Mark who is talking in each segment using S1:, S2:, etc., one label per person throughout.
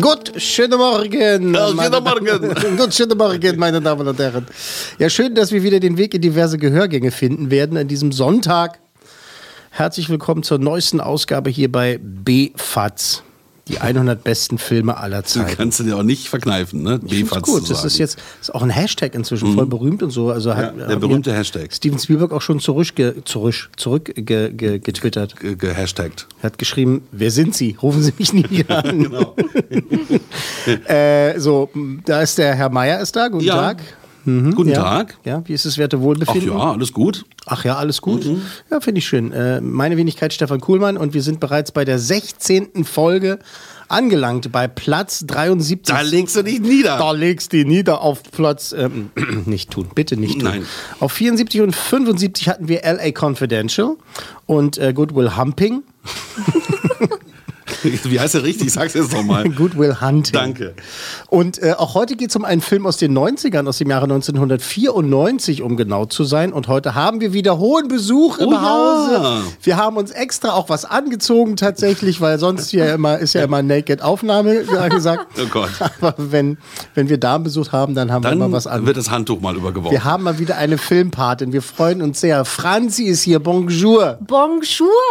S1: Gut, schönen Morgen.
S2: Ja, schönen
S1: meine-
S2: Morgen.
S1: Gut, schönen Morgen, meine Damen und Herren. Ja, schön, dass wir wieder den Weg in diverse Gehörgänge finden werden an diesem Sonntag. Herzlich willkommen zur neuesten Ausgabe hier bei BFATS. Die 100 besten Filme aller
S2: Das
S1: Zeiten.
S2: kannst du dir auch nicht verkneifen, ne?
S1: Ich find's
S2: BFATS
S1: gut,
S2: zu
S1: das ist
S2: sagen. Mhm.
S1: jetzt ist auch ein Hashtag inzwischen voll berühmt und so. Also hat,
S2: der
S1: haben
S2: berühmte
S1: ja
S2: Hashtag.
S1: Steven Spielberg auch schon zurück, zurück, zurück ge, ge, getwittert.
S2: Ge- gehashtagt.
S1: Er hat geschrieben, wer sind Sie? Rufen Sie mich nie wieder an.
S2: Genau.
S1: Äh, so, m, da ist der Herr Meier ist da. Guten
S2: Ja.
S1: Tag.
S2: Guten
S1: Hm? ja.
S2: Tag.
S1: Ja, wie ist das werte
S2: Ach
S1: Wohlbefinden?
S2: ja, Mhm. alles gut.
S1: Ach ja, alles gut. Ja, finde ich schön. Äh, meine Wenigkeit Stefan Kuhlmann und wir sind bereits bei der 16. Folge angelangt bei Platz 73.
S2: Da legst du dich nieder.
S1: Da legst du die nieder auf Platz ähm, nicht tun, bitte nicht tun.
S2: Nein.
S1: Auf 74 und 75 hatten wir LA Confidential und äh, Goodwill Humping.
S2: Wie heißt der richtig? Ich sag's jetzt nochmal.
S1: Goodwill Hunting.
S2: Äh, Danke.
S1: Und äh, auch heute geht es um einen Film aus den 90ern, aus dem Jahre 1994, um genau zu sein. Und heute haben wir wieder hohen Besuch im
S2: Oh ja.
S1: Hause. Wir haben uns extra auch was angezogen tatsächlich, weil sonst hier immer, ist ja immer Naked-Aufnahme gesagt.
S2: Oh Gott.
S1: Aber wenn, wenn wir Damenbesuch haben, dann haben
S2: Dann
S1: wir immer was an.
S2: wird das Handtuch mal übergeworfen.
S1: Wir haben mal wieder eine Filmpatin. Wir freuen uns sehr. Franzi ist hier. Bonjour.
S3: Bonjour,
S1: Bonjour,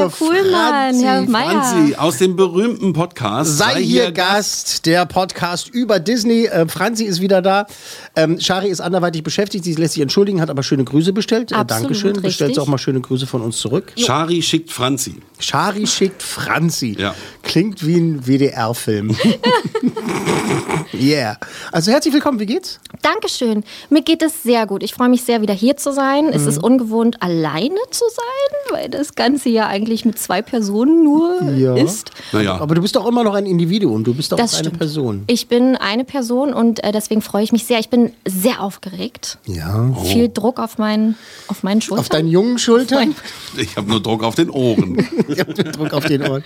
S3: Herr Kuhlmann,
S1: Franzi,
S3: Herr Meier.
S2: Franzi, aus dem berühmten Podcast.
S1: Sei hier Gast, der Podcast über Disney. Äh, Franzi ist wieder da. Ähm, Shari ist anderweitig beschäftigt. Sie lässt sich entschuldigen, hat aber schöne Grüße bestellt. Äh,
S3: Absolut
S1: Dankeschön.
S3: richtig.
S1: Bestellt sie auch mal schöne Grüße von uns zurück.
S2: Shari schickt Franzi.
S1: Shari schickt Franzi.
S2: Ja.
S1: Klingt wie ein WDR-Film. yeah. Also herzlich willkommen. Wie geht's?
S3: Dankeschön. Mir geht es sehr gut. Ich freue mich sehr, wieder hier zu sein.
S1: Mhm.
S3: Es ist ungewohnt, alleine zu sein, weil das Ganze ja eigentlich mit zwei Personen nur ist.
S2: Naja.
S1: Aber du bist doch immer noch ein Individuum. Du bist doch
S3: Das
S1: eine
S3: stimmt.
S1: Person.
S3: Ich bin eine Person und äh, deswegen freue ich mich sehr. Ich bin sehr aufgeregt.
S1: Ja.
S3: Viel Druck auf meinen, auf meinen Schultern.
S1: Oh. Auf deinen jungen Schultern.
S2: ich habe nur Druck auf den Ohren.
S1: Ich hab den Druck auf den Ohren.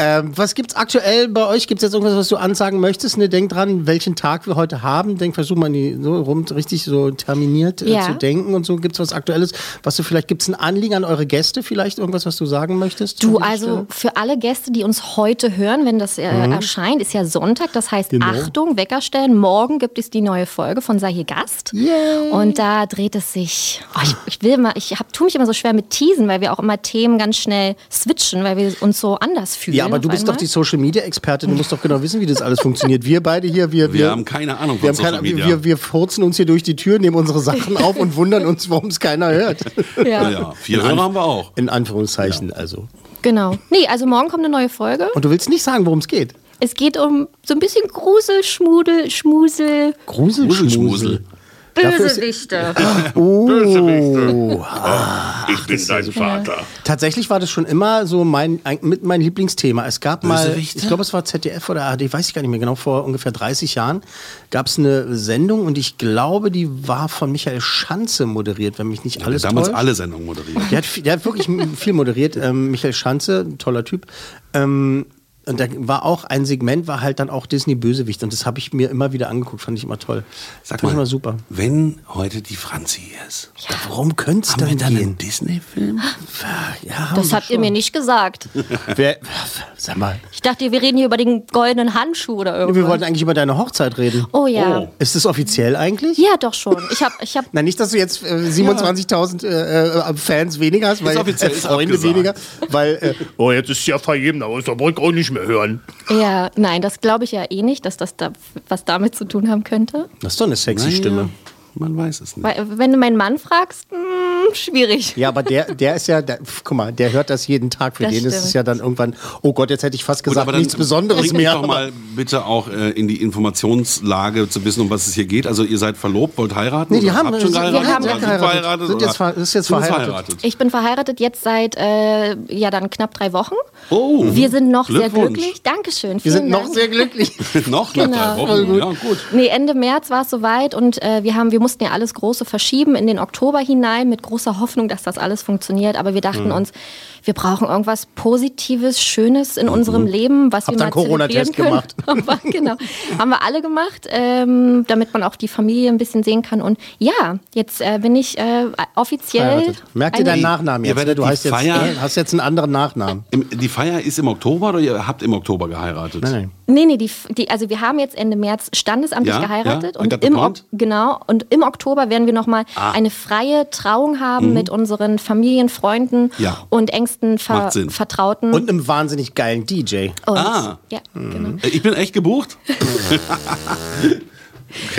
S1: Ähm, was gibt's aktuell bei euch? Gibt's jetzt irgendwas, was du ansagen möchtest? Ne, denk dran, welchen Tag wir heute haben. Denk, versuch mal die, so rum, richtig so terminiert äh,
S3: Ja.
S1: zu denken und so. Gibt's was Aktuelles, was du vielleicht, gibt's ein Anliegen an eure Gäste vielleicht? Irgendwas, was du sagen möchtest?
S3: Du,
S1: An dieser
S3: also
S1: Stelle?
S3: für alle Gäste, die uns heute hören, wenn das äh,
S1: Mhm.
S3: erscheint, ist ja Sonntag. Das heißt,
S1: Genau.
S3: Achtung, Wecker stellen. Morgen gibt es die neue Folge von Sei hier Gast. Und da dreht es sich. Oh, ich, ich will mal, ich hab, tu mich immer so schwer mit Teasen, weil wir auch immer Themen ganz schnell switchen, weil wir uns so anders fühlen.
S1: Ja, aber
S3: auf
S1: du bist
S3: einmal.
S1: doch die Social Media Expertin. Du musst doch genau wissen, wie das alles funktioniert. Wir beide hier, wir,
S2: Wir haben keine Ahnung
S1: wir,
S2: von
S1: haben keine,
S2: Social
S1: wir,
S2: Media.
S1: wir, wir furzen uns hier durch die Tür, nehmen unsere Sachen auf und wundern uns, warum es keiner hört.
S3: Ja.
S2: naja, vier Hörer haben wir auch.
S1: In Anführungszeichen, also.
S3: Genau. Nee, also morgen kommt eine neue Folge.
S1: Und du willst nicht sagen, worum es geht?
S3: Es geht um so ein bisschen Grusel, Schmudel, Schmusel.
S1: Gruselschmusel.
S2: Gruselschmusel.
S1: Dafür ist-
S3: Bösewichte.
S1: Oh.
S4: Ich bin dein Vater.
S1: Tatsächlich war das schon immer so mein, ein- mit mein Lieblingsthema. Es gab mal,
S2: Bösewichte?
S1: ich glaube, es war ZDF oder ARD, weiß ich gar nicht mehr genau, vor ungefähr 30 Jahren gab es eine Sendung und ich glaube, die war von Michael Schanze moderiert, wenn mich nicht
S2: Wir
S1: alles
S2: haben damals
S1: täuscht.
S2: alle Sendungen moderiert.
S1: Der hat, viel- der hat wirklich m- viel moderiert. Ähm, Michael Schanze, ein toller Typ. Ähm, und da war auch ein Segment, war halt dann auch Disney Bösewicht. Und das habe ich mir immer wieder angeguckt, fand ich immer toll.
S2: Sag
S1: fand
S2: mal,
S1: ich immer super.
S2: wenn heute die Franzi hier ist,
S1: Warum könnte es
S2: haben wir
S1: denn
S2: dann
S1: gehen?
S2: einen Disney-Film?
S1: Ah. Ja,
S3: Das habt ihr mir nicht gesagt.
S1: Wer, sag mal,
S3: Ich dachte, wir reden hier über den goldenen Handschuh oder
S1: wir
S3: irgendwas.
S1: wollten eigentlich über deine Hochzeit reden.
S3: Oh ja.
S1: Ist das offiziell eigentlich?
S3: Ja, doch schon. Ich habe ich hab
S1: Na, nicht, dass du jetzt äh, 27.000 äh, äh, Fans weniger hast, weil
S2: offiziell,
S1: äh,
S2: ist
S1: Freunde
S2: abgesagt.
S1: weniger, weil äh,
S4: Oh, jetzt ist ja vergeben, aber da wollte ich auch nicht mehr hören.
S3: Ja, nein, das glaube ich ja eh nicht, dass das da was damit zu tun haben könnte.
S1: das ist doch eine sexy Stimme.
S2: Man weiß es nicht.
S3: Weil, wenn du meinen Mann fragst, mm, schwierig.
S1: Ja, aber der, der ist ja, der, pf, guck mal, der hört das jeden Tag. Für
S3: Das
S1: den ist es
S3: stimmt.
S1: ja dann irgendwann, oh Gott, jetzt hätte ich fast
S2: Gut,
S1: gesagt, nichts Besonderes
S2: bringt
S1: mehr.
S2: mich doch mal bitte auch äh, in die Informationslage zu wissen, um was es hier geht. Also ihr seid verlobt, wollt heiraten?
S1: Nee, die
S2: oder
S1: haben-
S2: habt
S1: sind-
S2: schon
S1: wir
S2: geheiratet,
S3: haben
S2: oder
S3: ja
S2: sind
S1: geheiratet.
S2: verheiratet
S1: Sind
S2: oder
S1: jetzt ver- ist jetzt
S2: sind
S1: verheiratet.
S3: Ich bin verheiratet jetzt seit äh, ja dann knapp drei Wochen.
S2: Oh,
S3: Wir sind noch sehr
S2: Glückwunsch.
S3: glücklich. Dankeschön.
S1: Wir
S3: vielen
S1: sind noch
S3: Dank.
S1: sehr glücklich.
S2: Noch nach drei
S3: Genau.
S2: Wochen. Ja, gut.
S3: Nee, Ende März war es soweit und äh, wir haben, wir mussten ja alles Große verschieben in den Oktober hinein mit großer Hoffnung, dass das alles funktioniert. Aber wir
S1: Mhm.
S3: dachten uns, wir brauchen irgendwas Positives, Schönes in unserem Leben, was
S1: Hab
S3: wir
S1: Mhm. dann
S3: mal
S1: Corona-Test
S3: zelebrieren können.
S1: gemacht.
S3: Haben wir- genau, haben wir alle gemacht, ähm, damit man auch die Familie ein bisschen sehen kann. Und ja, jetzt äh, bin ich äh, offiziell.
S1: Verheiratet. Merk dir
S3: eine-
S1: deinen Nachnamen
S2: Ihr
S1: jetzt. ne?
S2: werdet
S1: Du
S2: die
S1: heißt jetzt,
S2: Feier-
S1: hast jetzt einen anderen Nachnamen.
S2: Im, die Feier ist im Oktober oder ihr habt im Oktober geheiratet?
S1: Nein, nein.
S3: Nee, nee, die, F- die, also wir haben jetzt Ende März standesamtlich
S2: Ja,
S3: geheiratet
S2: ja, I got
S3: und
S2: the
S3: im,
S2: point.
S3: Ok- genau, und im Oktober werden wir nochmal
S2: Ah.
S3: mal eine freie Trauung haben mit unseren Familien, Freunden
S2: Mhm. Ja.
S3: und engsten Ver
S2: Macht Sinn.
S3: Vertrauten.
S1: Und einem wahnsinnig geilen DJ.
S3: Und-
S2: Ah.
S3: Ja, genau.
S2: Äh, Ich bin echt gebucht.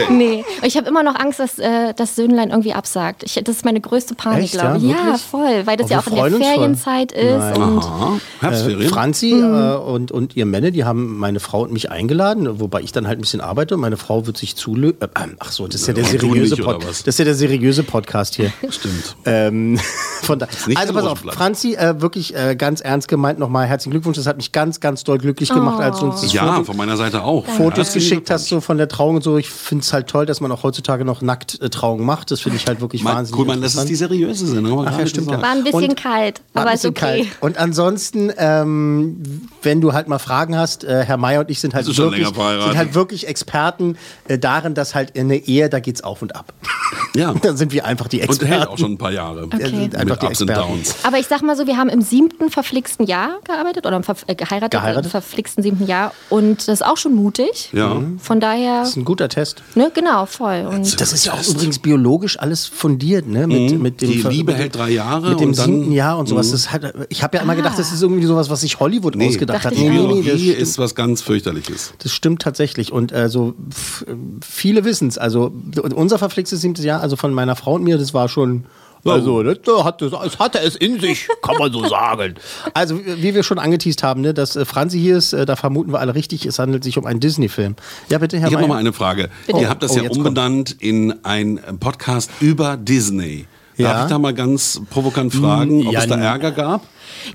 S3: Nee, ich habe immer noch Angst, dass äh, das Söhnlein irgendwie absagt. Ich, das ist meine größte Panik,
S1: Echt,
S3: glaube ich.
S1: ja?
S3: Ja,
S1: Wirklich?
S3: voll, weil das
S1: Oh,
S3: ja
S1: wir
S3: auch in der
S1: freuen uns voll.
S3: Ferienzeit ist. Und
S2: Aha. Herbstferien.
S1: Franzi äh, und, und ihr Männer, die haben meine Frau und mich eingeladen, wobei ich dann halt ein bisschen arbeite und meine Frau wird sich zulö... Äh, ach so, das ist ja der
S2: Und du
S1: seriöse
S2: nicht, oder
S1: Pod-
S2: was?
S1: Das ist ja der seriöse Podcast hier.
S2: Stimmt.
S1: Ähm, von da.
S2: nicht
S1: Also
S2: am
S1: pass
S2: roten
S1: auf,
S2: Blatt.
S1: Franzi, äh, wirklich äh, ganz ernst gemeint nochmal herzlichen Glückwunsch. Das hat mich ganz, ganz doll glücklich gemacht, als du uns das
S2: Oh. ja,
S1: Foto,
S2: von meiner Seite auch.
S1: Fotos
S2: Herzlichen
S1: geschickt hast
S2: Glückwunsch.
S1: so von der Trauung und so. Ich finde es halt toll, dass man auch heutzutage noch nackt äh, Trauung macht. Das finde ich halt wirklich
S2: Mal,
S1: wahnsinnig
S2: cool, man, das ist
S1: interessant.
S2: die seriöse Sendung.
S1: Ach ja, stimmt, ja.
S3: war ein bisschen
S1: Und-
S3: kalt,
S1: War
S3: aber
S1: ein
S3: ist
S1: bisschen
S3: okay.
S1: kalt. Und ansonsten, ähm, wenn du halt mal Fragen hast, äh, Herr Mayer und ich sind halt,
S2: Bist du schon
S1: wirklich,
S2: länger verheiratet?
S1: sind halt wirklich Experten äh, darin, dass halt in der Ehe, da geht's auf und ab.
S2: Ja.
S1: Dann sind wir einfach die
S2: Und
S1: Experten.
S2: hält auch schon ein paar Jahre.
S1: Wir sind einfach
S2: Mit
S1: Äh, die
S2: Ups und
S1: Experten.
S2: Downs.
S3: Aber ich sag mal so, wir haben im siebten verflixten Jahr gearbeitet oder im verf äh, geheiratet,
S1: Geheiratet?
S3: im verflixten siebten Jahr und das ist auch schon mutig.
S2: Ja.
S3: Von daher,
S1: Das ist ein guter Test.
S3: ne, genau, voll. Und
S1: Mhm. Das ist ja auch übrigens biologisch alles fundiert, ne? Mit, mit dem
S2: Mhm. Die
S1: Ver-
S2: Liebe
S1: mit dem-
S2: hält drei Jahre
S1: Mit dem
S2: und dann- Mhm.
S1: siebten Jahr und sowas. Das hat, ich habe ja immer gedacht, das ist irgendwie sowas, was sich Hollywood ausgedacht hat.
S3: Ah. dachte
S2: Die
S3: ich
S1: Nee,
S3: auch.
S1: nee, nee, das
S2: Biologie ist was ganz fürchterliches.
S1: Das stimmt tatsächlich. Und äh, so f- viele wissen es. Also d- unser verflixtes siebtes Jahr, also von meiner Frau und mir, das war schon. Also, das hat es, es hatte es in sich, kann man so sagen. Also, wie wie wir schon angeteased haben, ne, dass äh, Franzi hier ist, äh, da vermuten wir alle richtig, es handelt sich um einen Disney-Film. Ja, bitte, Herr
S2: Ich habe noch
S1: Mayer.
S2: mal eine Frage. Ihr habt das
S1: Oh,
S2: ja
S1: jetzt
S2: umbenannt in einen Podcast über Disney.
S1: Ja. Hm,
S2: Darf ich da mal ganz provokant fragen, ob
S1: ja,
S2: es da
S1: n-
S2: Ärger gab?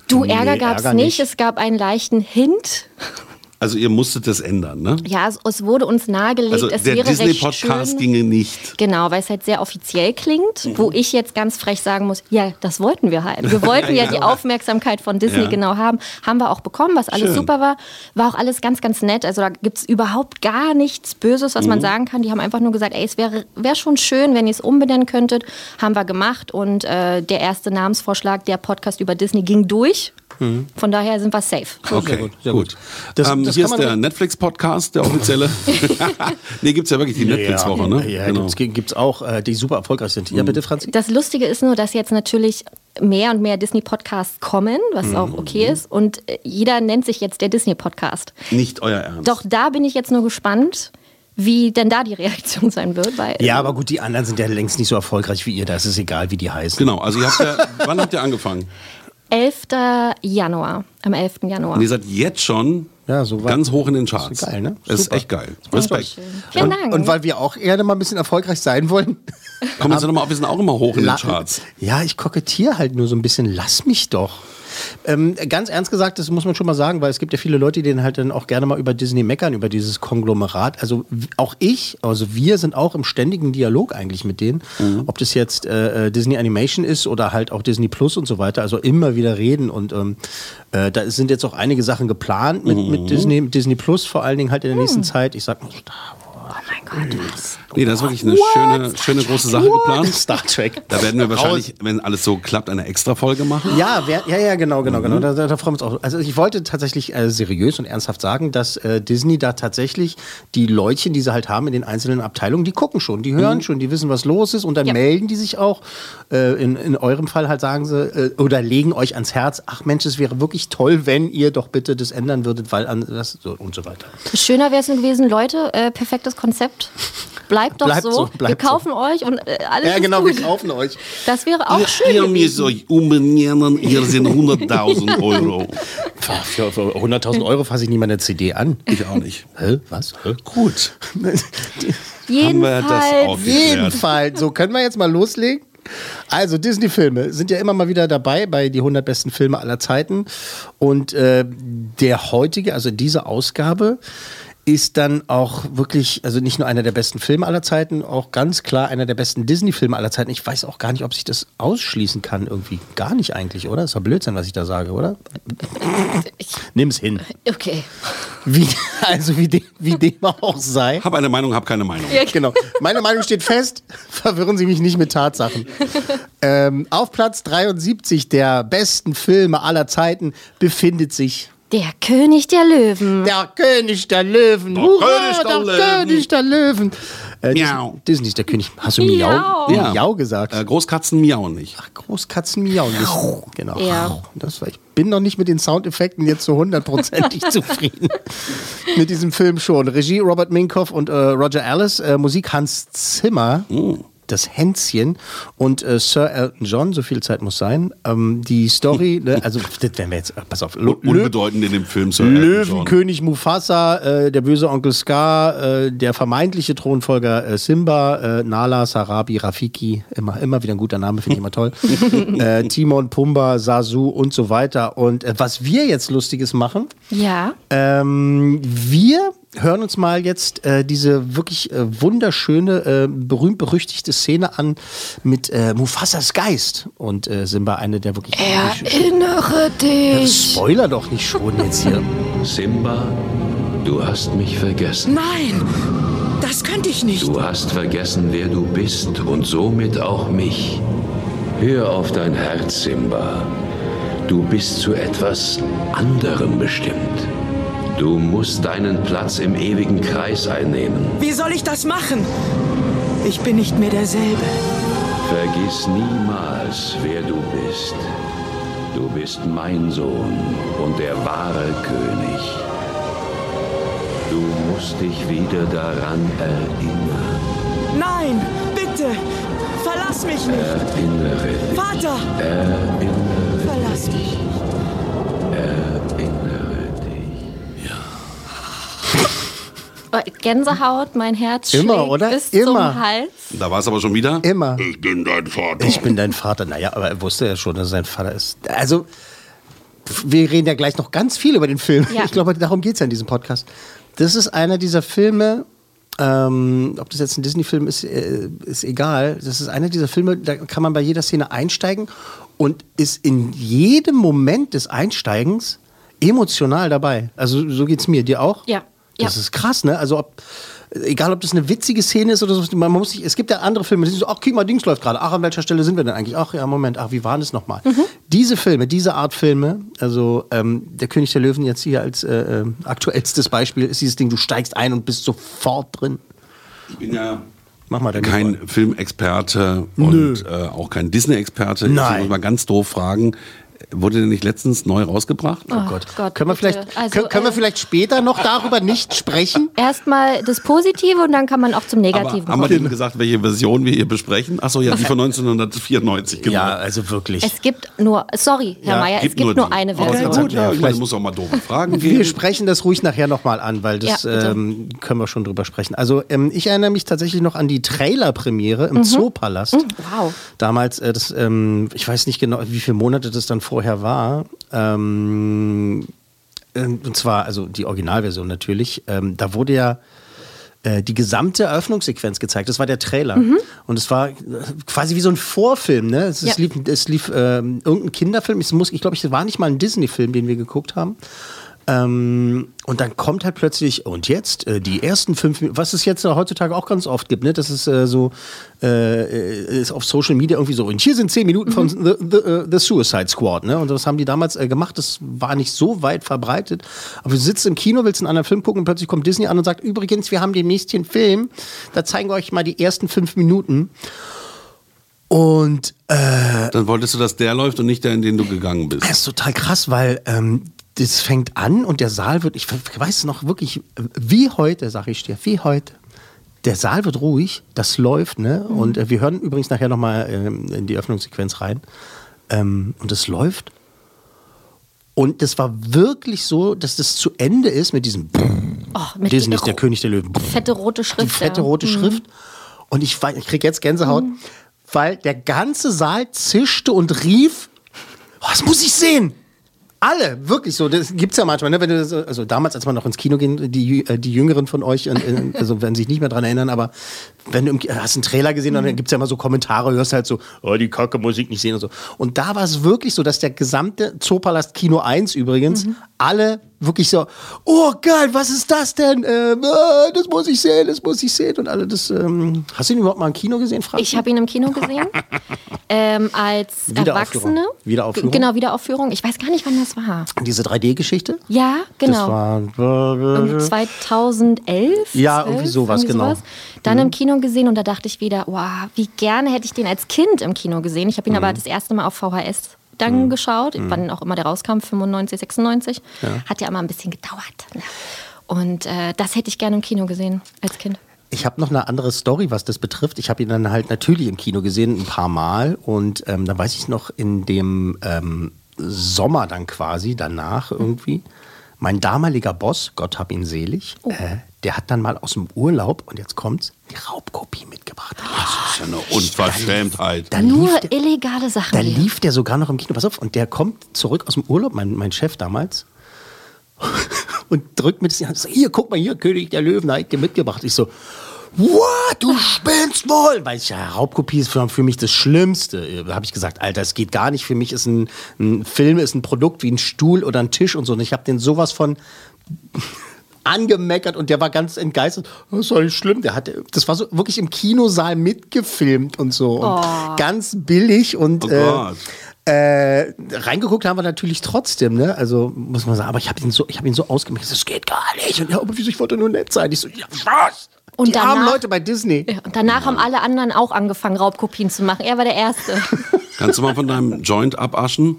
S3: du, Ärger
S1: Nee,
S3: gab's
S1: Ärger
S3: nicht.
S1: nicht.
S3: es gab einen leichten Hint.
S2: Also ihr musstet das ändern, ne?
S3: Ja, es, es wurde uns nahegelegt,
S2: Also
S3: es
S2: der
S3: wäre recht
S2: Disney-Podcast
S3: schön.
S2: ginge nicht.
S3: Genau, weil es halt sehr offiziell klingt, wo ich jetzt ganz frech sagen muss, ja, das wollten wir halt. Wir wollten ja, die Aufmerksamkeit von Disney
S2: Ja.
S3: genau haben. Haben wir auch bekommen, was alles
S2: Schön.
S3: super war. War auch alles ganz, ganz nett. Also da gibt es überhaupt gar nichts Böses, was man sagen kann. Die haben einfach nur gesagt, ey, es wäre wär schon schön, wenn ihr es umbenennen könntet. Haben wir gemacht und äh, der erste Namensvorschlag, der Podcast über Disney ging durch. Von daher sind wir safe.
S2: Okay,
S1: gut,
S2: gut.
S1: Oh, sehr gut. Das-
S2: ähm,
S1: das
S2: hier
S1: kann
S2: ist
S1: man
S2: der
S1: nicht-
S2: Netflix-Podcast, der offizielle. nee, gibt's ja wirklich die Netflix-Woche, ne? Mhm.
S1: Ja, gibt's, gibt's auch, äh, die super erfolgreich sind. Ja, bitte, Franzi.
S3: Das Lustige ist nur, dass jetzt natürlich mehr und mehr Disney-Podcasts kommen, was auch
S1: Mhm.
S3: okay ist. Und äh, jeder nennt sich jetzt der Disney-Podcast.
S2: Nicht euer Ernst.
S3: Doch da bin ich jetzt nur gespannt, wie denn da die Reaktion sein wird. Weil,
S1: Ja, aber gut, die anderen sind ja längst nicht so erfolgreich wie ihr, da ist es egal, wie die heißen.
S2: Genau, also ihr habt ja, wann habt ihr angefangen?
S3: 11. Januar, am 11. Januar.
S2: Und ihr seid jetzt schon
S1: Ja, so weit.
S2: ganz hoch in den Charts.
S1: Ist geil, ne?
S2: Das ist
S1: Super.
S2: echt geil. Respekt.
S3: Vielen
S1: Und,
S3: Dank.
S1: und weil wir auch gerne mal ein bisschen erfolgreich sein wollen,
S2: Komm, jetzt nochmal auf, wir sind auch immer hoch in
S1: La-
S2: den Charts.
S1: Ja, ich kokettiere halt nur so ein bisschen. Lass mich doch. Ähm, ganz ernst gesagt, das muss man schon mal sagen, weil es gibt ja viele Leute, die dann halt dann auch gerne mal über Disney meckern, über dieses Konglomerat. Also w- auch ich, also wir sind auch im ständigen Dialog eigentlich mit denen, ob das jetzt äh, äh, Disney Animation ist oder halt auch Disney Plus und so weiter. Also immer wieder reden und ähm, äh, da sind jetzt auch einige Sachen geplant mit, mit Disney, mit Disney Plus vor allen Dingen halt in der nächsten Zeit. Ich sag mal Star
S3: oh mein Gott, was?
S2: Nee, da ist wirklich eine schöne, schöne große Sache geplant.
S1: Star Trek.
S2: Da werden wir wahrscheinlich, wenn alles so klappt, eine extra Folge machen.
S1: Ja, wer, ja, ja, genau, genau, genau. Da, da, da freuen wir uns auch. Also ich wollte tatsächlich äh, seriös und ernsthaft sagen, dass äh, Disney da tatsächlich die Leutchen, die sie halt haben in den einzelnen Abteilungen, die gucken schon, die hören schon, die wissen, was los ist und dann
S3: Ja.
S1: melden die sich auch. Äh, in, in eurem Fall halt sagen sie äh, oder legen euch ans Herz, ach Mensch, es wäre wirklich toll, wenn ihr doch bitte das ändern würdet, weil an, das so und so weiter.
S3: Schöner wäre es gewesen, Leute, äh, perfektes Konzept. Bleibt doch
S1: Bleibt
S3: so.
S1: so,
S3: wir
S1: bleibt so.
S3: kaufen euch und äh, alles
S1: Ja,
S3: ist
S1: genau,
S3: gut.
S1: wir kaufen euch.
S3: Das wäre auch schön.
S2: Ihr mir
S3: gewesen.
S2: so umbenennen, hier sind 100.000 Euro.
S1: Für, für 100.000 Euro fasse ich niemand eine CD an.
S2: Ich auch nicht.
S1: Hä? Was? Hä?
S2: Gut. Haben wir das auch
S3: Jedenfalls.
S2: geklärt.
S1: Jedenfalls, so können wir jetzt mal loslegen. Also Disney-Filme sind ja immer mal wieder dabei bei die 100 besten Filme aller Zeiten. Und äh, der heutige, also diese Ausgabe, ist dann auch wirklich, also nicht nur einer der besten Filme aller Zeiten, auch ganz klar einer der besten Disney-Filme aller Zeiten. Ich weiß auch gar nicht, ob sich das ausschließen kann irgendwie. Gar nicht eigentlich, oder? Ist doch Blödsinn, was ich da sage, oder? Nimm's hin.
S3: Okay.
S1: Wie, also wie, de, wie dem auch sei.
S2: Hab eine Meinung, hab keine Meinung.
S1: Genau. Meine Meinung steht fest. Verwirren Sie mich nicht mit Tatsachen. Ähm, auf Platz 73 der besten Filme aller Zeiten befindet sich
S3: Der König der Löwen.
S1: Der König der Löwen. Der
S2: König der Löwen.
S1: König der Löwen. Äh,
S2: Miau.
S1: Disney, Disney ist der König. Hast du Miau?
S3: Miau.
S2: Ja.
S1: Miau gesagt.
S2: Äh, Großkatzen miauen nicht.
S1: Ach, Großkatzen miauen müssen. Genau.
S3: Ja.
S1: Das war, ich bin noch nicht mit den Soundeffekten jetzt so hundertprozentig zufrieden. mit diesem Film schon. Regie Robert Minkoff und äh, Roger Ellis, äh, Musik Hans Zimmer. Das Hänzchen und äh, Sir Elton John, so viel Zeit muss sein. Ähm, die Story, ne, also das werden wir jetzt, äh, pass auf, Lo- Lö-
S2: Unbedeutend in dem Film. Sir Elton John.
S1: Löwenkönig Mufasa, äh, der böse Onkel Scar, äh, der vermeintliche Thronfolger äh, Simba, äh, Nala, Sarabi, Rafiki, immer, immer wieder ein guter Name, finde ich immer toll. äh, Timon, Pumba, Sasu und so weiter. Und äh, was wir jetzt Lustiges machen,
S3: Ja.
S1: ähm, wir hören uns mal jetzt äh, diese wirklich äh, wunderschöne, äh, berühmt-berüchtigte Szene an mit äh, Mufasas Geist und äh, Simba, eine der wirklich.
S3: Erinnere dich.
S1: Spoiler doch nicht schon jetzt hier.
S5: Simba, du hast mich vergessen.
S6: Nein, das könnte ich nicht.
S5: Du hast vergessen, wer du bist und somit auch mich. Hör auf dein Herz, Simba. Du bist zu etwas anderem bestimmt. Du musst deinen Platz im ewigen Kreis einnehmen.
S6: Wie soll ich das machen? Ich bin nicht mehr derselbe.
S5: Vergiss niemals, wer du bist. Du bist mein Sohn und der wahre König. Du musst dich wieder daran erinnern.
S6: Nein, bitte, verlass mich nicht.
S5: Erinnere dich.
S6: Vater!
S5: Erinnere
S6: Verlass mich.
S5: dich. Erinnere dich.
S3: Oh, Gänsehaut, mein Herz
S1: Immer,
S3: schlägt
S1: oder?
S3: bis
S1: Immer.
S3: zum Hals.
S2: Da war es aber schon wieder.
S1: Immer.
S4: Ich bin dein Vater.
S1: Ich bin dein Vater. Naja, aber er wusste ja schon, dass er sein Vater ist. Also, wir reden ja gleich noch ganz viel über den Film.
S3: Ja.
S1: Ich glaube, darum geht es ja in diesem Podcast. Das ist einer dieser Filme, ähm, ob das jetzt ein Disney-Film ist, äh, ist egal. Das ist einer dieser Filme, da kann man bei jeder Szene einsteigen und ist in jedem Moment des Einsteigens emotional dabei. Also, so geht es mir. Dir auch?
S3: Ja.
S1: Das
S3: Ja.
S1: ist krass, ne? Also ob, egal ob das eine witzige Szene ist oder so, man muss sich, es gibt ja andere Filme, die sind so, ach, guck mal, Dings läuft gerade, ach, an welcher Stelle sind wir denn eigentlich? Ach ja, Moment, ach, wie waren es nochmal?
S3: Mhm.
S1: Diese Filme, diese Art Filme, also ähm, der König der Löwen jetzt hier als äh, ähm, aktuellstes Beispiel ist dieses Ding, du steigst ein und bist sofort drin.
S2: Ich bin ja
S1: Mach mal deine Frage.
S2: kein Filmexperte und äh, auch kein Disney-Experte.
S1: Nein.
S2: Ich muss mal ganz doof fragen. Wurde der nicht letztens neu rausgebracht?
S1: Oh Gott.
S3: Gott,
S1: können wir
S3: bitte.
S1: vielleicht,
S3: Also,
S1: können, können wir
S3: äh,
S1: vielleicht später noch darüber nicht sprechen?
S3: Erstmal das Positive und dann kann man auch zum
S2: Aber
S3: Negativen
S2: haben wir
S3: kommen.
S2: denn gesagt, welche Version wir hier besprechen? Achso, ja, die von 1994, genau.
S1: also wirklich.
S3: Es gibt nur, sorry, Herr
S1: Ja,
S3: Meier, es
S2: Gibt
S3: gibt nur,
S2: die.
S3: eine
S2: Aber
S3: Version.
S2: ganz gut, ja,
S1: Ja,
S2: ich meine,
S1: vielleicht-
S2: es muss auch mal doofe Fragen
S1: Wir
S2: geben.
S1: sprechen das ruhig nachher nochmal an, weil das
S3: Ja, bitte.
S1: ähm, können wir schon drüber sprechen. Also ähm, ich erinnere mich tatsächlich noch an die Trailer-Premiere
S3: Mhm.
S1: im Zoopalast.
S3: wow.
S1: Damals, äh, das, ähm, ich weiß nicht genau, wie viele Monate das dann vorher war. Ähm, ähm, und zwar, also die Originalversion natürlich. Ähm, da wurde ja äh, die gesamte Eröffnungssequenz gezeigt. Das war der Trailer. Und es war äh, quasi wie so ein Vorfilm. Ne? Es, es
S3: Ja.
S1: lief, es lief ähm, irgendein Kinderfilm. Es muss, ich glaube, es war nicht mal ein Disney-Film, den wir geguckt haben. Ähm, und dann kommt halt plötzlich, und jetzt äh, die ersten fünf Minuten, was es jetzt heutzutage auch ganz oft gibt, ne? das ist äh, so, äh, ist auf Social Media irgendwie so, und hier sind zehn Minuten von The, The, äh, The Suicide Squad. Ne? Und das haben die damals äh, gemacht, das war nicht so weit verbreitet. Aber du sitzt im Kino, willst einen anderen Film gucken und plötzlich kommt Disney an und sagt, übrigens, wir haben demnächst hier einen Film, da zeigen wir euch mal die ersten fünf Minuten. Und
S2: Dann wolltest du, dass der läuft und nicht der, in den du gegangen bist.
S1: Das ist total krass, weil ähm, das fängt an und der Saal wird, ich weiß noch wirklich, wie heute, sag ich dir, wie heute, Der Saal wird ruhig, das läuft, ne? Und äh, wir hören übrigens nachher nochmal ähm, in die Öffnungssequenz rein. Ähm, und es läuft. Und das war wirklich so, dass das zu Ende ist mit diesem
S3: Oh, mit
S1: Disney
S3: die
S1: ist der Mhm. König der Löwen.
S3: fette rote Schrift.
S1: Die fette
S3: ja.
S1: rote Schrift. Und ich, wei- ich krieg jetzt Gänsehaut, weil der ganze Saal zischte und rief: "Oh, Das muss ich sehen! Alle, wirklich so. Das gibt's ja manchmal, ne? Wenn du so, also damals, als man noch ins Kino ging, die, Jü- äh, die Jüngeren von euch, in, in, also werden sich nicht mehr dran erinnern, aber wenn du im, Ki- äh, hast einen Trailer gesehen, dann gibt's ja immer so Kommentare, hörst halt so, oh, die Kacke muss ich nicht sehen und so. Und da war es wirklich so, dass der gesamte Zoopalast Kino 1 übrigens, alle wirklich so, oh geil, was ist das denn? Ähm, äh, das muss ich sehen, das muss ich sehen. Und alle das, ähm, hast du ihn überhaupt mal im Kino gesehen, Frank?
S3: Ich habe ihn im Kino gesehen. ähm, als
S1: Wiederaufführung.
S3: Erwachsene.
S1: Wiederaufführung?
S3: G- Genau, Wiederaufführung. Ich weiß gar nicht, wann das war.
S1: Diese 3D-Geschichte?
S3: Ja, genau.
S1: Das war...
S3: 2011?
S1: Ja, irgendwie sowas, genau.
S3: Dann im Kino gesehen und da dachte ich wieder, wow, wie gerne hätte ich den als Kind im Kino gesehen. Ich habe
S1: Mhm.
S3: ihn aber das erste Mal auf VHS dann geschaut, wann auch immer der rauskam, 95, 96. Hat ja immer ein bisschen gedauert. ne? Und äh, das hätte ich gerne im Kino gesehen als Kind.
S1: Ich habe noch eine andere Story, was das betrifft. Ich habe ihn dann halt natürlich im Kino gesehen, ein paar Mal. Und ähm, dann weiß ich noch, in dem ähm, Sommer dann quasi, danach
S2: Mhm.
S1: irgendwie, mein damaliger Boss, Gott hab ihn selig,
S2: Oh.
S1: äh, der hat dann mal aus dem Urlaub, und jetzt kommt's, die Raubkopie mitgebracht.
S2: Ah, Das ist ja eine Unverschämtheit.
S1: Da
S3: Nur
S1: lief der-
S3: illegale Sachen.
S1: da
S3: hier.
S1: lief der sogar noch im Kino. Pass auf, und der kommt zurück aus dem Urlaub, mein, mein Chef damals, und drückt mir das in die Hand. So, hier, guck mal hier, König der Löwen, da hab ich dir mitgebracht. Ich so, what, du spinnst wohl? Weil ich, ja, Raubkopie ist für, für mich das Schlimmste. äh, Habe ich gesagt, Alter, es geht gar nicht. Für mich ist ein, ein Film, ist ein Produkt wie ein Stuhl oder ein Tisch und so. Und ich habe den sowas von angemeckert und der war ganz entgeistert. Das ist doch nicht schlimm. Der hatte, das war so wirklich im Kinosaal mitgefilmt und so. Und
S3: Oh.
S1: ganz billig und
S2: Oh
S1: äh,
S2: Gott.
S1: äh, reingeguckt haben wir natürlich trotzdem, ne? Also muss man sagen, aber ich habe ihn so, ich habe ihn so ausgemacht, das geht gar nicht. Und ja, aber wieso, ich wollte nur nett sein. Ich so, ja, was?
S3: Und
S1: Die armen
S3: danach-
S1: Leute bei Disney.
S3: Ja, und danach haben alle anderen auch angefangen, Raubkopien zu machen. Er war der Erste.
S2: Kannst du mal von deinem Joint abaschen?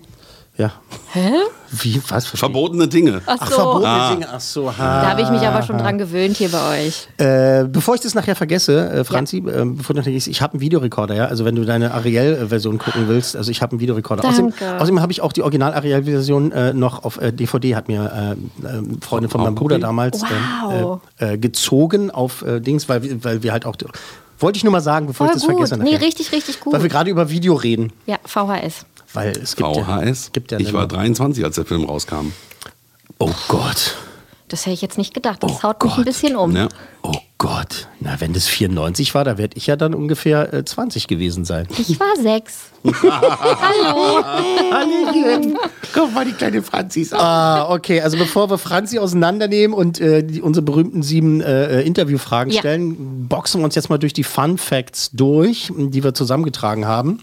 S1: Ja.
S3: Hä?
S1: Wie, was? Verstehe ich.
S2: Verbotene Dinge.
S3: Ach so.
S1: verbotene
S2: Ah.
S1: Dinge. Ach so, ha.
S3: Da habe ich mich
S1: Ah.
S3: aber schon dran gewöhnt hier bei euch.
S1: Äh, bevor ich das nachher vergesse, äh, Franzi, ähm, bevor du nachher gehst, ich habe einen Videorekorder, ja. Also wenn du deine Ariel-Version gucken willst, also ich habe einen Videorekorder. Außerdem,
S3: Danke.
S1: außerdem habe ich auch die Original-Ariel-Version äh, noch auf äh, DVD, hat mir äh, äh, Freunde von meinem Bruder damals ähm,
S3: Wow.
S1: äh, äh, gezogen auf äh, Dings, weil, wir- weil wir halt auch. Wollte ich nur mal sagen, bevor
S3: Voll
S1: ich das
S3: gut.
S1: vergesse.
S3: Nee, richtig, richtig gut.
S1: Weil wir gerade über Video reden.
S3: Ja, VHS.
S1: Weil es gibt
S2: VHS.
S1: Ja, gibt ja
S2: ich war
S1: eine-
S2: 23, als der Film rauskam.
S1: Oh Gott.
S3: Das hätte ich jetzt nicht gedacht. Das
S1: Oh
S3: haut mich
S1: Gott.
S3: ein bisschen um.
S2: Ja.
S1: Oh Gott. Na, wenn das 94 war, da werde ich ja dann ungefähr äh, 20 gewesen sein.
S3: Ich war sechs. Hallo.
S1: Hallöchen. Guck mal, die kleine Franzi ist Ah, okay. Also bevor wir Franzi auseinandernehmen und äh, die, unsere berühmten sieben äh, äh, Interviewfragen
S3: Ja.
S1: stellen, boxen wir uns jetzt mal durch die Fun Facts durch, die wir zusammengetragen haben.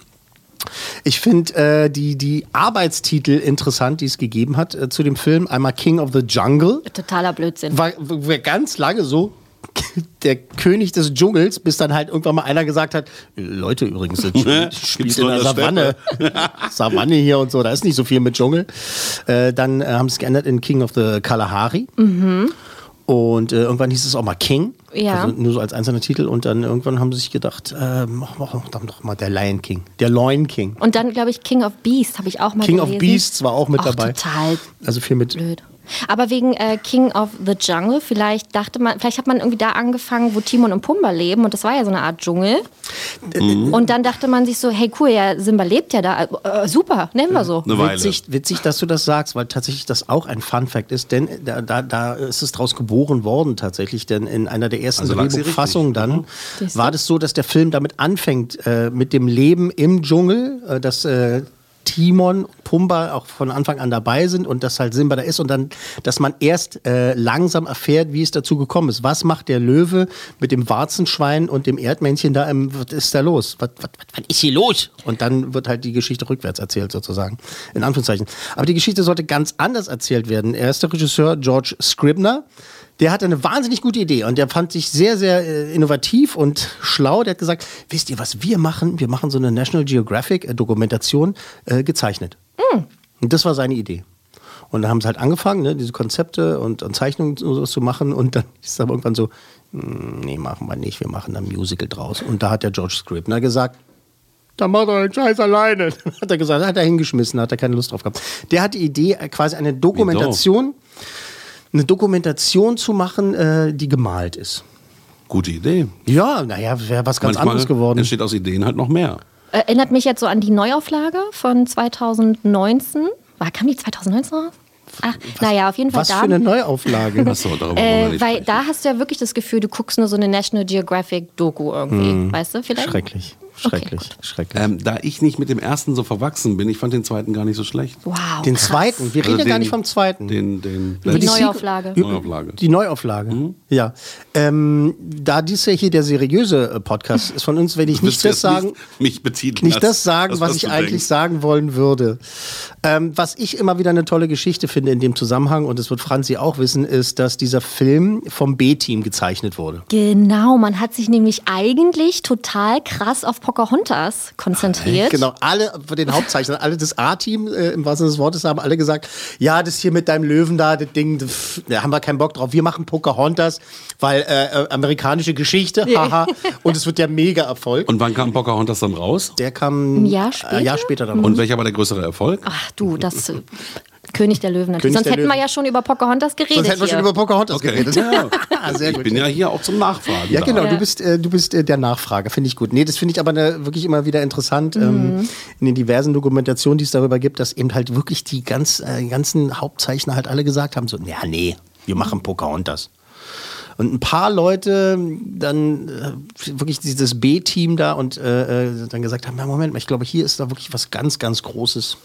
S1: Ich finde äh, die, die Arbeitstitel interessant, die es gegeben hat äh, zu dem Film. Einmal King of the Jungle.
S3: Totaler Blödsinn.
S1: War, war ganz lange so der König des Dschungels, bis dann halt irgendwann mal einer gesagt hat, Leute übrigens, das Spiel- spielt
S2: Gibt's
S1: in
S2: nur
S1: der
S2: in der
S1: Savanne. Savanne hier und so, da ist nicht so viel mit Dschungel. Äh, dann äh, haben sie es geändert in King of the Kalahari. Und äh, irgendwann hieß es auch mal King.
S3: Mhm. Ja.
S1: Also nur so als einzelner Titel. Und dann irgendwann haben sie sich gedacht, äh, machen wir doch- dann doch mal der Lion King. Der Lion King.
S3: Und dann, glaube ich, King of Beasts habe ich auch mal
S1: King
S3: gelesen.
S1: of Beasts war auch mit
S3: Auch
S1: dabei.
S3: total
S1: Also viel mit
S3: blöd. Aber wegen äh, King of the Jungle, vielleicht dachte man, vielleicht hat man irgendwie da angefangen, wo Timon und Pumba leben und das war ja so eine Art Dschungel.
S1: Mhm.
S3: Und dann dachte man sich so, hey cool, ja, Simba lebt ja da. Äh, super, nennen wir so.
S2: Eine Weile.
S1: Witzig, witzig, dass du das sagst, weil tatsächlich das auch ein Fun Fact ist, denn da, da, da ist es draus geboren worden tatsächlich, denn in einer der ersten
S2: Also lag sie richtig.
S1: Drehbuchfassungen dann war das so, dass der Film damit anfängt, äh, mit dem Leben im Dschungel, äh, dass äh, Timon, Pumba auch von Anfang an dabei sind und dass halt Simba da ist und dann, dass man erst äh, langsam erfährt, wie es dazu gekommen ist. Was macht der Löwe mit dem Warzenschwein und dem Erdmännchen da? Im, was ist da los? Was, was, was, was ist hier los? Und dann wird halt die Geschichte rückwärts erzählt sozusagen, in Anführungszeichen. Aber die Geschichte sollte ganz anders erzählt werden. Er ist der Regisseur George Scribner. Der hatte eine wahnsinnig gute Idee und der fand sich sehr, sehr äh, innovativ und schlau. Der hat gesagt, wisst ihr, was wir machen? Wir machen so eine National Geographic äh, Dokumentation äh, gezeichnet. Und das war seine Idee. Und dann haben sie halt angefangen, ne, diese Konzepte und, und Zeichnungen und sowas zu machen. Und dann ist es aber irgendwann so, "Mm, nee, machen wir nicht, wir machen da ein Musical draus. Und da hat der George Scribner gesagt, dann macht er den Scheiß alleine. hat er gesagt, hat er hingeschmissen, hat er keine Lust drauf gehabt. Der hat die Idee, äh, quasi eine Dokumentation, eine Dokumentation zu machen, äh, die gemalt ist.
S2: Gute Idee.
S1: Ja, naja, wäre was ganz
S2: Manchmal
S1: anderes geworden.
S2: entsteht aus Ideen halt noch mehr.
S3: Äh, Erinnert mich jetzt so an die Neuauflage von 2019. War, kam die 2019 raus? Ach, naja, auf jeden Fall
S1: Was
S3: da.
S1: für eine Neuauflage.
S2: Achso, darüber wollen wir
S3: äh,
S2: nicht
S3: weil
S2: sprechen.
S3: da hast du ja wirklich das Gefühl, du guckst nur so eine National Geographic Doku irgendwie,
S2: Hm.
S3: weißt du? Vielleicht.
S1: Schrecklich,
S3: Äh, Okay,
S1: schrecklich,
S3: gut.
S1: schrecklich.
S2: ähm, da ich nicht mit dem ersten so verwachsen bin, ich fand den zweiten gar nicht so schlecht.
S3: Wow.
S1: den zweiten, wir reden
S2: Also
S1: ja gar
S2: den-
S1: nicht vom zweiten.
S2: Den, den
S3: Die
S1: Die Sequel-
S3: Neuauflage.
S2: Neuauflage.
S1: Die Neuauflage,
S2: Hm?
S1: ja. Ähm, da dies ja hier der seriöse äh, Podcast ist von uns, werde ich nicht
S2: Willst du
S1: das
S2: jetzt
S1: sagen,
S2: nicht mich betiteln
S1: nicht
S2: als-
S1: das sagen,
S2: als
S1: was,
S2: was
S1: ich
S2: du
S1: eigentlich
S2: denkst.
S1: sagen wollen würde. Ähm, was ich immer wieder eine tolle Geschichte finde in dem Zusammenhang, und das wird Franzi auch wissen, ist, dass dieser Film vom B-Team gezeichnet wurde.
S3: Genau, man hat sich nämlich eigentlich total krass auf Pocahontas konzentriert.
S1: Genau, alle von den Hauptzeichnern, alle das A-Team äh, im wahrsten Sinne des Wortes haben alle gesagt, ja, das hier mit deinem Löwen da, das Ding, das, pff, da haben wir keinen Bock drauf. Wir machen Pocahontas, weil äh, äh, amerikanische Geschichte, haha, und es wird der Mega-Erfolg.
S2: Und wann kam Pocahontas dann raus?
S1: Der kam äh,
S3: Ein Jahr später?
S1: Ein Jahr später dann.
S2: Und welcher war der größere Erfolg?
S3: Ach du, das äh, König der Löwen.
S1: König
S3: Natürlich. Sonst
S1: der
S3: hätten wir
S1: Löwen.
S3: ja schon über Pocahontas geredet.
S1: Sonst hätten wir
S3: hier. Oh,
S1: schon über Pocahontas geredet. Ah,
S2: Ja.
S1: Sehr
S2: ich
S1: gut.
S2: bin ja hier auch zum Nachfragen.
S1: Ja,
S2: da.
S1: genau, du bist, äh, du bist äh, der Nachfrager, finde ich gut. Nee, das finde ich aber ne, wirklich immer wieder interessant ähm, in den diversen Dokumentationen, die es darüber gibt, dass eben halt wirklich die ganz, äh, ganzen Hauptzeichner halt alle gesagt haben, so, ja, nee, wir machen Pocahontas. Und ein paar Leute dann äh, wirklich dieses B-Team da und äh, äh, dann gesagt haben, ja, Moment mal, ich glaube, hier ist da wirklich was ganz, ganz Großes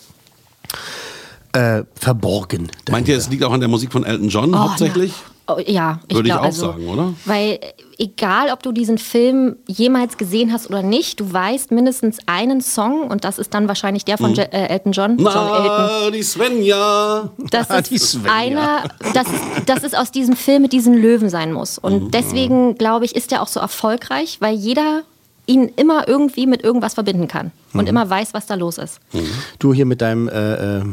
S1: äh, verborgen.
S2: Meint ihr, es liegt auch an der Musik von Elton John
S3: Oh,
S2: hauptsächlich?
S3: na, oh, ja, ich
S2: Würde ich
S3: glaub,
S2: auch
S3: also,
S2: sagen, oder?
S3: Weil äh, egal, ob du diesen Film jemals gesehen hast oder nicht, du weißt mindestens einen Song und das ist dann wahrscheinlich der von Je äh, Elton John. John Elton.
S2: Mhm. Na, die Svenja.
S3: Das
S1: Die
S3: ist
S1: Svenja.
S3: einer, das, das ist aus diesem Film mit diesen Löwen sein muss. Und
S1: Mhm.
S3: deswegen, glaube ich, ist er auch so erfolgreich, weil jeder ihn immer irgendwie mit irgendwas verbinden kann und
S1: Mhm.
S3: immer weiß, was da los ist.
S1: Du hier mit deinem äh, äh,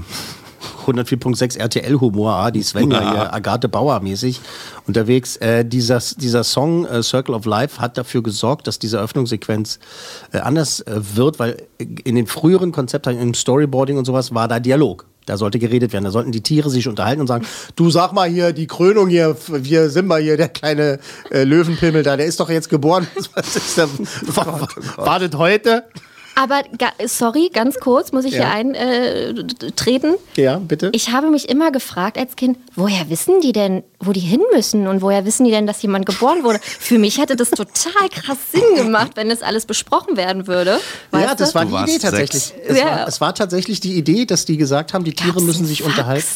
S1: 104.6 RTL-Humor, ah, die Svenja hier, Agathe Bauer mäßig unterwegs. Äh, dieser, dieser Song äh, Circle of Life hat dafür gesorgt, dass diese Eröffnungssequenz äh, anders äh, wird, weil äh, in den früheren Konzepten, im Storyboarding und sowas, war da Dialog. Da sollte geredet werden. Da sollten die Tiere sich unterhalten und sagen: Du sag mal hier, die Krönung hier, f- wir sind mal hier, der kleine äh, Löwenpimmel da, der ist doch jetzt geboren. Was ist da? Wartet heute?
S3: Aber ga, sorry, ganz kurz muss ich
S1: Ja.
S3: hier eintreten.
S1: Ja, bitte.
S3: Ich habe mich immer gefragt als Kind, woher wissen die denn, wo die hin müssen und woher wissen die denn, dass jemand geboren wurde? Für mich hätte das total krass Sinn gemacht, wenn das alles besprochen werden würde. Weißt
S1: ja, das
S3: du?
S1: war
S2: Du
S1: die
S2: warst
S1: Idee
S2: sechs.
S1: tatsächlich. Es,
S3: Ja.
S1: war, es war tatsächlich die Idee, dass die gesagt haben, die Tiere müssen sich unterhalten.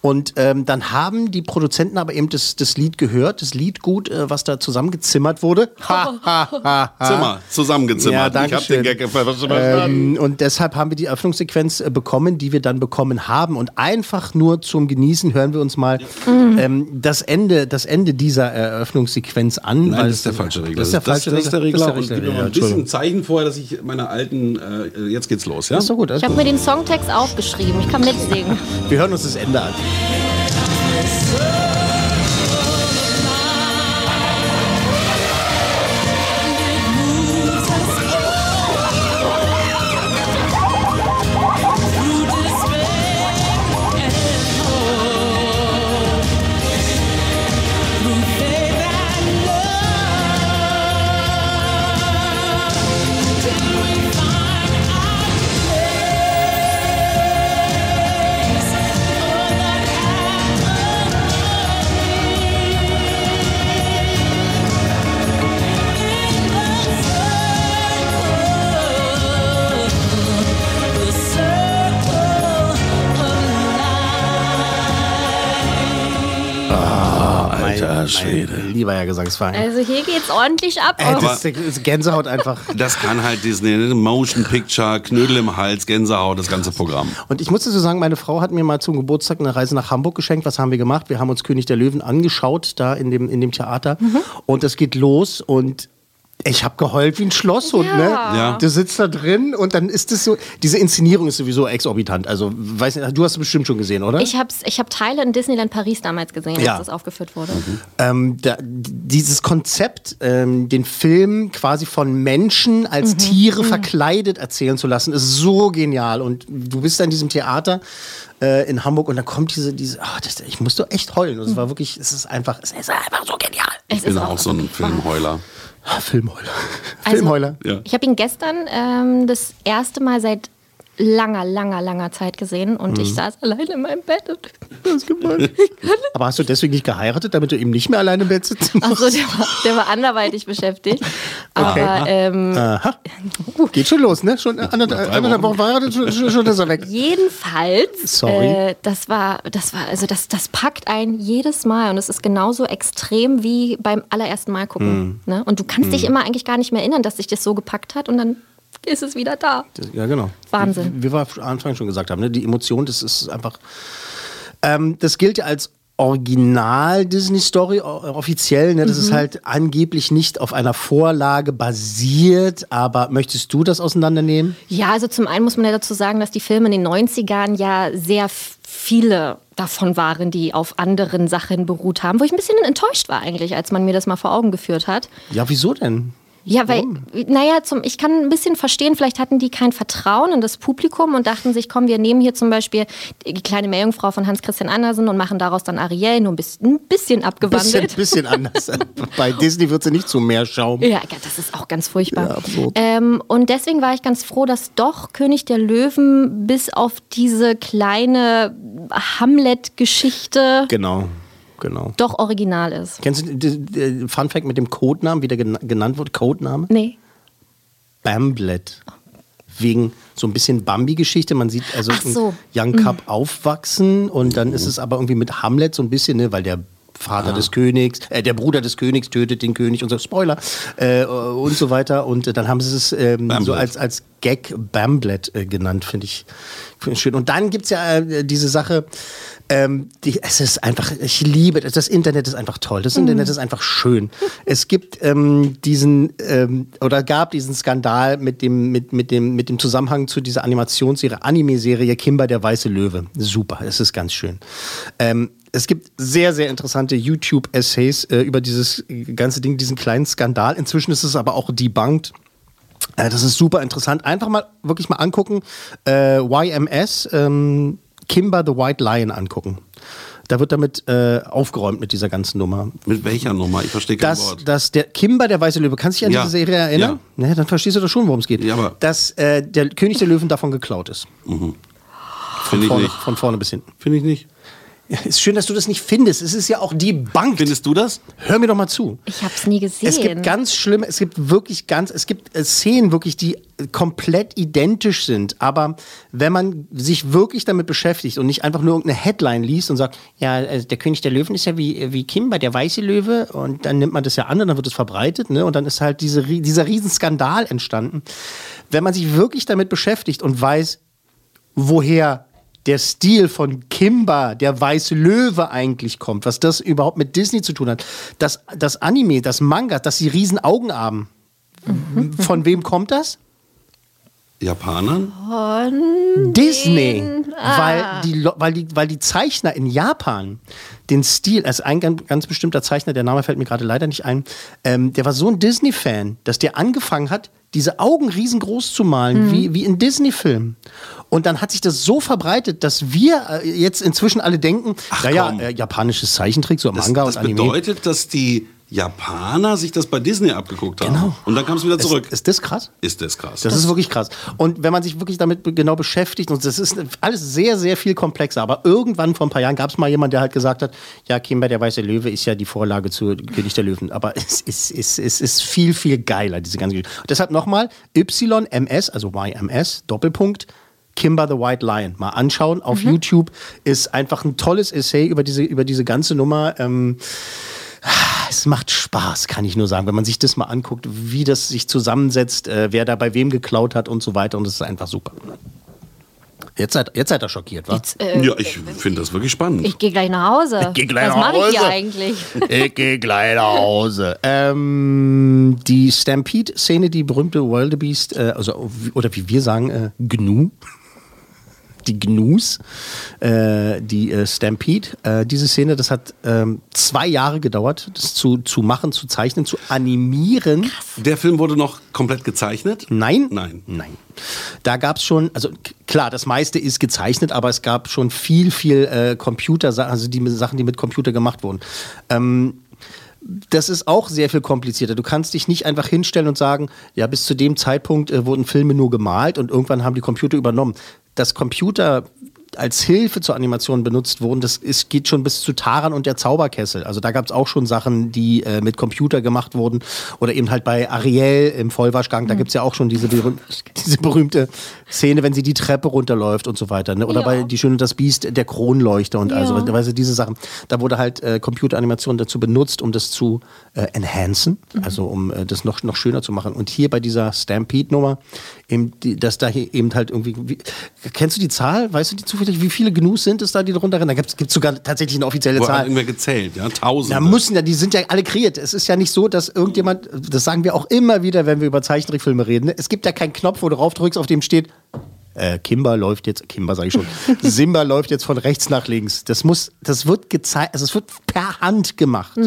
S1: Und ähm, dann haben die Produzenten aber eben das, das Lied gehört, das Lied gut, äh, was da zusammengezimmert wurde.
S3: Oh.
S1: Ha, ha, ha, ha.
S2: Zimmer, zusammengezimmert.
S1: Ja,
S2: ich habe
S1: dankeschön.
S2: den Gag verstanden.
S1: Ähm, und deshalb haben wir die Öffnungssequenz äh, bekommen, die wir dann bekommen haben. Und einfach nur zum Genießen hören wir uns mal
S3: Mhm.
S1: ähm, das, Ende, das Ende dieser Eröffnungssequenz an.
S2: Nein,
S1: weil
S2: das ist der
S1: es-
S2: falsche Regler.
S1: Das ist der falsche
S2: das ist der
S1: Regler.
S2: Regler.
S1: Das ist der
S2: Und gib mir
S1: Regler.
S2: mal
S1: Ja,
S2: ein bisschen
S1: Entschuldigung.
S2: Zeichen vorher, dass ich meine alten. Äh, jetzt geht's los, ja?
S1: Ist doch gut. alles
S3: Ich habe
S1: gut.
S3: mir den Songtext aufgeschrieben. Ich kann mitsingen.
S1: Wir hören uns das Ende an.
S2: Alter
S1: Mein lieber Herr Gesangsverein.
S3: Also hier geht's ordentlich ab.
S1: Äh,
S3: Oh,
S1: das ist Gänsehaut einfach.
S2: Das kann halt Disney. ne? Motion Picture, Knödel im Hals, Gänsehaut, das ganze Programm.
S1: Und ich muss dazu sagen, meine Frau hat mir mal zum Geburtstag eine Reise nach Hamburg geschenkt. Was haben wir gemacht? Wir haben uns König der Löwen angeschaut, da in dem, in dem Theater. Und das geht los und Ich habe geheult wie ein Schlosshund, ne?
S2: Ja.
S1: Du sitzt da drin und dann ist das so. Diese Inszenierung ist sowieso exorbitant. Also, weiß nicht, du hast es bestimmt schon gesehen, oder?
S3: Ich habe ich hab Teile in Disneyland Paris damals gesehen,
S1: Ja.
S3: als das aufgeführt wurde.
S1: ähm, da, dieses Konzept, ähm, den Film quasi von Menschen als
S3: Mhm.
S1: Tiere verkleidet erzählen zu lassen, ist so genial. Und du bist da in diesem Theater äh, in Hamburg und dann kommt diese, diese ah, das, ich musste echt heulen. Und es
S3: Mhm.
S1: war wirklich, es ist einfach, es ist einfach so genial.
S3: Es
S2: bin auch so ein Filmheuler.
S1: Ah, Filmheuler.
S3: Also-
S1: Filmheuler.
S2: Ja.
S3: Ich habe ihn gestern ähm, das erste Mal seit langer, langer, langer Zeit gesehen und
S1: Mhm.
S3: ich saß alleine in meinem Bett und das gemacht.
S1: Aber hast du deswegen nicht geheiratet, damit du eben nicht mehr alleine im Bett sitzen musst?
S3: Also der war, der war anderweitig beschäftigt. Aber
S1: Aha.
S3: ähm,
S1: Aha. Uh, geht schon los, ne? Schon anderthalb, anderthalb Wochen verheiratet, schon, schon, schon ist er weg.
S3: jedenfalls,
S1: Sorry.
S3: Äh, das war, das war, also das, das packt ein jedes Mal und es ist genauso extrem wie beim allerersten Mal gucken. Ne? Und du kannst dich immer eigentlich gar nicht mehr erinnern, dass dich das so gepackt hat und dann ist es wieder da.
S1: Ja, genau.
S3: Wahnsinn.
S1: Wie, wie wir am Anfang schon gesagt haben, ne? die Emotion, das ist einfach. Ähm, das gilt ja als Original-Disney-Story o- offiziell. Ne? Das ist halt angeblich nicht auf einer Vorlage basiert, aber möchtest du das auseinandernehmen?
S3: Ja, also zum einen muss man ja dazu sagen, dass die Filme in den 90ern ja sehr f- viele davon waren, die auf anderen Sachen beruht haben, wo ich ein bisschen enttäuscht war eigentlich, als man mir das mal vor Augen geführt hat.
S1: Ja, wieso denn?
S3: Ja, weil, naja, zum, ich kann ein bisschen verstehen, vielleicht hatten die kein Vertrauen in das Publikum und dachten sich, komm, wir nehmen hier zum Beispiel die kleine Meerjungfrau von Hans Christian Andersen und machen daraus dann Ariel, nur ein bisschen, ein bisschen
S1: Bisschen,
S3: abgewandelt.
S1: bisschen anders. Bei Disney wird sie nicht zu mehr Schaum.
S3: Ja, ja, das ist auch ganz furchtbar.
S1: Ja, absurd.
S3: ähm, und deswegen war ich ganz froh, dass doch König der Löwen bis auf diese kleine Hamlet-Geschichte
S1: Genau, genau.
S3: doch original ist.
S1: Kennst du den- den Fun Fact mit dem Codenamen, wie der gena- genannt wird? Codename?
S3: Nee.
S1: Bamblet. Wegen so ein bisschen Bambi-Geschichte. Man sieht also
S3: Ach so. Mhm.
S1: Young Cup aufwachsen und dann ist es aber irgendwie mit Hamlet so ein bisschen, ne, weil der Vater des Königs, äh, der Bruder des Königs tötet den König und so, Spoiler, äh, und so weiter. Und äh, dann haben sie es ähm, so
S2: Bamblett.
S1: als, als Gag Bamblet äh, genannt, finde ich, find ich schön. Und dann gibt es ja äh, diese Sache, ähm, die, es ist einfach, ich liebe das. Das Internet ist einfach toll. Das Internet ist einfach schön. Es gibt ähm, diesen ähm, oder gab diesen Skandal mit dem mit mit dem mit dem Zusammenhang zu dieser Animationsserie Anime-Serie Kimba der weiße Löwe. Super, es ist ganz schön. Ähm, es gibt sehr, sehr interessante YouTube-Essays äh, über dieses ganze Ding, diesen kleinen Skandal. Inzwischen ist es aber auch debunked. Äh, das ist super interessant. Einfach mal wirklich mal angucken. Äh, YMS, ähm, Kimber the White Lion angucken. Da wird damit äh, aufgeräumt mit dieser ganzen Nummer.
S2: Mit welcher Nummer? Ich verstehe kein
S1: Dass,
S2: Wort.
S1: dass der Kimber der Weiße Löwe, kannst du dich an
S2: Ja.
S1: diese Serie erinnern? Ja. dann verstehst du doch schon, worum es geht.
S2: Ja, aber-
S1: dass äh, der König der Löwen davon geklaut ist.
S2: Finde ich
S1: Vorne,
S2: nicht.
S1: von vorne bis hinten.
S2: Finde ich nicht.
S1: Ist schön, dass du das nicht findest. Es ist ja auch die Bank.
S2: Findest du das?
S1: Hör mir doch mal zu.
S3: Ich hab's nie gesehen.
S1: Es gibt ganz schlimme, es gibt wirklich ganz, es gibt äh, Szenen wirklich, die äh, komplett identisch sind. Aber wenn man sich wirklich damit beschäftigt und nicht einfach nur irgendeine Headline liest und sagt, ja, äh, der König der Löwen ist ja wie, äh, wie Kimba, der weiße Löwe, und dann nimmt man das ja an und dann wird es verbreitet, ne? Und dann ist halt diese, Rie- dieser Riesenskandal entstanden. Wenn man sich wirklich damit beschäftigt und weiß, woher der Stil von Kimba, der weiße Löwe eigentlich kommt, was das überhaupt mit Disney zu tun hat, dass das Anime, das Manga, dass sie riesen Augen haben. Von wem kommt das?
S2: Japanern?
S1: Disney, weil, die, Lo- weil, die, weil die Zeichner in Japan den Stil, also ein ganz, ganz bestimmter Zeichner, der Name fällt mir gerade leider nicht ein, ähm, der war so ein Disney-Fan, dass der angefangen hat, diese Augen riesengroß zu malen, wie, wie in Disney-Filmen. Und dann hat sich das so verbreitet, dass wir äh, jetzt inzwischen alle denken, naja,
S2: komm.
S1: äh, japanisches Zeichentrick, so
S2: Das,
S1: Manga
S2: das
S1: und Anime.
S2: bedeutet, dass die Japaner sich das bei Disney abgeguckt haben. Genau. Und dann kam es wieder zurück.
S1: Ist, ist das krass?
S2: ist das krass.
S1: Das ist wirklich krass. Und wenn man sich wirklich damit be- genau beschäftigt, und das ist alles sehr, sehr viel komplexer, aber irgendwann vor ein paar Jahren gab es mal jemanden, der halt gesagt hat, ja, Kimber der Weiße Löwe ist ja die Vorlage zu König der Löwen. Aber es ist, es ist, es ist viel, viel geiler, diese ganze Geschichte. Deshalb nochmal YMS, also YMS, Doppelpunkt, Kimber the White Lion. Mal anschauen auf YouTube. Ist einfach ein tolles Essay über diese, über diese ganze Nummer. Ähm, es macht Spaß, kann ich nur sagen, wenn man sich das mal anguckt, wie das sich zusammensetzt, äh, wer da bei wem geklaut hat und so weiter. Und es ist einfach super. Jetzt seid, jetzt seid ihr schockiert, wa?
S3: Jetzt, äh,
S2: Ja, ich finde das wirklich spannend.
S3: Ich gehe gleich nach Hause.
S1: Ich geh gleich
S3: Was
S1: nach
S3: mache ich hier
S1: Hause.
S3: eigentlich?
S1: Ich gehe gleich nach Hause. Ähm, die Stampede-Szene, die berühmte Wildebeest, äh, also, oder wie wir sagen, äh, Gnu. Die Gnus, äh, die äh, Stampede. Äh, diese Szene, das hat ähm, zwei Jahre gedauert, das zu, zu machen, zu zeichnen, zu animieren.
S2: Der Film wurde noch komplett gezeichnet?
S1: Nein.
S2: Nein.
S1: Hm. Nein. Da gab es schon, also k- klar, das meiste ist gezeichnet, aber es gab schon viel, viel äh, Computer, also die Sachen, die mit Computer gemacht wurden. Ähm, das ist auch sehr viel komplizierter. Du kannst dich nicht einfach hinstellen und sagen, ja, bis zu dem Zeitpunkt äh, wurden Filme nur gemalt und irgendwann haben die Computer übernommen. Dass Computer als Hilfe zur Animation benutzt wurden, das ist, geht schon bis zu Taran und der Zauberkessel. Also da gab es auch schon Sachen, die äh, mit Computer gemacht wurden. Oder eben halt bei Ariel im Vollwaschgang, da gibt es ja auch schon diese, berühm diese berühmte Szene, wenn sie die Treppe runterläuft und so weiter. Ne? Oder
S3: Ja.
S1: bei Die Schöne und das Biest, der Kronleuchter und also
S3: Ja.
S1: was- also diese Sachen. Da wurde halt äh, Computeranimation dazu benutzt, um das zu äh, enhancen, also um äh, das noch, noch schöner zu machen. Und hier bei dieser Stampede-Nummer, eben die- dass da hier eben halt irgendwie. Wie, kennst du die Zahl? Weißt du die zufällig? Wie viele Gnus sind es da, die drunter rennen? Da gibt es sogar tatsächlich eine offizielle
S2: Wo hat
S1: Zahl.
S2: irgendwer gezählt, ja? Tausende.
S1: Da müssen ja, die sind ja alle kreiert. Es ist ja nicht so, dass irgendjemand, das sagen wir auch immer wieder, wenn wir über Zeichentrickfilme reden, ne? es gibt ja keinen Knopf, wo du drauf drückst, auf dem steht, äh, Kimba läuft jetzt, Kimba sage ich schon, Simba läuft jetzt von rechts nach links. Das muss, das wird gezeigt, also es wird per Hand gemacht.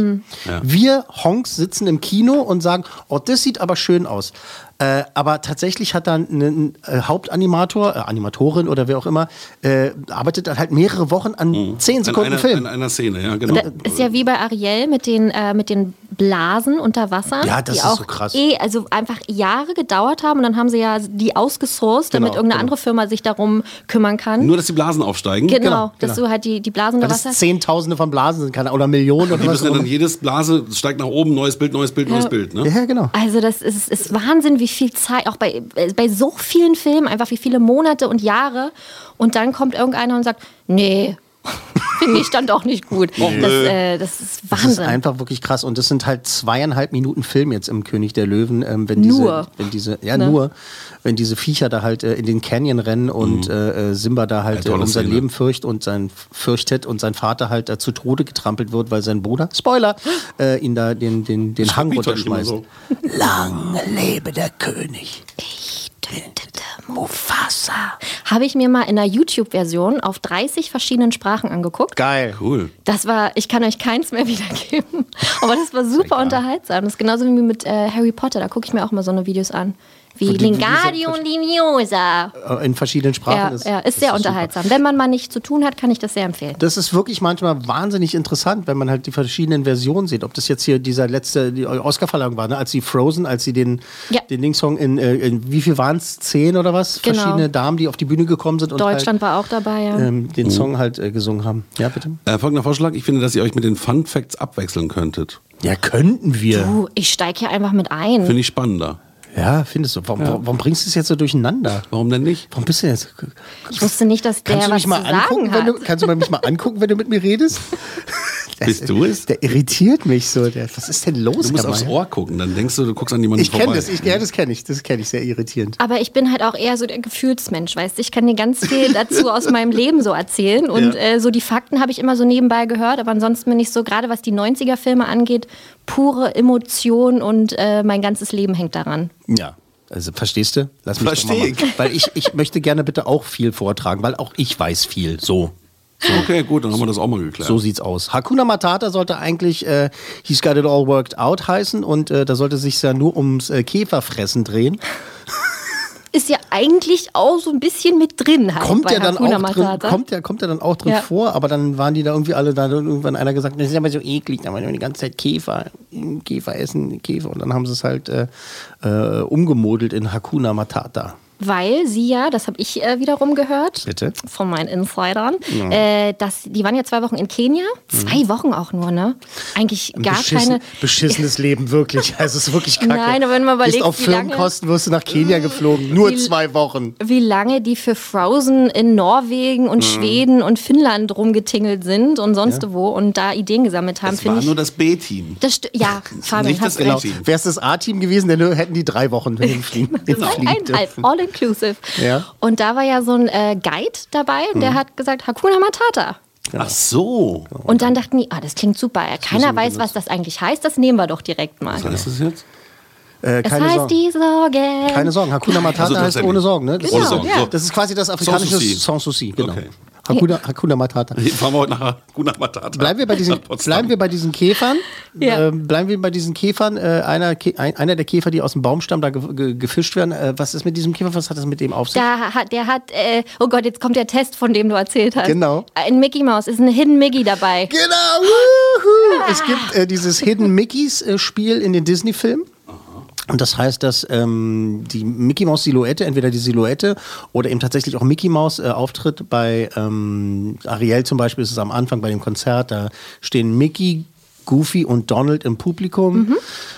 S1: Wir Honks sitzen im Kino und sagen, oh, das sieht aber schön aus. Äh, aber tatsächlich hat dann ein äh, Hauptanimator, äh, Animatorin oder wer auch immer, äh, arbeitet dann halt mehrere Wochen an zehn
S2: in,
S1: Sekunden
S2: Mhm. einer,
S1: Film.
S2: in einer Szene, ja, genau.
S3: Ist ja wie bei Ariel mit den, äh, mit den Blasen unter Wasser.
S1: Ja, das
S3: die
S1: ist
S3: auch
S1: so krass.
S3: Eh, also einfach Jahre gedauert haben und dann haben sie ja die ausgesourced, damit
S1: Genau, genau.
S3: irgendeine andere Firma sich darum kümmern kann.
S2: Nur, dass die Blasen aufsteigen.
S3: genau,
S1: genau,
S3: dass
S1: genau.
S3: du halt die, die Blasen unter
S1: Weil das
S3: Wasser
S1: Zehntausende von Blasen sind, keine oder Millionen oder
S2: Die
S1: was.
S2: müssen ja dann jedes Blase steigt nach oben, neues Bild, neues Bild, neues Bild. Ne?
S1: Ja, genau.
S3: Also das ist, ist Wahnsinn, wie viel Zeit, auch bei, äh, bei so vielen Filmen, einfach wie viele Monate und Jahre. Und dann kommt irgendeiner und sagt, nee, finde ich dann doch nicht gut. Das, äh,
S1: Das
S3: das ist
S1: ist
S3: Wahnsinn.
S1: einfach wirklich krass. Und das sind halt zweieinhalb Minuten Film jetzt im König der Löwen, ähm, wenn diese,
S3: Nur. Ne?
S1: wenn diese, ja nur, wenn diese Viecher da halt äh, in den Canyon rennen und äh, äh, Simba da halt äh,
S2: Ja, Mhm. tolle
S1: um sein
S2: Szene.
S1: Leben fürcht und sein fürchtet und sein Vater halt äh, zu Tode getrampelt wird, weil sein Bruder, Spoiler, äh, ihn da den, den, den Hang
S2: Peter nicht immer
S1: runterschmeißt.
S2: so.
S1: Lange lebe der König.
S3: Tötete Mufasa. Habe ich mir mal in einer YouTube-Version auf 30 verschiedenen Sprachen angeguckt.
S1: Geil.
S2: Cool.
S3: Das war, ich kann euch keins mehr wiedergeben. Aber das war super unterhaltsam. Das ist genauso wie mit äh, Harry Potter. Da gucke ich mir auch mal so eine Videos an. Wie
S1: die- wie gesagt,
S3: Lingardium Liniosa.
S1: Äh, In verschiedenen
S3: Ja,
S1: Sprachen.
S3: ja, ist sehr
S1: super.
S3: unterhaltsam. Wenn man mal nichts zu tun hat, kann ich das sehr empfehlen.
S1: das ist wirklich manchmal wahnsinnig interessant, wenn man halt die verschiedenen Versionen sieht. Ob das jetzt hier dieser letzte die Oscar-Verleihung war, ne? als sie Frozen, als sie den,
S3: Ja.
S1: den Ding-Song in, äh, in wie viel waren es? Zehn oder was?
S3: Genau.
S1: Verschiedene Damen, die auf die Bühne gekommen sind und
S3: Deutschland war auch dabei, ja.
S1: halt, ähm, den Song
S2: Oh.
S1: halt äh, gesungen haben. Ja, bitte?
S2: Äh, folgender Vorschlag: Ich finde, dass ihr euch mit den Fun Facts abwechseln könntet.
S1: Ja, könnten wir.
S3: Uh, ich steige hier einfach mit ein.
S2: Finde ich spannender.
S1: Ja, findest du. Warum, warum bringst du es jetzt so durcheinander?
S2: Warum denn nicht?
S1: Warum bist du jetzt?
S3: ich wusste nicht, dass der
S1: Kannst du
S3: was
S1: mich mal
S3: zu sagen
S1: angucken, wenn
S3: hat.
S1: du, kannst du mal mich mal angucken, wenn du mit mir redest?
S2: Bist du es?
S1: Der irritiert mich so. Der, was ist denn los?
S2: Du musst
S1: Gamal?
S2: aufs Ohr gucken, dann denkst du, du guckst an jemanden
S1: Ich
S2: vorbei.
S1: kenne das, ich, ja, das kenne ich, das kenne ich, sehr irritierend.
S3: Aber ich bin halt auch eher so der Gefühlsmensch, weißt du? Ich kann dir ganz viel dazu aus meinem Leben so erzählen. Und äh, so die Fakten habe ich immer so nebenbei gehört, aber ansonsten bin ich so, gerade was die 90er-Filme angeht, pure Emotion und äh, mein ganzes Leben hängt daran.
S1: Ja. Also verstehst du? Lass mich
S2: Versteh
S1: doch mal machen. Weil ich, ich möchte gerne bitte auch viel vortragen, weil auch ich weiß viel. So.
S2: Okay, gut, dann haben wir das auch mal geklärt.
S1: So sieht's aus. Hakuna Matata sollte eigentlich äh, He's Got It All Worked Out heißen und äh, da sollte sich ja nur ums äh, Käferfressen drehen.
S3: Ist ja eigentlich auch so ein bisschen mit drin. Halt
S1: Kommt
S3: bei
S1: ja dann
S3: Hakuna
S1: auch drin,
S3: Matata.
S1: kommt ja, kommt ja dann auch drin
S3: Ja.
S1: vor, aber dann waren die da irgendwie alle da hat irgendwann einer gesagt, das ist aber so eklig, da waren die ganze Zeit Käfer, Käfer essen, Käfer und dann haben sie es halt äh, äh, umgemodelt in Hakuna Matata.
S3: Weil sie ja, das habe ich äh, wiederum gehört.
S1: Bitte?
S3: Von meinen Insidern. Äh, dass, die waren ja zwei Wochen in Kenia.
S1: Mhm.
S3: Zwei Wochen auch nur, ne? Eigentlich gar keine.
S1: beschissenes Leben, wirklich. Also es ist wirklich kacke.
S3: Nein, aber wenn man
S1: Bist
S3: überlegt,
S1: auf
S3: wie lange- Äh,
S1: Firmenkosten wirst du nach Kenia geflogen. Nur zwei Wochen.
S3: Wie lange die für Frozen in Norwegen und Schweden und Finnland rumgetingelt sind und sonst wo und da Ideen gesammelt haben,
S2: das war
S3: finde ich.
S2: nur das B-Team.
S3: das sti- ja, Fabian,
S2: Nicht
S3: hast
S1: Genau.
S2: das A-Team.
S3: recht. Genau.
S1: Wärst das A-Team gewesen, dann hätten die drei Wochen hinfliegen.
S3: Eineinhalb, all in All-Inclusive.
S1: Ja.
S3: Und da war ja so ein äh, Guide dabei und der hat gesagt, Hakuna Matata.
S1: Genau.
S2: Ach so.
S3: Und dann dachten die, ah, das klingt super. Keiner weiß, was das eigentlich heißt. Das nehmen wir doch direkt mal.
S2: Was heißt das jetzt?
S1: Äh,
S3: Es
S1: keine
S3: heißt
S1: Sorgen.
S3: die Sorge.
S1: Keine Sorgen. Hakuna Matata
S2: Also
S1: heißt
S2: tatsächlich.
S1: ohne Sorgen, ne? Das
S2: Ohne
S1: ist-
S2: Sorgen.
S3: ja.
S2: So.
S1: Das ist quasi das afrikanische
S2: Sanssouci.
S1: Sans Souci, genau.
S2: Okay.
S1: Hakuna, Hakuna Matata.
S2: Hier fahren wir heute nach Hakuna Matata.
S1: Bleiben wir bei diesen,
S2: Nach Potsdam.
S1: bleiben wir bei diesen Käfern.
S3: Ja.
S1: Ähm, bleiben wir bei diesen Käfern. Äh, einer, Kä- ein, einer der Käfer, die aus dem Baum stammen, da ge ge gefischt werden. Äh, was ist mit diesem Käfer? Was hat das mit dem auf sich?
S3: Da hat, der hat, äh, oh Gott, jetzt kommt der Test, von dem du erzählt hast.
S1: Genau.
S3: Ein Mickey Mouse, ist ein Hidden Mickey dabei.
S1: Genau. wuhu. Es gibt äh, dieses Hidden Mickeys äh, Spiel in den Disney-Filmen. Und das heißt, dass ähm, die Mickey Mouse Silhouette, entweder die Silhouette oder eben tatsächlich auch Mickey Mouse äh, auftritt. Bei ähm, Ariel zum Beispiel ist es am Anfang bei dem Konzert, da stehen Mickey, Goofy und Donald im Publikum.
S2: Mhm.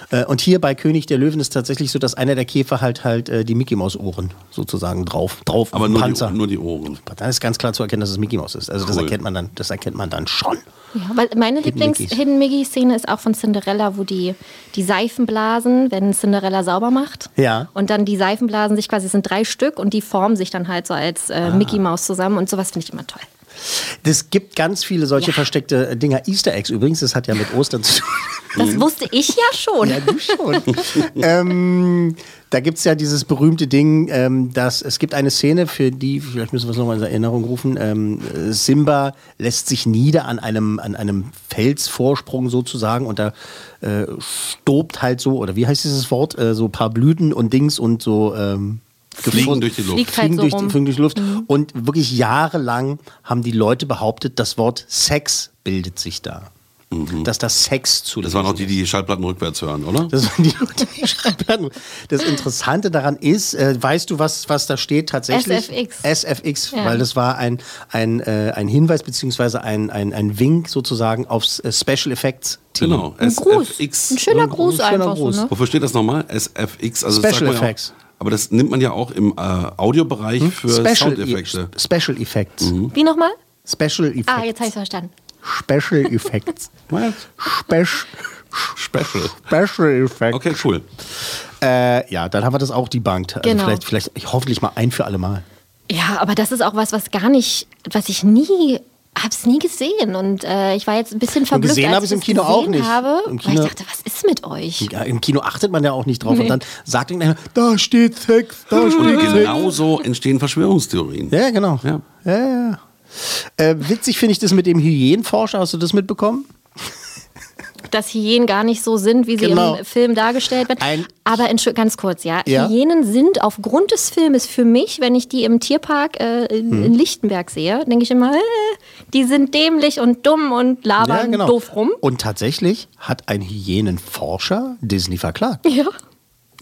S1: Äh, und hier bei König der Löwen ist tatsächlich so, dass einer der Käfer halt halt äh, die Mickey Maus Ohren sozusagen drauf, drauf auf
S2: Aber
S1: den
S2: nur
S1: Panzer.
S2: die, nur die Ohren.
S1: dann ist ganz klar zu erkennen, dass es Mickey Mouse ist. Also das
S2: Cool.
S1: erkennt man dann, das erkennt man dann schon.
S3: Ja, weil meine
S1: Mickeys.
S3: Lieblings-Hidden Mickey-Szene ist auch von Cinderella, wo die, die Seifenblasen, wenn Cinderella sauber macht.
S1: Ja.
S3: Und dann die Seifenblasen sich quasi, es sind drei Stück und die formen sich dann halt so als
S1: Ah.
S3: äh, Mickey Mouse zusammen und sowas finde ich immer toll.
S1: Es gibt ganz viele solche
S3: Ja.
S1: versteckte äh, Dinger. Easter Eggs übrigens, das hat ja mit Ostern zu tun.
S3: Das wusste ich ja
S1: Hm.
S3: schon.
S1: Ja, du schon. ähm, da gibt es ja dieses berühmte Ding, ähm, dass es gibt eine Szene, für die, vielleicht müssen wir es nochmal in Erinnerung rufen, ähm, äh, Simba lässt sich nieder an einem, an einem Felsvorsprung sozusagen und da äh, stobt halt so, oder wie heißt dieses Wort, äh, so ein paar Blüten und Dings und so ähm,
S2: Fliegen durch die Luft.
S3: Fliegt halt
S1: fliegen,
S3: so
S1: durch,
S3: rum. Mhm.
S1: fliegen durch die Luft. Und wirklich jahrelang haben die Leute behauptet, das Wort Sex bildet sich da. Dass das Sex zu
S2: Mhm. Das waren auch die, die Schallplatten rückwärts hören, oder?
S1: das waren die Leute, die Schallplatten. Das Interessante daran ist, äh, weißt du, was, was da steht tatsächlich?
S3: SFX.
S1: SFX,
S3: Ja.
S1: weil das war ein, ein, äh, ein Hinweis beziehungsweise ein, ein, ein Wink sozusagen aufs äh, Special Effects Team.
S2: Genau.
S3: Ein Gruß.
S2: SFX.
S3: Ein schöner
S2: Ein
S3: Gruß
S1: äh, schöner
S3: einfach
S1: Gruß.
S3: so, ne?
S2: Wofür steht das nochmal? SFX. Also das
S1: Special
S2: sagt man ja
S1: Effects. Hm?
S2: Auch, aber das nimmt man ja auch im äh, Audiobereich für Mhm.
S1: Special,
S2: Soundeffekte.
S1: E- Special Effects.
S3: Wie nochmal?
S1: Special Effects.
S3: Ah, jetzt habe ich verstanden.
S1: Special Effects. Spech-
S2: Special.
S1: Special Effects.
S2: Okay, cool.
S1: Äh, ja, dann haben wir das auch debunked. Also
S3: Genau.
S1: vielleicht, vielleicht ich, hoffentlich mal ein für alle Mal.
S3: Ja, aber das ist auch was, was gar nicht, was ich nie, hab's nie gesehen und äh, ich war jetzt ein bisschen verblüfft,
S1: gesehen
S3: als
S1: habe
S3: ich
S1: ich's im Kino
S3: das
S1: auch
S3: gesehen
S1: nicht.
S3: Habe,
S1: Im
S3: weil
S1: Kino-
S3: ich dachte, was ist mit euch?
S1: Ja, Im Kino achtet man ja auch nicht drauf.
S3: Nee.
S1: Und dann sagt irgendeiner, da steht Sex, da steht
S2: Und
S1: Sex.
S2: genauso entstehen Verschwörungstheorien.
S1: Ja, genau.
S2: Genau. Ja.
S1: ja, ja. Äh, witzig finde ich das mit dem Hygienforscher. Hast du das mitbekommen?
S3: dass Hyänen gar nicht so sind, wie sie
S1: Genau.
S3: im Film dargestellt werden.
S1: Ein-
S3: Aber entschuld- ganz kurz, ja.
S1: Ja.
S3: Hyänen sind aufgrund des Filmes für mich, wenn ich die im Tierpark äh, in,
S1: Mhm.
S3: in Lichtenberg sehe, denke ich immer, äh, die sind dämlich und dumm und labern
S1: genau.
S3: doof rum.
S1: Und tatsächlich hat ein Hygienenforscher Disney verklagt,
S3: Ja.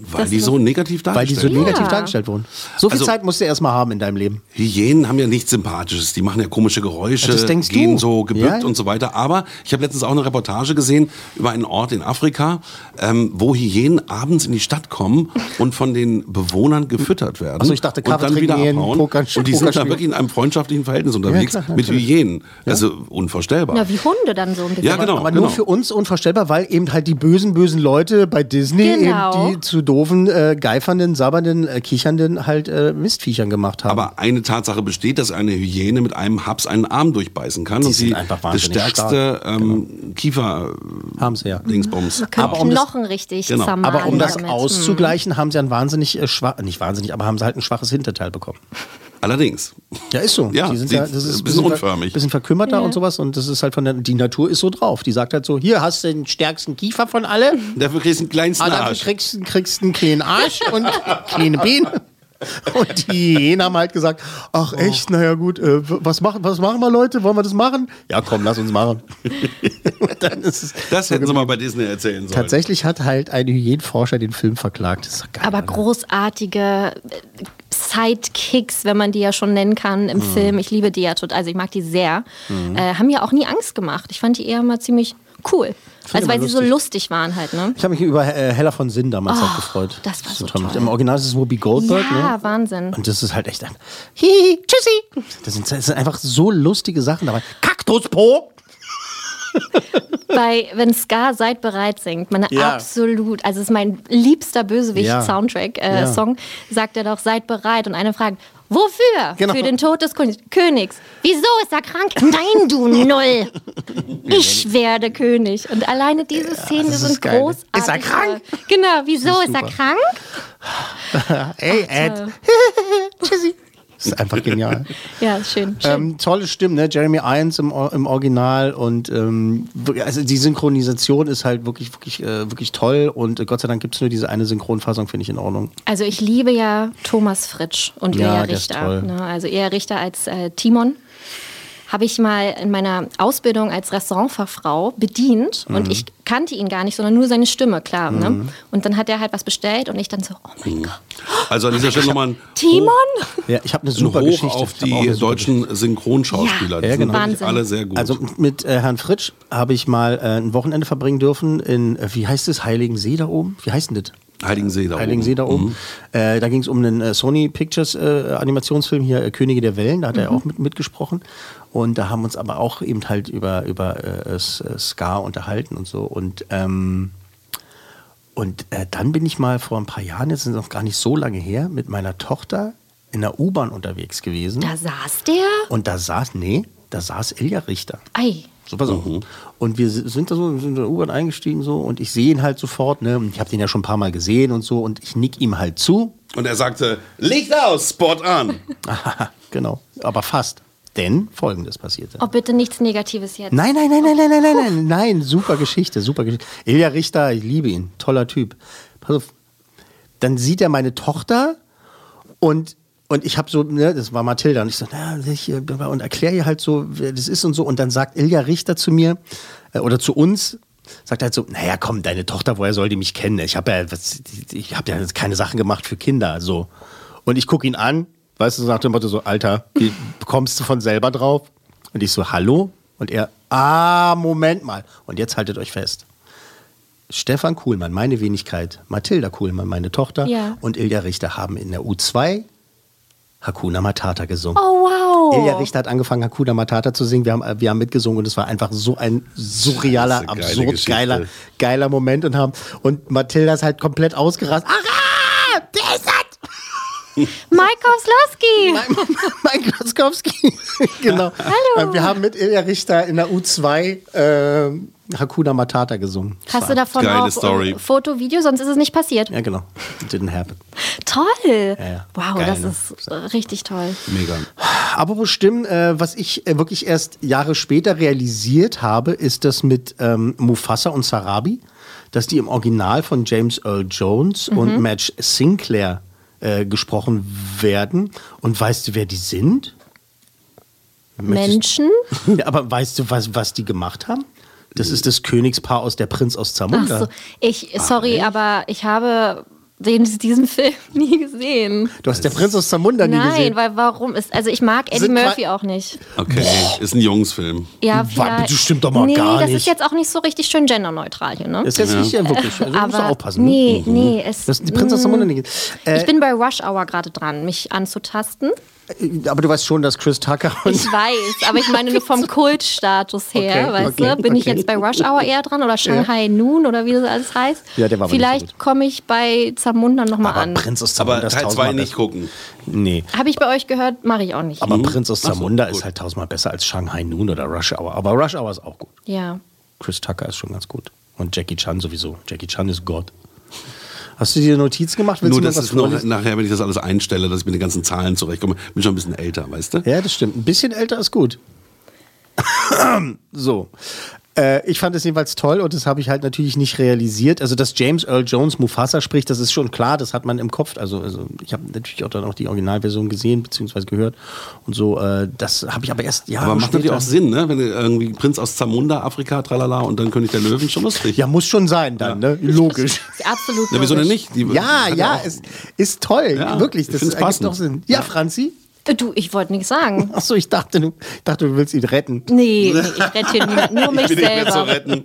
S2: Weil die so negativ
S1: weil die so
S2: dargestellt
S1: negativ dargestellt wurden. So viel
S2: Also-
S1: Zeit musst du erstmal haben in deinem Leben.
S2: Hyänen haben ja nichts Sympathisches. Die machen ja komische Geräusche,
S1: Ja, das denkst
S2: gehen
S1: du.
S2: so gebückt
S1: Ja, ja.
S2: und so weiter. Aber ich habe letztens auch eine Reportage gesehen über einen Ort in Afrika, ähm, wo Hyänen abends in die Stadt kommen und von den Bewohnern gefüttert werden.
S1: so, ich dachte, Kaffee
S2: und dann
S1: trinken
S2: wieder
S1: Hyänen,
S2: abhauen.
S1: Poker-
S2: und die sind da
S1: Pokerspielen.
S2: wirklich in einem freundschaftlichen Verhältnis unterwegs
S1: klar,
S2: mit
S1: natürlich.
S2: Hyänen. Also unvorstellbar.
S3: Na, wie Hunde dann so ein bisschen.
S2: Ja, genau.
S1: Aber nur
S2: genau.
S1: für uns unvorstellbar, weil eben halt die bösen, bösen Leute bei Disney
S3: Genau.
S1: eben die zu doofen, äh, geifernden, sabbernden, äh, kichernden halt äh, Mistviechern gemacht haben.
S2: Aber eine Tatsache besteht, dass eine Hyäne mit einem Haps einen Arm durchbeißen kann.
S1: Die
S2: und
S1: sind
S2: sie
S1: einfach
S2: das
S1: wahnsinnig
S2: stärkste ähm,
S1: haben sie ja.
S2: Kiefer-Dingsbums.
S3: Können
S1: um das-
S3: Knochen richtig
S2: Genau.
S3: zermalen.
S1: Aber um das
S3: damit. Hm.
S1: auszugleichen, haben sie ein wahnsinnig äh, schwach, nicht wahnsinnig, aber haben sie halt ein schwaches Hinterteil bekommen.
S2: Allerdings.
S1: Ja, ist so.
S2: Ja,
S1: die sind
S2: sieht
S1: ja das ist
S2: ein bisschen
S1: ver-
S2: unförmig.
S1: bisschen verkümmerter und sowas. Und das ist halt von der, die Natur ist so drauf. Die sagt halt so, hier hast du den stärksten Kiefer von alle,
S2: Dafür kriegst du einen kleinsten
S1: aber Ah, dafür
S2: Arsch.
S1: kriegst, kriegst einen kleinen Arsch und kleine Beine. Und die Hyänen haben halt gesagt, ach echt, naja gut, äh, w- was, machen, was machen wir Leute, wollen wir das machen? Ja komm, lass uns machen. und dann ist es,
S2: Das hätten sie mal bei Disney erzählen sollen.
S1: tatsächlich hat halt ein Hyänenforscher den Film verklagt. Das ist doch geil,
S3: Aber
S1: Alter.
S3: großartige äh, Sidekicks, wenn man die ja schon nennen kann
S1: Mhm.
S3: im Film. Ich liebe die ja total, also ich mag die sehr. Äh, haben mir auch nie Angst gemacht. Ich fand die eher mal ziemlich cool. Also
S1: immer
S3: weil sie so lustig waren halt, ne?
S1: Ich habe mich über äh, Hella von Sinn damals halt gefreut.
S3: Ah, das war so toll.
S1: Im Original ist es Whoopi Goldberg,
S3: Ja,
S1: ne?
S3: Wahnsinn.
S1: Und das ist halt echt ein Hihi, tschüssi. Das sind, das sind einfach so lustige Sachen dabei. Kaktuspo.
S3: bei, wenn Scar Seid bereit singt, meine
S1: Ja.
S3: absolut, also es ist mein liebster
S1: Ja. Ja.
S3: Bösewicht-Soundtrack-Song, sagt er doch, seid bereit. Und eine fragt, wofür?
S1: Genau.
S3: Für den Tod des Königs. Königs. Wieso ist er krank? Nein, du Null. Ich werde König. Und alleine diese Szenen
S1: das ist
S3: sind
S1: geil. ne?
S3: großartig.
S1: Ist er krank?
S3: Genau, wieso ist, er
S1: super.
S3: krank?
S1: Ey, Ed. Tschüssi. Das ist einfach genial.
S3: Ja, ist schön. schön.
S1: Ähm, tolle Stimmen, ne? Jeremy Irons im, O- im Original und ähm, wirklich- also die Synchronisation ist halt wirklich, wirklich, äh, wirklich toll und äh, Gott sei Dank gibt es nur diese eine Synchronfassung, finde ich in Ordnung.
S3: Also ich liebe ja Thomas Fritsch und
S1: Ja,
S3: Eher
S1: der ist
S3: Richter.
S1: toll.
S3: Ne? Also Eher Richter als äh, Timon. Habe ich mal in meiner Ausbildung als Restaurantfachfrau bedient
S1: Mhm.
S3: und ich kannte ihn gar nicht, sondern nur seine Stimme, klar. Ne? Und dann hat er halt was bestellt und ich dann so, oh
S1: Mhm.
S3: mein Gott,
S2: Also an dieser Stelle nochmal ein
S3: Timon?
S1: Ja, ich habe eine
S2: Hoch,
S1: super
S2: ein
S1: Geschichte.
S2: Hoch auf
S1: Ich hab auch
S2: die
S1: eine super
S2: deutschen Synchronschauspieler.
S3: Ja,
S2: Die
S3: ja,
S2: sind
S3: genau.
S2: wirklich
S3: Wahnsinn.
S2: alle sehr gut.
S1: Also mit äh, Herrn Fritsch habe ich mal äh, ein Wochenende verbringen dürfen in, äh, wie heißt es, Heiligensee da oben? Wie heißt denn das?
S2: Heiligensee da oben. Mhm.
S1: Heiligensee da oben. Äh, da ging es um einen äh, Sony Pictures äh, Animationsfilm hier, äh, Könige der Wellen, da hat
S2: Mhm.
S1: er auch mit, mitgesprochen. Und da haben uns aber auch eben halt über, über äh, S- äh, Scar unterhalten und so. Und, ähm, und äh, dann bin ich mal vor ein paar Jahren, jetzt sind noch gar nicht so lange her, mit meiner Tochter in der U-Bahn unterwegs gewesen.
S3: Da saß der.
S1: Und da saß, nee, da saß Ilja Richter.
S3: Ei.
S1: So, pass auf. Und wir sind da so, sind in der U-Bahn eingestiegen so und ich sehe ihn halt sofort, ne? Und ich habe den ja schon ein paar Mal gesehen und so und ich nick ihm halt zu.
S2: Und er sagte, Licht aus, Spot an.
S1: genau. Aber fast. Denn folgendes passierte.
S3: Oh, bitte nichts Negatives jetzt.
S1: Nein, nein, nein, nein, nein, nein, nein, nein, nein, super Geschichte, super Geschichte. Ilja Richter, ich liebe ihn, toller Typ. Pass auf, dann sieht er meine Tochter und, und ich habe so, ne, das war Mathilda, und ich so, na, hier, bla, bla, und erkläre ihr halt so, wer das ist und so. Und dann sagt Ilja Richter zu mir äh, oder zu uns, sagt halt so, naja, komm, deine Tochter, woher soll die mich kennen? Ich habe ja, was, ich habe ja jetzt keine Sachen gemacht für Kinder, so. Und ich gucke ihn an, weißt du, so nach dem Motto so, Alter, wie kommst du von selber drauf? Und ich so, hallo? Und er, ah, Moment mal. Und jetzt haltet euch fest. Stefan Kuhlmann, meine Wenigkeit, Mathilda Kuhlmann, meine Tochter
S3: Ja.
S1: und Ilja Richter haben in der U2 Hakuna Matata gesungen.
S3: Oh, wow.
S1: Ilja Richter hat angefangen, Hakuna Matata zu singen. Wir haben, äh, wir haben mitgesungen und es war einfach so ein surrealer,
S2: Scheiße, geile
S1: absurd
S2: Geschichte.
S1: geiler, geiler Moment und haben und Mathilda ist halt komplett ausgerastet. Ach, ah, der ist das!
S3: Mike Koslowski.
S1: Mein Grotzkowski. genau.
S3: Hallo.
S1: Wir haben mit Ilja Richter in der U2 ähm, Hakuna Matata gesungen.
S3: Hast du davon
S2: Geile
S3: auch äh,
S2: Story.
S3: Foto, Video, sonst ist es nicht passiert.
S1: Ja, genau. Didn't happen.
S3: Toll.
S1: ja.
S3: Wow,
S1: Geil,
S3: das
S1: ne?
S3: ist äh, richtig toll.
S2: Mega.
S1: Apropos Stimmen, äh, was ich äh, wirklich erst Jahre später realisiert habe, ist das mit ähm, Mufasa und Sarabi, dass die im Original von James Earl
S3: Mhm.
S1: Jones und Madge Sinclair äh, gesprochen werden. Und weißt du, wer die sind? Möchtest-
S3: Menschen?
S1: Ja, aber weißt du, was, was die gemacht haben? Das ist das Königspaar aus der Prinz aus
S3: Ach
S1: Zamunda.
S3: so. Ich, sorry, aber ich habe den, diesen Film nie gesehen.
S1: Du hast der Prinz aus Zamunda nie
S3: Nein,
S1: gesehen.
S3: weil warum ist. Also ich mag Eddie
S1: Sind
S3: Murphy
S1: qua-
S3: auch nicht.
S2: Okay, ist ein Jungsfilm.
S3: Ja,
S1: Warte,
S3: vielleicht-
S1: das stimmt doch mal
S3: nee,
S1: gar
S3: das
S1: nicht.
S3: ist jetzt auch nicht so richtig schön genderneutral hier, ne?
S1: Das ist jetzt nicht ja. wirklich. Also, musst du
S3: Aber
S1: aufpassen. ne?
S3: nee, nee, es- mm,
S1: das, die Prinz aus Zamunda nicht. Äh,
S3: ich bin bei Rush Hour gerade dran, mich anzutasten.
S1: äh, aber du weißt schon, dass Chris Tucker und
S3: Ich weiß, aber ich meine nur vom Kultstatus her,
S1: Okay,
S3: weißt
S1: okay,
S3: du? Bin ich
S1: okay.
S3: jetzt bei Rush Hour eher dran oder Shanghai Noon oder wie das alles heißt?
S1: Ja, der war aber nicht so
S3: Vielleicht
S1: gut.
S3: komme ich bei Zamunda nochmal
S1: Aber
S3: an.
S1: Prinz aus Zamunda
S2: Aber
S1: ist
S2: Teil 2
S1: tausendmal
S2: nicht
S1: besser.
S2: gucken.
S1: Nee.
S3: Habe ich bei euch gehört, mache ich auch nicht.
S1: Aber Prinz aus
S2: Ach so,
S1: Zamunda
S2: gut.
S1: ist halt tausendmal besser als Shanghai Noon oder Rush Hour. Aber Rush Hour ist auch gut.
S3: ja.
S1: Chris Tucker ist schon ganz gut. Und Jackie Chan sowieso. Jackie Chan ist Gott. Hast du dir Notiz gemacht?
S2: Nur,
S1: du
S2: dass
S1: was
S2: es noch,
S1: vorlesen?
S2: nachher, wenn ich das alles einstelle, dass ich mit den ganzen Zahlen zurechtkomme, bin schon ein bisschen älter, weißt du?
S1: Ja, das stimmt. Ein bisschen älter ist gut. so. Äh, ich fand es jedenfalls toll und das habe ich halt natürlich nicht realisiert. Also, dass James Earl Jones Mufasa spricht, das ist schon klar, das hat man im Kopf. Also, also ich habe natürlich auch dann auch die Originalversion gesehen bzw. gehört und so. Äh, das habe ich aber erst Jahre
S2: Aber macht natürlich
S1: später-
S2: auch Sinn, ne? Wenn du irgendwie Prinz aus Zamunda, Afrika, tralala, und dann König der Löwen, schon lustig.
S1: Ja, muss schon sein dann, ne? Logisch.
S3: Ist absolut.
S2: Na, wieso denn
S3: logisch.
S2: nicht? Die-
S1: Ja,
S2: hat
S1: ja,
S2: auch-
S1: es ist toll.
S2: Ja,
S1: Wirklich,
S2: ich
S1: das
S2: find's
S1: ergibt
S2: passend.
S1: doch Sinn. Ja, Franzi?
S3: Äh, Du, ich wollte nichts sagen.
S1: Achso, ich dachte, du, ich dachte, du willst ihn retten.
S3: Nee, nee ich rette hier niemanden, nur mich
S2: ich bin nicht mehr zu
S3: selber.
S2: retten.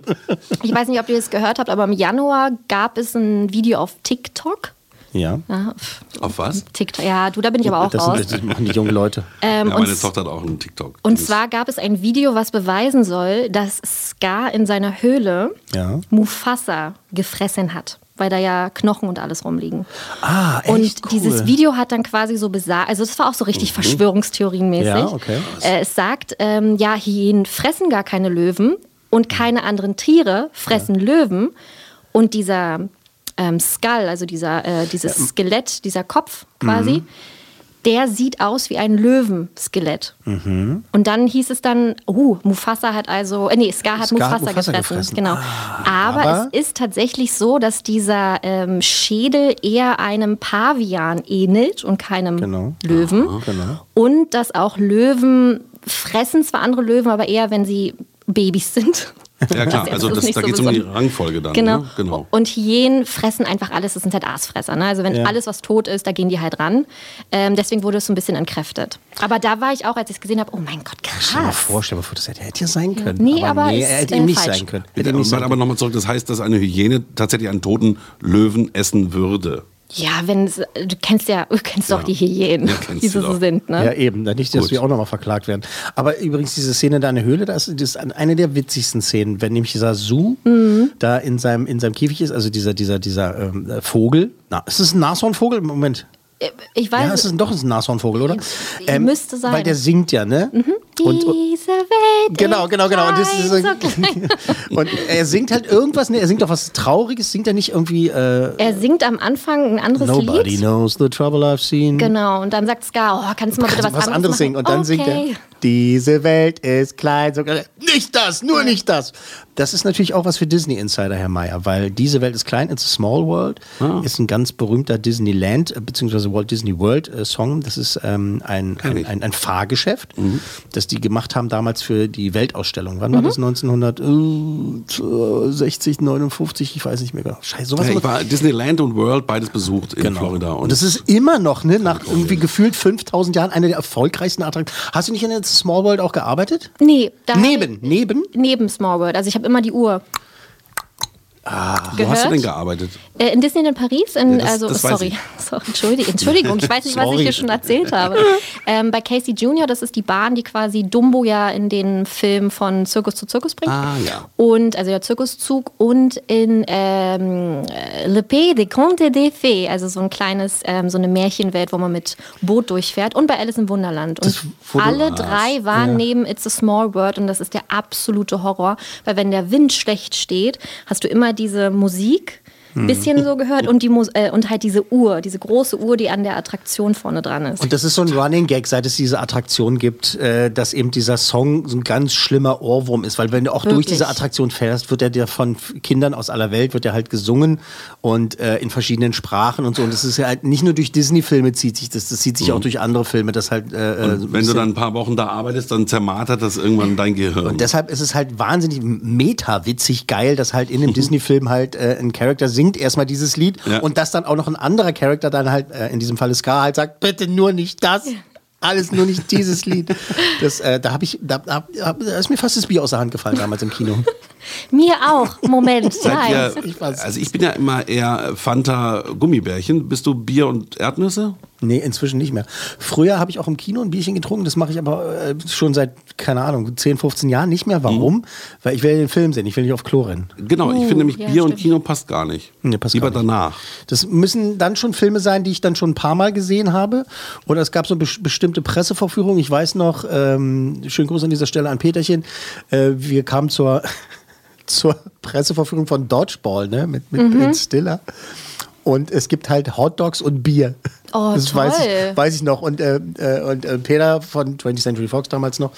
S3: Ich weiß nicht, ob ihr das gehört habt, aber im Januar gab es ein Video auf TikTok
S1: Ja.
S3: Ja, pff,
S2: Auf was?
S3: TikTok. Ja, du, da bin ich aber auch
S1: das
S3: raus.
S1: sind das machen die jungen Leute.
S3: Ähm,
S2: ja,
S3: und
S2: meine Tochter hat auch einen TikTok.
S3: Und zwar gab es ein Video, was beweisen soll, dass Scar in seiner Höhle
S1: Ja.
S3: Mufasa gefressen hat, weil da ja Knochen und alles rumliegen.
S1: Ah, echt
S3: und
S1: cool. Mhm.
S3: dieses Video hat dann quasi so besagt, also es war auch so richtig Verschwörungstheorienmäßig.
S1: Ja, okay.
S3: Äh, es sagt, ähm, ja, Hyänen fressen gar keine Löwen und keine anderen Tiere fressen Löwen. Und dieser ähm, Skull, also dieser, äh, dieses Skelett, dieser Kopf quasi,
S1: Mhm.
S3: der sieht aus wie ein Löwenskelett.
S1: Mhm.
S3: Und dann hieß es dann, uh, Mufasa hat also, äh, nee, Scar hat
S1: Scar hat
S3: Mufasa,
S1: Mufasa
S3: gefressen.
S1: gefressen.
S3: Genau. aber,
S1: aber-
S3: es ist tatsächlich so, dass dieser ähm, Schädel eher einem Pavian ähnelt und keinem
S1: Genau.
S3: Löwen.
S1: genau.
S3: Und dass auch Löwen fressen zwar andere Löwen, aber eher, wenn sie Babys sind.
S2: ja klar,
S3: jetzt
S2: also
S3: ist
S2: das,
S3: nicht
S2: da
S3: so
S2: geht es um die
S3: besonders.
S2: Rangfolge dann.
S3: Genau.
S2: Ne? genau.
S3: Und Hyänen fressen einfach alles, das sind halt Aasfresser. Ne? Also wenn
S1: Ja.
S3: alles, was tot ist, da gehen die halt ran. Ähm, deswegen wurde es so ein bisschen entkräftet. Aber da war ich auch, als ich es gesehen habe, oh mein Gott,
S1: Stell dir mal
S3: krass.
S1: vor, stell dir mal vor, das hätte, hätte ja sein können.
S3: Nee, aber
S1: nee,
S3: ist,
S1: er hätte
S3: äh,
S1: eben nicht
S3: falsch.
S1: sein können. Hätte
S2: Aber,
S1: eben nicht sein
S2: aber
S1: können.
S2: nochmal zurück, das heißt, dass eine Hyäne tatsächlich einen toten Löwen essen würde.
S3: Ja, wenn es- du kennst ja, du kennst doch die Hyänen,
S2: Ja, kennst
S3: wie
S2: du
S3: sie so
S2: doch.
S3: sind. Ne?
S1: Ja, eben. Da Nicht, dass wir auch nochmal verklagt werden. Aber übrigens, diese Szene da in der Höhle, das ist das ist eine der witzigsten Szenen, wenn nämlich dieser Su
S3: Mhm.
S1: da in seinem, in seinem Käfig ist, also dieser, dieser, dieser ähm, äh, Vogel. Na, ist es ein Nashornvogel? Moment.
S3: Äh, Ich weiß,
S1: ja, es ist doch ein Nashornvogel, oder?
S3: Also
S1: Ähm,
S3: Müsste sein. Mhm.
S1: Weil der singt ja, ne? Und, und,
S3: diese Welt.
S1: Genau, genau, genau. Und, das ist so,
S3: so klein.
S1: und er singt halt irgendwas, ne, er singt doch was Trauriges, singt er nicht irgendwie äh,
S3: er singt am Anfang ein anderes
S1: Nobody ne?
S3: Lied.
S1: knows the trouble I've seen.
S3: Genau, und dann sagt Scar, oh, kannst du mal bitte was,
S1: was, anderes,
S3: anderes
S1: singen und
S3: machen?
S1: dann
S3: okay.
S1: singt er diese Welt ist klein sogar nicht das nur nicht das das ist natürlich auch was für Disney Insider Herr Mayer weil diese Welt ist klein it's a small world
S2: Ah.
S1: ist ein ganz berühmter Disneyland äh, beziehungsweise Walt Disney World äh, Song das ist ähm, ein, ein,
S2: ich. Mhm.
S1: ein ein Fahrgeschäft das die gemacht haben damals für die Weltausstellung wann war
S3: Mhm.
S1: das äh, 1960 59 ich weiß nicht mehr genau scheiße sowas
S2: Ja,
S1: muss-
S2: ich war Disneyland und World beides besucht in
S1: Genau.
S2: Florida.
S1: Und es ist immer noch, ne, nach irgendwie gefühlt 5000 Jahren eine der erfolgreichsten Attraktionen. Hast du nicht in der Small World auch gearbeitet?
S3: Nee, da
S1: Neben, neben.
S3: Neben Small World. Also ich habe immer die Uhr
S2: Wo
S3: gehört.
S2: hast du denn gearbeitet?
S3: Äh, in Disneyland Paris, in,
S2: Ja, das-
S3: also
S2: das weiß
S3: sorry,
S2: ich.
S3: sorry Entschuldigung, Entschuldigung, ich weiß nicht, was ich
S1: Sorry.
S3: hier schon erzählt habe. Ähm, bei Casey Junior, das ist die Bahn, die quasi Dumbo ja in den Film von Zirkus zu Zirkus bringt.
S2: Ah, ja.
S3: Und also der Zirkuszug und in ähm, äh, Le Pays des Contes des Fées, also so ein kleines, ähm, so eine Märchenwelt, wo man mit Boot durchfährt und bei Alice im Wunderland. Und alle drei waren neben It's a Small World und das ist der absolute Horror, weil wenn der Wind schlecht steht, hast du immer diese Musik.
S2: Mhm.
S3: Bisschen so gehört und die Mus äh, und halt diese Uhr, diese große Uhr, die an der Attraktion vorne dran ist.
S1: Und das ist so ein Running Gag, seit es diese Attraktion gibt, äh, dass eben dieser Song so ein ganz schlimmer Ohrwurm ist, weil wenn du auch durch
S3: Wirklich.
S1: diese Attraktion fährst, wird er dir von F- Kindern aus aller Welt wird er halt gesungen und äh, in verschiedenen Sprachen und so. Und das ist ja halt nicht nur durch Disney-Filme zieht sich das, das zieht
S2: Mhm.
S1: sich auch durch andere Filme, das halt. Äh, äh, so ein
S2: Wenn du
S1: bisschen-
S2: dann ein paar Wochen da arbeitest, dann zermartert das irgendwann dein Gehirn.
S1: Und deshalb ist es halt wahnsinnig meta-witzig geil, dass halt in einem Disney-Film halt äh, ein Charakter singt erstmal dieses Lied
S2: Ja.
S1: und dass dann auch noch ein anderer Charakter dann halt, äh, in diesem Fall Scar, halt sagt, bitte nur nicht das. Alles nur nicht dieses Lied. Das, äh, da habe ich, da, da, da ist mir fast das Bier aus der Hand gefallen damals im Kino.
S3: Mir auch. Moment,
S2: Seid
S3: nein.
S2: ihr,
S1: Ich weiß.
S2: also ich bin ja immer eher Fanta Gummibärchen. Bist du Bier und Erdnüsse?
S1: Nee, inzwischen nicht mehr. Früher habe ich auch im Kino ein Bierchen getrunken, das mache ich aber äh, schon seit, keine Ahnung, 10, 15 Jahren nicht mehr. Warum? Weil ich will den Film sehen, ich will nicht auf Klo rennen.
S2: Genau, ich finde nämlich
S3: Oh, ja,
S2: Bier und
S3: stimmt.
S2: Kino passt gar nicht.
S1: Nee, passt
S2: Lieber
S1: gar nicht.
S2: danach.
S1: Das müssen dann schon Filme sein, die ich dann schon ein paar Mal gesehen habe. Oder es gab so bes- bestimmte Pressevorführungen. Ich weiß noch, ähm, schönen Gruß an dieser Stelle an Peterchen. Äh, wir kamen zur, zur Pressevorführung von Dodgeball, ne? Mit, mit
S3: Mhm.
S1: Ben Stiller. Und es gibt halt Hotdogs und Bier.
S3: Oh,
S1: das
S3: toll.
S1: Weiß, ich, weiß ich noch. Und, äh, äh, und äh, Peter von 20th Century Fox damals noch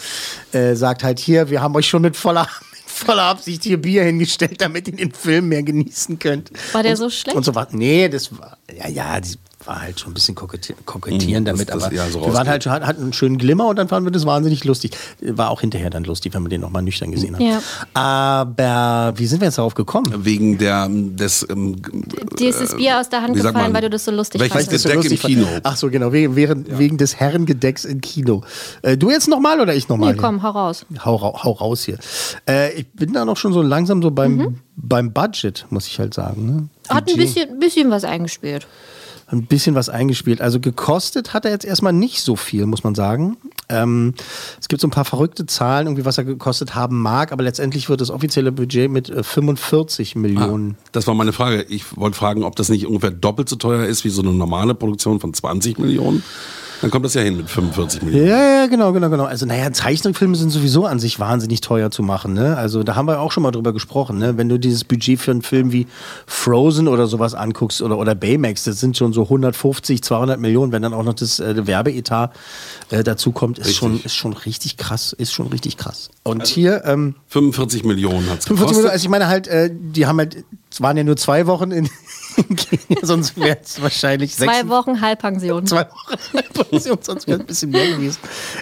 S1: äh, sagt halt hier, wir haben euch schon mit voller, mit voller Absicht hier Bier hingestellt, damit ihr den Film mehr genießen könnt.
S3: War der
S1: und,
S3: so schlecht?
S1: Und so war, nee, das war, ja, ja, die war halt schon ein bisschen kokettier, kokettieren
S2: Mhm, dass
S1: damit,
S2: das
S1: aber
S2: eher so
S1: wir waren
S2: rausgeht.
S1: halt schon, hatten einen schönen Glimmer und dann fanden wir das wahnsinnig lustig. War auch hinterher dann lustig, wenn man den nochmal nüchtern gesehen hat.
S3: Ja.
S1: Aber wie sind wir jetzt darauf gekommen?
S2: Wegen der, des, ähm,
S3: Dir ist das Bier aus der Hand
S2: wie sagt man?
S3: gefallen, weil du das so lustig
S2: Welches
S3: fandest.
S2: das Gedeck im
S1: fand.
S2: Kino.
S1: Ach so, genau, wegen, während, wegen des Herrengedecks im Kino. Äh, du jetzt nochmal oder ich nochmal?
S3: Nee, komm, hau raus.
S1: Hau, ra- hau raus hier. Äh, ich bin da noch schon so langsam so beim beim Budget, muss ich halt sagen. Ne?
S3: Hat ein
S1: Budget.
S3: bisschen, bisschen was eingespielt.
S1: ein bisschen was eingespielt. Also gekostet hat er jetzt erstmal nicht so viel, muss man sagen. Ähm, es gibt so ein paar verrückte Zahlen, irgendwie, was er gekostet haben mag, aber letztendlich wird das offizielle Budget mit äh, 45 Millionen.
S2: Das war meine Frage. Ich wollte fragen, ob das nicht ungefähr doppelt so teuer ist wie so eine normale Produktion von 20 Millionen. Dann kommt das ja hin mit 45 Millionen.
S1: Ja, ja, genau, genau, genau. Also, naja, Zeichentrickfilme sind sowieso an sich wahnsinnig teuer zu machen. Ne? Also, da haben wir auch schon mal drüber gesprochen. Ne? Wenn du dieses Budget für einen Film wie Frozen oder sowas anguckst oder, oder Baymax, das sind schon so 150, 200 Millionen. Wenn dann auch noch das äh, Werbeetat äh, dazu kommt, ist schon, ist schon richtig krass. Ist schon richtig krass. Und hier. Ähm,
S2: 45 Millionen hat es
S1: 45
S2: gekostet.
S1: Minuten, also ich meine halt, äh, die haben halt, es waren ja nur zwei Wochen in, in Kenia, sonst wäre es wahrscheinlich sechs,
S3: Zwei Wochen Halbpension.
S1: zwei Wochen Produktion, sonst wäre es ein bisschen mehr gewesen.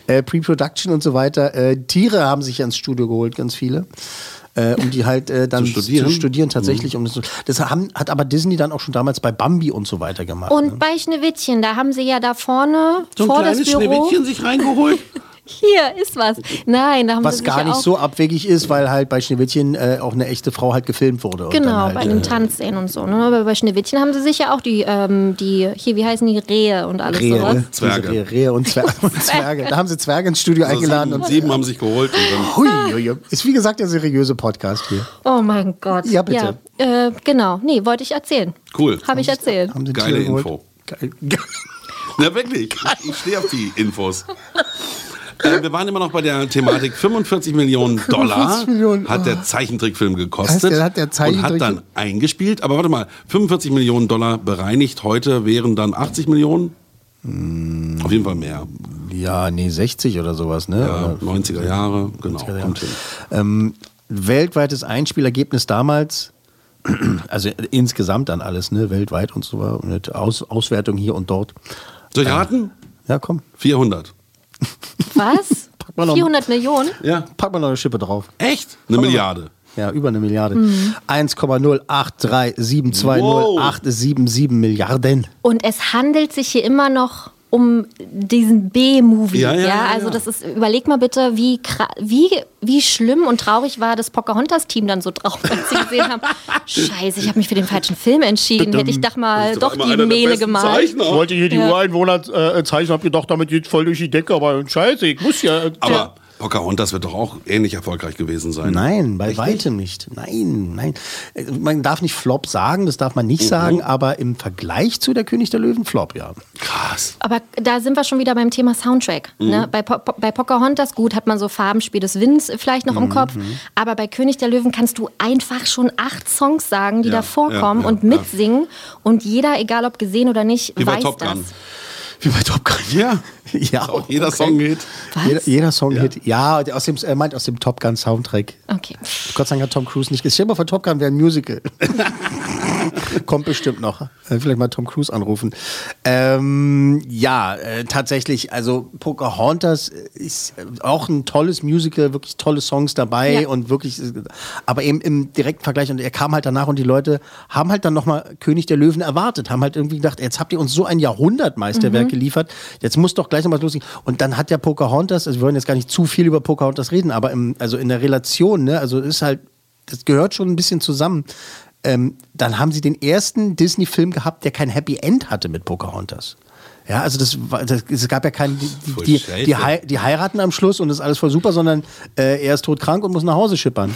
S1: Äh, Pre-Production und so weiter. Äh, Tiere haben sich ans Studio geholt, ganz viele. Äh, um die halt äh, dann zu
S2: Zu
S1: studieren,
S2: studieren?
S1: tatsächlich. Um das, zu- das haben, hat aber Disney dann auch schon damals bei Bambi und so weiter gemacht.
S3: Und bei Schneewittchen, da haben sie ja da vorne
S2: also So ein
S3: vor das
S2: kleines
S3: Büro.
S2: Schneewittchen sich reingeholt.
S3: Hier ist was. Nein, da haben sie
S1: was
S3: sich
S1: gar
S3: ja
S1: nicht
S3: auch,
S1: so abwegig ist, weil halt bei Schneewittchen äh, auch eine echte Frau halt gefilmt wurde. und dann
S3: Genau,
S1: halt,
S3: bei den Tanzszenen und so. Ne? Aber bei Schneewittchen haben sie sich ja auch die, ähm, die, hier, wie heißen die, Rehe und alles sowas.
S1: äh, Rehe,
S2: Zwerge.
S1: Diese Rehe, Rehe und, Zwer und Zwerge. Da haben sie Zwerge ins Studio
S2: Also
S1: eingeladen
S2: sieben,
S1: und
S2: sieben haben sich geholt. Und dann,
S1: Hui, hui, hui. ist wie gesagt der seriöse Podcast hier.
S3: Oh mein Gott.
S1: Ja, bitte.
S3: Ja, äh, genau, nee, wollte ich erzählen.
S2: cool.
S3: Habe ich erzählt.
S1: Haben sie
S2: Geile
S1: Tiere geholt?
S2: Info.
S1: Geil.
S2: Na wirklich, ich stehe auf die Infos. Äh, wir waren immer noch bei der Thematik 45 Millionen Dollar
S1: 45 Millionen,
S2: hat der Zeichentrickfilm gekostet
S1: Heißt, der hat der
S2: und
S1: Zeichentrick-
S2: hat dann eingespielt. Aber warte mal, 45 Millionen Dollar bereinigt heute wären dann 80 Millionen? Auf jeden Fall mehr.
S1: Ja, nee, 60 oder sowas, ne?
S2: Ja, 90er Jahre, genau. Kommt hin.
S1: Ähm, weltweites Einspielergebnis damals, also insgesamt dann alles, ne? Weltweit und so weiter. Mit Aus Auswertung hier und dort.
S2: Soll ich raten?
S1: Ja, komm,
S2: 400.
S3: Was?
S1: Pack mal noch-
S3: 400 Millionen?
S2: Ja.
S1: pack mal noch eine Schippe drauf.
S2: Echt? Eine Milliarde.
S1: Ja, über eine Milliarde. 1,083720877 Milliarden.
S3: Und es handelt sich hier immer noch um diesen B-Movie.
S2: Ja, ja, ja,
S3: also
S2: ja.
S3: das ist, überleg mal bitte, wie, kra- wie, wie schlimm und traurig war das Pocahontas-Team dann so drauf, als sie gesehen haben, scheiße, ich habe mich für den falschen Film entschieden. Hätte ich doch mal doch die Mähne gemalt.
S4: Ich wollte hier die Ureinwohner äh, zeichnen, hab gedacht, damit geht's voll durch die Decke, aber scheiße, ich muss ja. äh,
S2: Aber Pocahontas wird doch auch ähnlich erfolgreich gewesen sein.
S1: Nein, bei weitem nicht. Nein, nein. Äh, Man darf nicht Flop sagen, das darf man
S4: Mhm.
S1: nicht sagen, aber im Vergleich zu der König der Löwen Flop, ja.
S2: Krass.
S3: Aber da sind wir schon wieder beim Thema Soundtrack.
S1: Mhm.
S3: Ne? Bei, po bei Pocahontas, gut, hat man so Farbenspiel des Winds vielleicht noch
S1: Mhm,
S3: im Kopf. Aber bei König der Löwen kannst du einfach schon acht Songs sagen, die
S2: Ja,
S3: da vorkommen
S2: ja, ja,
S3: und
S2: ja.
S3: mitsingen. Und jeder, egal ob gesehen oder nicht,
S2: Wie bei
S3: weiß
S2: Top
S3: das.
S2: Gun.
S1: Wie bei Top Gun.
S2: Ja.
S1: Ja,
S2: Auch jeder
S1: Oh, okay.
S2: Song geht.
S1: Jeder, jeder Song hit. Ja, der aus dem, er meint aus dem Top Gun Soundtrack.
S3: Okay.
S1: Gott sei Dank hat Tom Cruise nicht. Ich stell mal vor, Top Gun wäre ein Musical. Kommt bestimmt noch. Äh, Vielleicht mal Tom Cruise anrufen. Ähm, ja, äh, tatsächlich. Also Pocahontas ist äh, auch ein tolles Musical, wirklich tolle Songs dabei
S3: Ja.
S1: und wirklich, äh, aber eben im direkten Vergleich. Und er kam halt danach und die Leute haben halt dann nochmal König der Löwen erwartet, haben halt irgendwie gedacht, jetzt habt ihr uns so ein Jahrhundertmeisterwerk geliefert, jetzt muss doch gleich noch was losgehen. Und dann hat ja Pocahontas, also wir wollen jetzt gar nicht zu viel über Pocahontas reden, aber im, also in der Relation, ne, also ist halt, das gehört schon ein bisschen zusammen Ähm, dann haben sie den ersten Disney-Film gehabt, der kein Happy End hatte mit Pocahontas. Ja, also das, war- das es gab ja keinen, die,
S2: Voll
S1: die,
S2: scheiße.
S1: die, hei die heiraten am Schluss und das ist alles voll super, sondern äh, er ist todkrank und muss nach Hause schippern.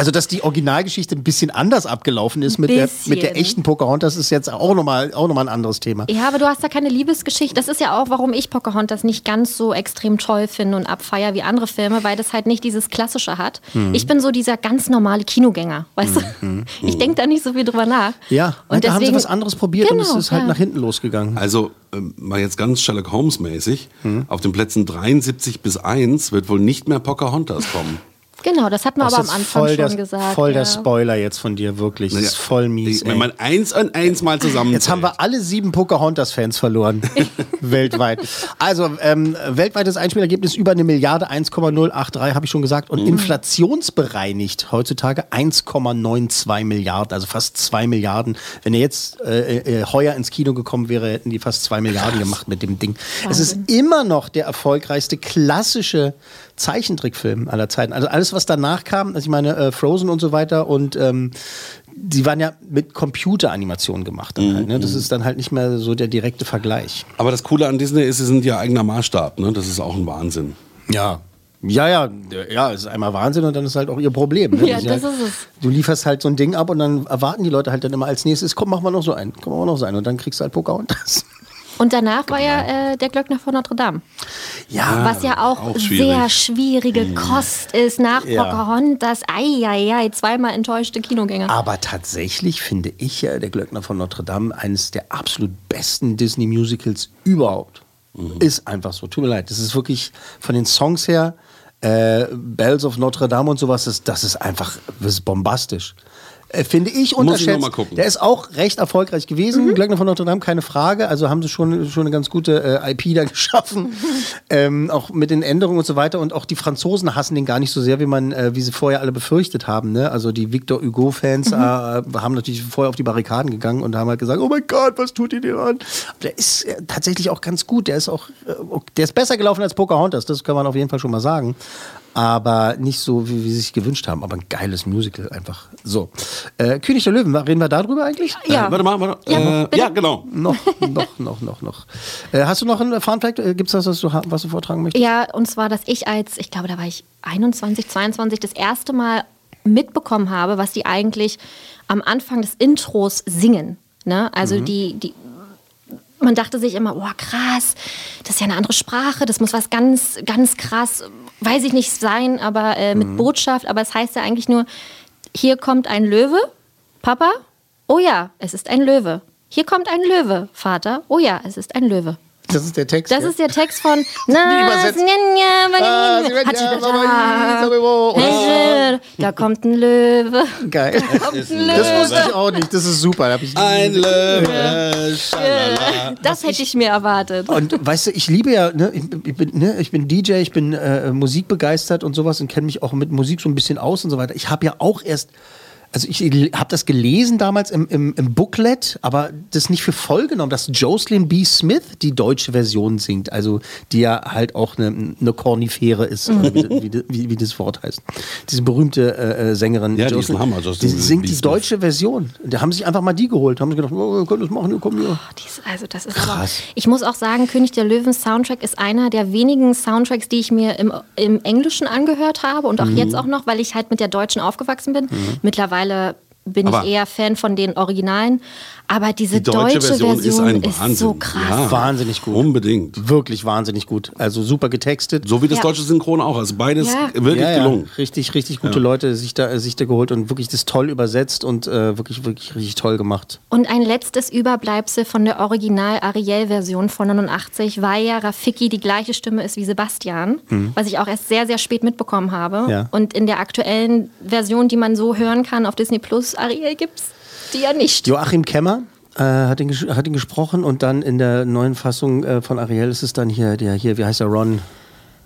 S1: Also, dass die Originalgeschichte ein bisschen anders abgelaufen ist mit der,
S3: Bisschen.
S1: mit der echten Pocahontas, ist jetzt auch nochmal auch noch mal ein anderes Thema.
S3: Ja, aber du hast da keine Liebesgeschichte. Das ist ja auch, warum ich Pocahontas nicht ganz so extrem toll finde und abfeier wie andere Filme, weil das halt nicht dieses Klassische hat.
S1: Mhm.
S3: Ich bin so dieser ganz normale Kinogänger, weißt du? Ich denke da nicht so viel drüber nach.
S1: Ja, ne,
S3: und
S1: da haben sie
S3: deswegen-
S1: was anderes probiert und es
S3: Genau,
S1: ist halt
S3: ja.
S1: nach hinten losgegangen.
S2: Also ähm, mal jetzt ganz Sherlock Holmes mäßig.
S1: Mhm.
S2: Auf den Plätzen 73 bis 1 wird wohl nicht mehr Pocahontas kommen.
S3: Genau, das hat man
S1: Das
S3: aber
S1: ist
S3: am Anfang
S1: voll
S3: schon
S1: der,
S3: gesagt.
S1: Voll
S3: ja.
S1: der Spoiler jetzt von dir, wirklich. Das ist
S2: Ja.
S1: voll mies.
S2: Wenn
S1: ey.
S2: man eins und eins mal zusammen.
S1: Jetzt haben wir alle sieben Pocahontas-Fans verloren. weltweit. Also, ähm, weltweites Einspielergebnis über eine Milliarde, 1,083, habe ich schon gesagt. Und inflationsbereinigt heutzutage 1,92 Milliarden, also fast 2 Milliarden. Wenn er jetzt äh, äh, heuer ins Kino gekommen wäre, hätten die fast 2 Milliarden gemacht mit dem Ding. Es ist immer noch der erfolgreichste klassische Zeichentrickfilm aller Zeiten. Also alles alles, was danach kam, also ich meine, äh, Frozen und so weiter und ähm, die waren ja mit Computeranimationen gemacht. Dann halt, ne? Das ist dann halt nicht mehr so der direkte Vergleich.
S2: Aber das Coole an Disney ist, sie sind ihr eigener Maßstab. Ne? Das ist auch ein Wahnsinn.
S1: Ja. Ja, ja, ja, es ist einmal Wahnsinn und dann ist halt auch ihr Problem. Ne?
S3: Ja,
S1: Die sind
S3: das
S1: halt,
S3: ist es.
S1: Du lieferst halt so ein Ding ab und dann erwarten die Leute halt dann immer als nächstes, komm, mach mal noch so einen, komm, mach mal noch so einen und dann kriegst du halt Pocahontas.
S3: Und danach war
S1: Genau.
S3: ja äh, der Glöckner von Notre Dame.
S1: Ja.
S3: Was ja auch,
S2: auch schwierig.
S3: sehr schwierige Kost ist nach
S1: Mhm. Ja.
S3: Pocahontas. Eieiei, zweimal enttäuschte Kinogänger.
S1: Aber tatsächlich finde ich ja Der Glöckner von Notre Dame eines der absolut besten Disney-Musicals überhaupt. Ist einfach so. Tut mir leid. Das ist wirklich von den Songs her, äh, Bells of Notre Dame und sowas, das, das ist einfach das ist bombastisch. Äh, Finde ich
S2: ich noch
S1: unterschätzt.
S2: mal gucken.
S1: Der ist auch recht erfolgreich gewesen. Glöckner von Notre Dame, keine Frage. Also haben sie schon, schon eine ganz gute äh, IP da geschaffen. ähm, auch mit den Änderungen und so weiter. Und auch die Franzosen hassen den gar nicht so sehr, wie man, äh, wie sie vorher alle befürchtet haben. Ne? Also die Victor Hugo-Fans äh, haben natürlich vorher auf die Barrikaden gegangen und haben halt gesagt, oh mein Gott, was tut ihr denn an? Aber der ist äh, tatsächlich auch ganz gut. Der ist auch, äh, ok- der ist besser gelaufen als Pocahontas. Das kann man auf jeden Fall schon mal sagen. Aber nicht so, wie, wie sie sich gewünscht haben. Aber ein geiles Musical einfach. So. Äh, König der Löwen, reden wir darüber eigentlich?
S3: ja.
S2: Warte mal, warte.
S3: Ja,
S2: Ja, äh, ja genau.
S1: Noch, noch, noch, noch, noch. Äh, hast du noch einen Funfact? Äh, Gibt es was, was du, ha- was du vortragen möchtest?
S3: ja, und zwar, dass ich als, ich glaube, da war ich 21, 22, das erste Mal mitbekommen habe, was die eigentlich am Anfang des Intros singen. Ne? Also die, die, man dachte sich immer, oh krass, das ist ja eine andere Sprache, das muss was ganz, ganz krass, weiß ich nicht, sein, aber äh, mit Botschaft. Aber es heißt ja eigentlich nur, hier kommt ein Löwe, Papa, oh ja, es ist ein Löwe. Hier kommt ein Löwe, Vater, oh ja, es ist ein Löwe.
S1: Das ist der Text.
S3: Das
S1: ja.
S3: ist der Text von
S1: übersetzt. Ah, sie werden ja, Mama, ich- Sorry, oh.
S3: Hat- Da kommt ein Löwe.
S1: Geil. Das wusste ich auch nicht. Das ist super. Da hab ich
S2: Ein Löwe. Oh, schalala.
S3: Das hätte ich mir erwartet.
S1: und weißt du, ich liebe ja, ne, ich, ich, bin, ne, ich bin DJ, ich bin äh, musikbegeistert und sowas und kenne mich auch mit Musik so ein bisschen aus und so weiter. Ich habe ja auch erst, also ich habe das gelesen damals im, im, im Booklet, aber das nicht für voll genommen, dass Jocelyn B. Smith die deutsche Version singt, also die ja halt auch eine, eine Kornifere ist, wie, wie, wie, wie das Wort heißt. Diese berühmte äh, äh, Sängerin.
S2: Ja, die ist ein Hammer,
S1: die
S2: Jocelyn
S1: singt
S2: B.
S1: die
S2: Smith.
S1: deutsche Version. Da haben sich einfach mal die geholt, haben sich gedacht, oh, wir können das machen, komm, ja.
S3: Dies- Also das ist aber, ich muss auch sagen, König der Löwen Soundtrack ist einer der wenigen Soundtracks, die ich mir im, im Englischen angehört habe
S2: Mhm.
S3: und auch jetzt auch noch, weil ich halt mit der Deutschen aufgewachsen bin. Mittlerweile bin
S2: Aber-
S3: ich eher Fan von den Originalen, aber diese
S2: Die deutsche, Version, ist ein
S3: ist
S2: Wahnsinn.
S3: so krass.
S2: Ja.
S1: Wahnsinnig gut.
S2: Unbedingt.
S1: Wirklich wahnsinnig gut. Also super getextet.
S2: So wie das
S3: Ja.
S2: deutsche Synchron auch. Also beides
S3: Ja.
S2: wirklich
S1: Ja, ja.
S2: gelungen.
S1: Richtig, richtig gute Leute sich da, sich da geholt und wirklich das toll übersetzt und äh, wirklich, wirklich richtig toll gemacht.
S3: Und ein letztes Überbleibsel von der Original-Ariel-Version von 89, weil ja Rafiki die gleiche Stimme ist wie Sebastian, was ich auch erst sehr, sehr spät mitbekommen habe.
S1: Mhm. Ja.
S3: Und in der aktuellen Version, die man so hören kann auf Disney Plus, Ariel gibt's die ja nicht.
S1: Joachim Kemmer äh, hat, ihn gesch- hat ihn gesprochen und dann in der neuen Fassung äh, von Ariel ist es dann hier, der hier, wie heißt er, Ron?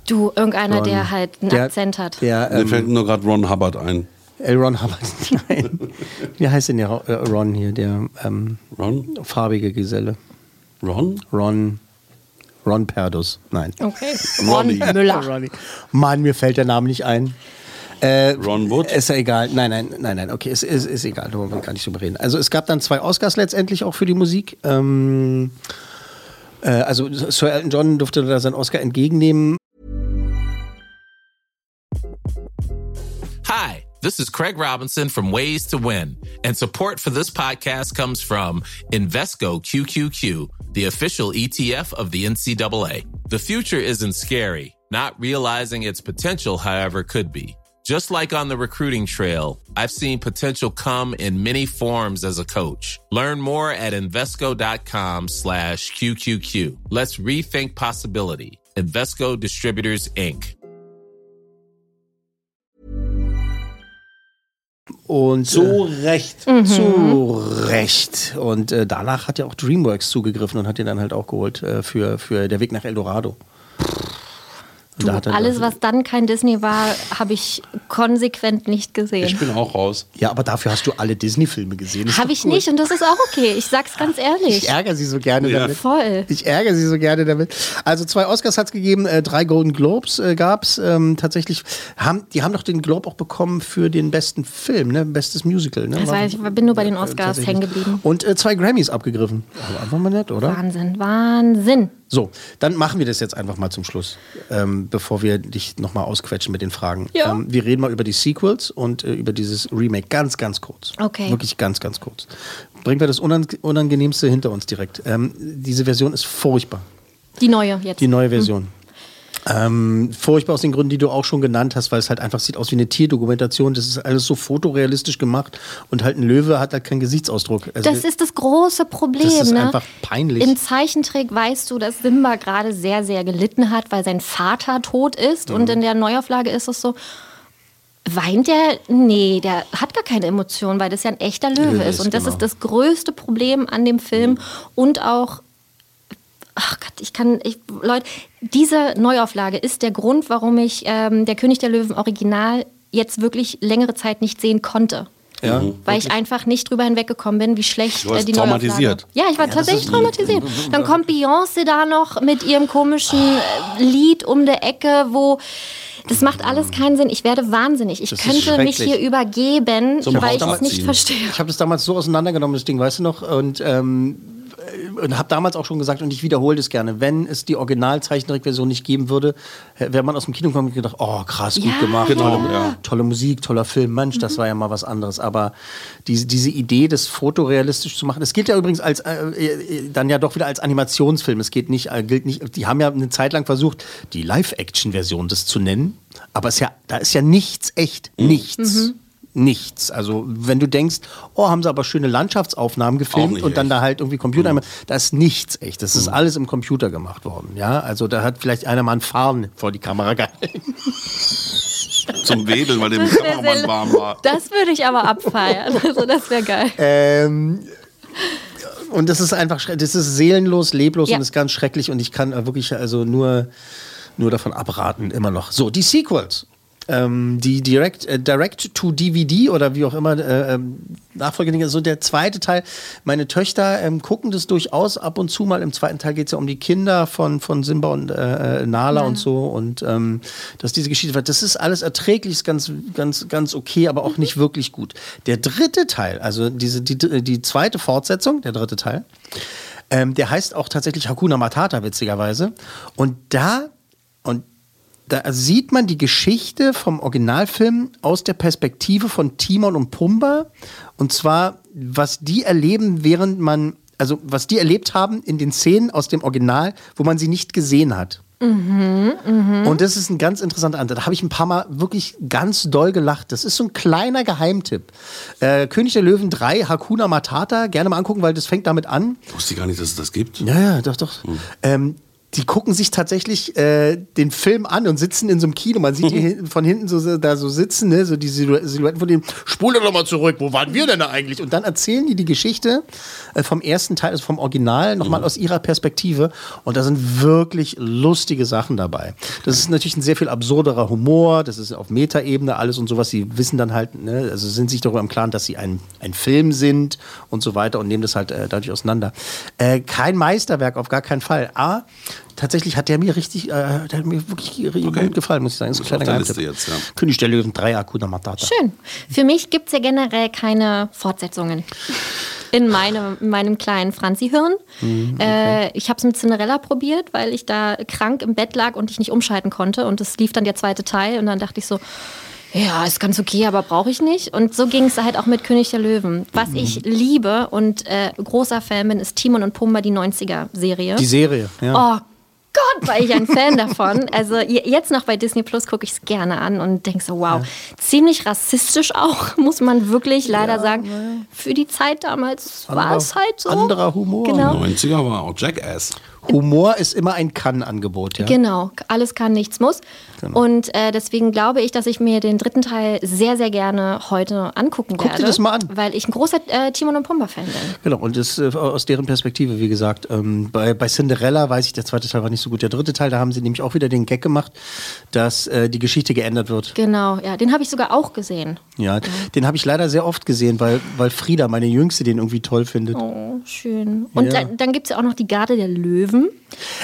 S3: Du, irgendeiner,
S1: Ron.
S3: der halt einen
S1: Der-
S3: Akzent hat.
S1: Der
S2: Mir
S1: ähm,
S2: fällt nur gerade Ron Hubbard ein.
S1: L. Ron Hubbard. Nein. Wie heißt denn der Ra- äh, Ron hier, der ähm,
S2: Ron?
S1: farbige Geselle?
S2: Ron?
S1: Ron. Ron Perdus. Nein.
S3: Okay.
S2: Ronny.
S3: Müller.
S1: Mann, mir fällt der Name nicht ein. Äh,
S2: Ron Wood?
S1: Ist ja egal. Nein, nein, nein, nein. Okay, es ist, ist egal. Darüber kann ich drüber reden. Also es gab dann zwei Oscars letztendlich auch für die Musik. Ähm, äh, also Sir Elton John durfte da seinen Oscar entgegennehmen.
S7: Hi, this is Craig Robinson from Ways to Win, and support for this podcast comes from Invesco QQQ, the official ETF of the NCAA. The future isn't scary, not realizing its potential, however, could be. Just like on the recruiting trail, I've seen potential come in many forms as a coach. Learn more at Invesco.com slash QQQ. Let's rethink possibility. Invesco Distributors, Inc.
S1: Und
S2: So recht.
S3: Mhm.
S1: äh, zu Recht. Und äh, danach hat ja auch DreamWorks zugegriffen und hat ihn dann halt auch geholt äh, für, für Der Weg nach El Dorado.
S3: Du,
S1: Da hat er-
S3: alles, was dann kein Disney war, habe ich konsequent nicht gesehen.
S2: bin auch raus.
S1: Ja, aber dafür hast du alle Disney-Filme gesehen. Das ist
S3: Habe
S1: doch
S3: ich
S1: cool.
S3: nicht und das ist auch okay. Ich sag's ganz ehrlich.
S1: Ich ärgere sie so gerne
S2: Ja.
S1: damit.
S3: Voll.
S1: Ich ärgere sie so gerne damit. Also zwei Oscars hat es gegeben, äh, drei Golden Globes äh, gab es. Ähm, tatsächlich, haben, die haben doch den Globe auch bekommen für den besten Film, ne? bestes Musical. Ne?
S3: Das
S1: War-
S3: weiß ich, ich bin nur bei den
S1: äh,
S3: Oscars
S1: tatsächlich.
S3: hängen geblieben.
S1: Und äh, zwei Grammys abgegriffen. Aber einfach mal nett, oder?
S3: Wahnsinn, Wahnsinn.
S1: So, dann machen wir das jetzt einfach mal zum Schluss, ähm, bevor wir dich nochmal ausquetschen mit den Fragen.
S3: Ja.
S1: Ähm, wir reden mal über die Sequels und äh, über dieses Remake ganz, ganz kurz.
S3: Okay.
S1: Wirklich ganz, ganz kurz. Bringen wir das Unan Unangenehmste hinter uns direkt. Ähm, diese Version ist furchtbar,
S3: Die neue jetzt.
S1: die neue Version. Ähm, furchtbar aus den Gründen, die du auch schon genannt hast, weil es halt einfach sieht aus wie eine Tierdokumentation. Das ist alles so fotorealistisch gemacht und halt ein Löwe hat halt keinen Gesichtsausdruck. Also,
S3: das ist das große Problem.
S1: Das ist
S3: ne?
S1: einfach peinlich.
S3: Im Zeichentrick weißt du, dass Simba gerade sehr, sehr gelitten hat, weil sein Vater tot ist. Und in der Neuauflage ist es so, weint der? Nee, der hat gar keine Emotionen, weil das ja ein echter Löwe
S2: Löwe
S3: ist.
S2: ist,
S3: Und das
S2: genau.
S3: ist das größte Problem an dem Film. Und auch, ach Gott, ich kann, ich, Leute, diese Neuauflage ist der Grund, warum ich ähm, der König der Löwen Original jetzt wirklich längere Zeit nicht sehen konnte. Weil ich einfach nicht drüber hinweggekommen bin, wie schlecht
S2: Du warst
S3: äh, die
S2: traumatisiert.
S3: Neuauflage. Ja, ich war tatsächlich traumatisiert. Dann kommt Beyoncé da noch mit ihrem komischen äh, Lied um der Ecke, wo das macht alles keinen Sinn. Ich werde wahnsinnig. Ich
S1: Das ist
S3: könnte mich
S1: schrecklich.
S3: hier übergeben,
S2: Zum
S3: weil ich es
S2: Hautamaziehen.
S3: nicht verstehe.
S1: Ich habe das damals so auseinandergenommen, das Ding, weißt du noch? Und, ähm, und habe damals auch schon gesagt, und ich wiederhole das gerne, wenn es die Originalzeichentrickversion nicht geben würde, äh, wäre man aus dem Kino gekommen und gedacht, oh krass, gut
S3: Ja,
S1: gemacht,
S3: Genau,
S1: tolle,
S2: ja.
S1: tolle Musik, toller Film, Mensch, das war ja mal was anderes. Aber diese, diese Idee, das fotorealistisch zu machen, das gilt ja übrigens als äh, äh, dann ja doch wieder als Animationsfilm. Es geht nicht, äh, gilt nicht, die haben ja eine Zeit lang versucht, die Live-Action-Version das zu nennen, aber es ja, da ist ja nichts echt,
S2: Mhm.
S1: nichts. Nichts. Also, wenn du denkst, oh, haben sie aber schöne Landschaftsaufnahmen gefilmt
S2: nicht
S1: und dann
S2: echt. Mhm.
S1: da halt irgendwie Computer, da ist nichts echt. Das ist alles im Computer gemacht worden. Ja, also da hat vielleicht einer mal einen Fahren vor die Kamera gehalten.
S2: Zum Wedeln, weil dem Kameramann warm war.
S3: Das würde ich aber abfeiern. Also das wäre geil.
S1: Ähm, und das ist einfach, schre- das ist seelenlos, leblos
S3: Ja.
S1: und ist ganz schrecklich und ich kann äh, wirklich also nur, nur davon abraten, immer noch. So, die Sequels. Ähm, die Direct, äh, Direct to DVD oder wie auch immer äh, ähm, Nachfolgedinge, so der zweite Teil. Meine Töchter ähm, gucken das durchaus ab und zu mal. Im zweiten Teil geht es ja um die Kinder von, von Simba und äh, äh, Nala und so und ähm, dass diese Geschichte wird. Das ist alles erträglich, ist ganz, ganz, ganz okay, aber auch nicht wirklich gut. Der dritte Teil, also diese, die, die zweite Fortsetzung, der dritte Teil, ähm, der heißt auch tatsächlich Hakuna Matata, witzigerweise. Und da, und da sieht man die Geschichte vom Originalfilm aus der Perspektive von Timon und Pumba. Und zwar, was die erleben, während man, also was die erlebt haben in den Szenen aus dem Original, wo man sie nicht gesehen hat. Und das ist ein ganz interessanter Ansatz. Da habe ich ein paar Mal wirklich ganz doll gelacht. Das ist so ein kleiner Geheimtipp. Äh, König der Löwen 3, Hakuna Matata, gerne mal angucken, weil das fängt damit an.
S2: Ich wusste gar nicht, dass es das gibt.
S1: Ja, ja, doch, doch. Ähm, die gucken sich tatsächlich äh, den Film an und sitzen in so einem Kino. Man sieht die hinten, von hinten so, so- da so sitzen, ne? so die Silhou- Silhouetten von denen. Spule doch mal zurück, wo waren wir denn da eigentlich? Und dann erzählen die die Geschichte äh, vom ersten Teil, also vom Original, nochmal aus ihrer Perspektive. Und da sind wirklich lustige Sachen dabei. Das ist natürlich ein sehr viel absurderer Humor. Das ist auf Metaebene alles und sowas. Sie wissen dann halt, ne? also sind sich darüber im Klaren, dass sie ein, ein Film sind und so weiter und nehmen das halt äh, dadurch auseinander. Äh, kein Meisterwerk, auf gar keinen Fall. A, tatsächlich hat der mir richtig, äh, der hat mir wirklich gut gefallen, muss ich sagen. Das ist ein
S2: Ist
S1: kleiner
S2: auf der
S1: Geheimtipp.
S2: Liste jetzt, ja.
S1: König der Löwen 3, Akuna Matata.
S3: Schön. ne? Für mich gibt es ja generell keine Fortsetzungen. In meinem, in meinem kleinen Franzi-Hirn. äh, ich habe es mit Cinderella probiert, weil ich da krank im Bett lag und ich nicht umschalten konnte. Und es lief dann der zweite Teil. Und dann dachte ich so, ja, ist ganz okay, aber brauche ich nicht. Und so ging es halt auch mit König der Löwen. Was ich liebe und äh, großer Fan bin, ist Timon und Pumba, die 90er-Serie.
S1: Die Serie, ja.
S3: Oh Gott, war ich ein Fan davon. Also je- jetzt noch bei Disney Plus gucke ich es gerne an und denke so, wow, ziemlich rassistisch auch, muss man wirklich leider sagen. Für die Zeit damals war
S1: Anderer-
S3: es halt so.
S1: anderer Humor.
S3: Genau.
S2: 90er war auch Jackass.
S1: Humor ist immer ein Kann-Angebot, ja.
S3: Genau, alles kann, nichts muss.
S1: Genau.
S3: Und äh, deswegen glaube ich, dass ich mir den dritten Teil sehr, sehr gerne heute angucken
S1: Guck dir
S3: werde.
S1: das mal an.
S3: Weil ich ein großer äh, Timon und Pumba-Fan bin.
S1: Genau, und das äh, aus deren Perspektive, wie gesagt. Ähm, bei, bei Cinderella weiß ich, der zweite Teil war nicht so gut. Der dritte Teil, da haben sie nämlich auch wieder den Gag gemacht, dass äh, die Geschichte geändert wird.
S3: Genau, ja, den habe ich sogar auch gesehen.
S1: Ja,
S3: Mhm.
S1: den habe ich leider sehr oft gesehen, weil, weil Frieda, meine Jüngste, den irgendwie toll findet.
S3: Oh, schön. Und
S1: Ja.
S3: da, dann gibt es ja auch noch die Garde der Löwen.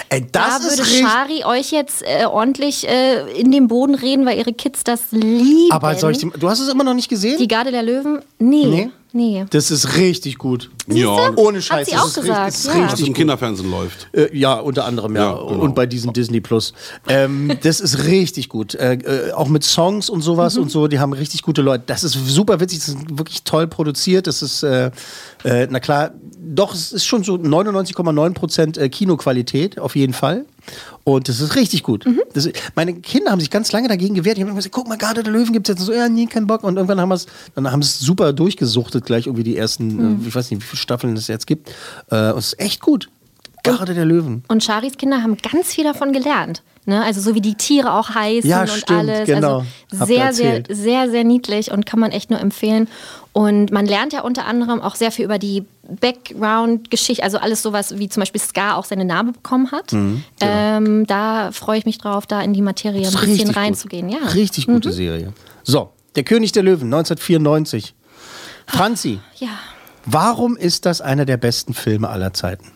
S1: Ey, das
S3: da würde
S1: ist richtig.
S3: Shari euch jetzt äh, ordentlich äh, in den Boden reden, weil ihre Kids das lieben.
S1: Aber soll ich dem, du hast es immer noch nicht gesehen?
S3: Die Garde der Löwen? Nee. Nee.
S1: Das ist richtig gut.
S2: Ja,
S1: Ohne
S3: Hat
S1: Scheiß.
S3: sie
S1: das
S3: auch
S1: ist
S3: gesagt,
S1: richtig, das
S3: ja.
S1: ist
S2: was im
S1: richtig gut.
S2: Kinderfernsehen läuft.
S1: Äh, ja, unter anderem, ja.
S2: Ja, genau.
S1: Und bei diesem Disney Plus. Ähm, das ist richtig gut. Äh, äh, auch mit Songs und sowas und so, die haben richtig gute Leute. Das ist super witzig, das ist wirklich toll produziert. Das ist, äh, äh, na klar, doch, es ist schon so 99,9% äh, Kinoqualität, auf jeden Fall. Und das ist richtig gut. Das ist, meine Kinder haben sich ganz lange dagegen gewehrt. Ich habe immer gesagt, guck mal, Garde der Löwen gibt's jetzt. Und so, ja, nee, keinen Bock. Und irgendwann haben wir es, dann haben sie es super durchgesuchtet, gleich irgendwie die ersten, äh, ich weiß nicht, wie viele Staffeln es jetzt gibt. Äh, und es ist echt gut. Garde der Löwen.
S3: Und Charis Kinder haben ganz viel davon gelernt. Ne? Also so wie die Tiere auch heißen
S1: Ja,
S3: und
S1: stimmt,
S3: alles.
S1: genau. Habt
S3: Also
S1: ihr
S3: sehr, sehr,
S1: erzählt.
S3: sehr, sehr niedlich und kann man echt nur empfehlen. Und man lernt ja unter anderem auch sehr viel über die Background-Geschichte, also alles sowas, wie zum Beispiel Scar auch seine Narbe bekommen hat. ähm, da freue ich mich drauf, da in die Materie ein
S1: Mhm, genau. Ist
S3: bisschen
S1: richtig
S3: reinzugehen.
S1: Gut.
S3: Ja. Mhm.
S1: Richtig gute Serie. So, Der König der Löwen, 1994. Franzi,
S3: Ja.
S1: warum ist das einer der besten Filme aller Zeiten?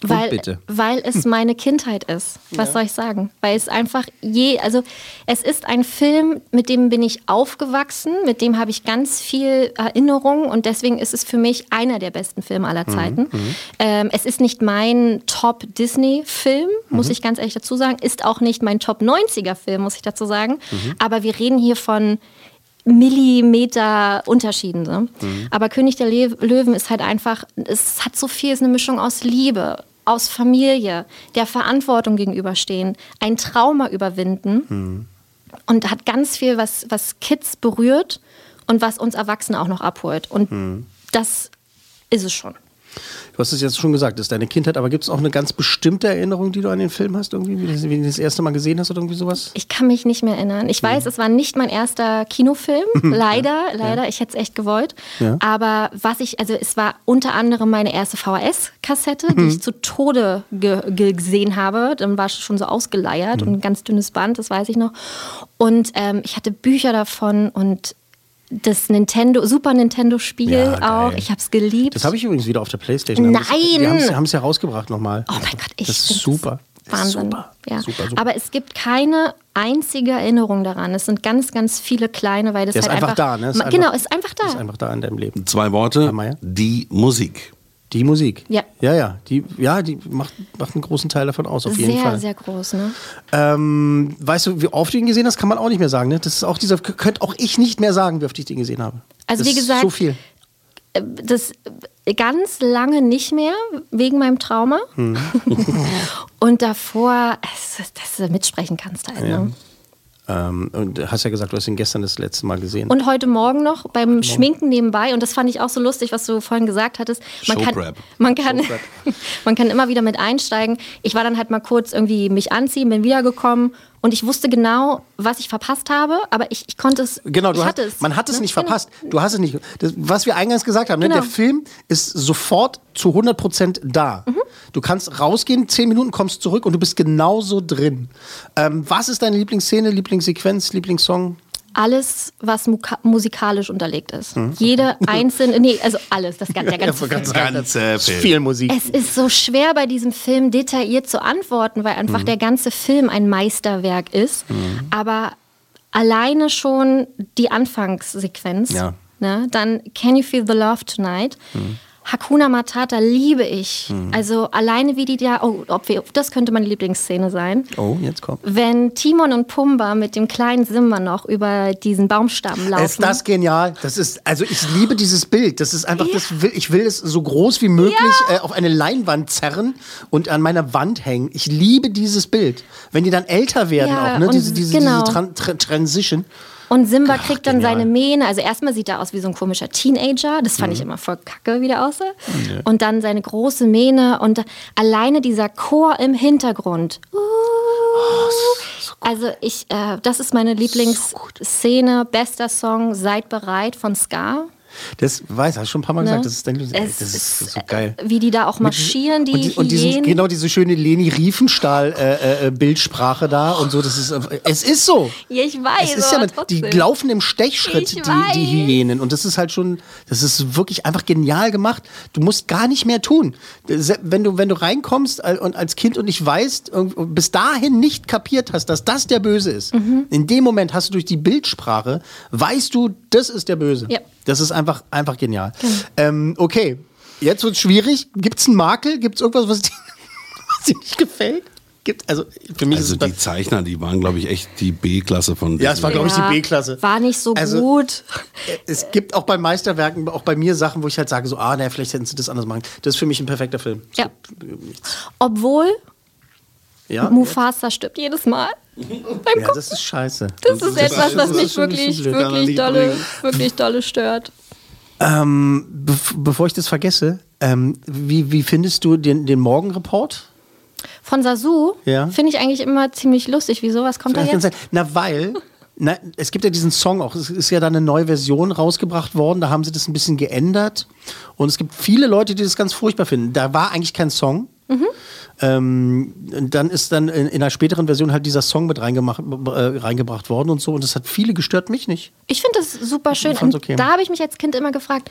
S1: Und
S3: Weil,
S1: bitte.
S3: weil es meine Kindheit ist. Was soll ich sagen? Weil es einfach je, also es ist ein Film, mit dem bin ich aufgewachsen, mit dem habe ich ganz viel Erinnerung und deswegen ist es für mich einer der besten Filme aller Zeiten. Ähm, es ist nicht mein Top-Disney-Film, muss ich ganz ehrlich dazu sagen. Ist auch nicht mein Top-90er-Film, muss ich dazu sagen. Aber wir reden hier von Millimeter Unterschieden. Ne? Aber König der Le Löwen ist halt einfach, es hat so viel, es ist eine Mischung aus Liebe, aus Familie, der Verantwortung gegenüberstehen, ein Trauma überwinden und hat ganz viel, was, was Kids berührt und was uns Erwachsene auch noch abholt. Und das ist es schon.
S1: Du hast es jetzt schon gesagt, das ist deine Kindheit, aber gibt es auch eine ganz bestimmte Erinnerung, die du an den Film hast, irgendwie, wie du wie du das erste Mal gesehen hast oder irgendwie sowas?
S3: Ich kann mich nicht mehr erinnern. Ich
S1: Mhm.
S3: weiß, es war nicht mein erster Kinofilm. Leider, leider. Ich hätte es echt gewollt.
S1: Ja.
S3: Aber was ich, also es war unter anderem meine erste VHS-Kassette,
S1: Mhm.
S3: die ich zu Tode ge ge gesehen habe. Dann war es schon so ausgeleiert
S1: Mhm.
S3: und ein ganz dünnes Band, das weiß ich noch. Und ähm, ich hatte Bücher davon und das Nintendo, Super Nintendo-Spiel
S1: Ja, geil.
S3: auch. Ich habe es geliebt.
S1: Das habe ich übrigens wieder auf der Playstation. Da haben sie-
S3: Nein!
S1: Die haben es- haben es ja rausgebracht nochmal.
S3: Oh mein Gott, ich
S1: Das ist
S3: find's
S1: super. Das ist
S3: Wahnsinn.
S1: Super.
S3: Ja.
S1: super, super.
S3: Aber es gibt keine einzige Erinnerung daran. Es sind ganz, ganz viele kleine, weil das
S1: Der ist
S3: halt
S1: einfach da, ne? Ist
S3: Ma-
S1: einfach-
S3: genau, ist einfach da.
S1: Das ist einfach da in deinem Leben.
S2: Zwei Worte,
S1: Meier?
S2: die Musik.
S1: Die Musik.
S3: Ja.
S1: Ja, ja. Die, ja, die macht, macht einen großen Teil davon aus, auf
S3: sehr,
S1: jeden Fall.
S3: sehr groß, ne?
S1: Ähm, weißt du, wie oft du ihn gesehen hast, kann man auch nicht mehr sagen. Ne? Das ist auch dieser, könnte auch ich nicht mehr sagen, wie oft ich den gesehen habe.
S3: Also
S1: das
S3: wie gesagt,
S1: ist so viel.
S3: Das äh, ganz lange nicht mehr, wegen meinem Trauma.
S1: Hm.
S3: Und davor, es, ist- dass du mitsprechen kannst halt, ne?
S1: Ähm, und du hast ja gesagt, du hast ihn gestern das letzte Mal gesehen.
S3: Und heute Morgen noch beim Schminken nebenbei, und das fand ich auch so lustig, was du vorhin gesagt hattest. Man kann,
S2: Showprep.
S3: man, kann, man kann immer wieder mit einsteigen. Ich war dann halt mal kurz irgendwie mich anziehen, bin wiedergekommen und ich wusste genau, was ich verpasst habe, aber ich, ich konnte es.
S1: genau, du
S3: ich
S1: hast,
S3: hatte es.
S1: man hat es
S3: ne?
S1: nicht
S3: Genau.
S1: verpasst. Du hast es nicht. Das, was wir eingangs gesagt haben, ne?
S3: Genau.
S1: der Film ist sofort zu 100% da.
S3: Mhm.
S1: Du kannst rausgehen, 10 Minuten kommst zurück und du bist genauso drin. Ähm, was ist deine Lieblingsszene, Lieblingssequenz, Lieblingssong?
S3: Alles, was muka- musikalisch unterlegt ist.
S1: Hm.
S3: Jede einzelne, nee, also alles, das ganze, der ganze Film.
S2: Ganze
S1: Ist Viel Musik.
S3: Es ist so schwer bei diesem Film detailliert zu antworten, weil
S1: Mhm.
S3: einfach der ganze Film ein Meisterwerk ist. Aber alleine schon die Anfangssequenz,
S1: Ja. Mhm.
S3: ne? dann Can You Feel the Love Tonight? Hakuna Matata liebe ich. Also alleine wie die da, oh, ob wir, das könnte meine Lieblingsszene sein.
S1: Oh, jetzt kommt.
S3: Wenn Timon und Pumba mit dem kleinen Simba noch über diesen Baumstamm laufen.
S1: Ist das genial? Das ist also ich liebe dieses Bild. Das ist einfach das will ich will es so groß wie möglich äh, auf eine Leinwand zerren und an meiner Wand hängen. Ich liebe dieses Bild. Wenn die dann älter werden
S3: Ja,
S1: auch, ne?
S3: und
S1: diese diese,
S3: genau.
S1: diese Tran Tran Transition.
S3: Und Simba kriegt dann seine Mähne. Also erstmal sieht er aus wie so ein komischer Teenager. Das
S1: Mhm.
S3: fand ich immer voll kacke, wie der aussah.
S8: Ja.
S3: Und dann seine große Mähne und alleine dieser Chor im Hintergrund. Uh,
S1: Oh,
S3: also ich, äh, das ist meine Lieblingsszene, bester Song, Seid bereit von Scar.
S1: Das weiß, hast du schon ein paar Mal
S3: Ne?
S1: gesagt. Das ist, dein, ey,
S3: Es
S1: das ist,
S3: ist, äh,
S1: so geil.
S3: Wie die da auch
S1: Mit diesen-
S3: marschieren, die,
S1: und, die- und diesen,
S3: Hyänen.
S1: genau diese schöne Leni Riefenstahl äh, äh, äh, Bildsprache da und so. Das ist, äh, es ist so.
S3: Ja, ich weiß.
S1: Es ist ja
S3: aber
S1: mit, die
S3: trotzdem.
S1: laufen im Stechschritt,
S3: Ich
S1: die,
S3: weiß.
S1: die Hyänen. Und das ist halt schon, das ist wirklich einfach genial gemacht. Du musst gar nicht mehr tun. Se- Wenn du, wenn du reinkommst al- und als Kind und nicht weißt, irgend- und bis dahin nicht kapiert hast, dass das der Böse ist,
S3: Mhm.
S1: in dem Moment hast du durch die Bildsprache, weißt du, das ist der Böse.
S3: Ja.
S1: Das ist einfach, einfach genial. Ähm, okay, jetzt wird's schwierig. Gibt's einen Makel? Gibt's irgendwas, was dir, was dir nicht gefällt? Gibt, also für mich
S2: also
S1: ist es
S2: die Zeichner, die waren, glaube ich, echt die B-Klasse von
S1: Ja, es war, glaube ich, die
S3: Ja,
S1: B-Klasse.
S3: War nicht so
S1: Also-
S3: gut.
S1: Es gibt auch bei Meisterwerken, auch bei mir Sachen, wo ich halt sage, so, ah, naja, vielleicht hätten sie das anders machen. Das ist für mich ein perfekter Film.
S3: Ja. Obwohl
S1: Ja,
S3: Mufasa stirbt jedes Mal. Beim
S1: ja
S3: Kopf.
S1: das ist scheiße.
S3: Das ist etwas, was
S1: das
S3: mich
S1: ist schon ein
S3: wirklich,
S1: bisschen blöd.
S3: wirklich dolle, wirklich dolle stört.
S1: Ähm, bev- bevor ich das vergesse, ähm, wie, wie findest du den, den Morgenreport?
S3: Von Sasu
S1: Ja.
S3: finde ich eigentlich immer ziemlich lustig. Wieso? Was kommt da
S1: Vielleicht ganz
S3: jetzt?
S1: ehrlich, Äh, Na, weil. Na, es gibt ja diesen Song auch. Es ist ja dann eine neue Version rausgebracht worden. Da haben sie das ein bisschen geändert. Und es gibt viele Leute, die das ganz furchtbar finden. Da war eigentlich kein Song. Ähm, und dann ist dann in, in einer späteren Version halt dieser Song mit reingemacht, äh, reingebracht worden und so. Und das hat viele gestört, mich nicht.
S3: Ich finde das super schön.
S1: Ich
S3: Und
S1: fand's okay.
S3: da habe ich mich als Kind immer gefragt,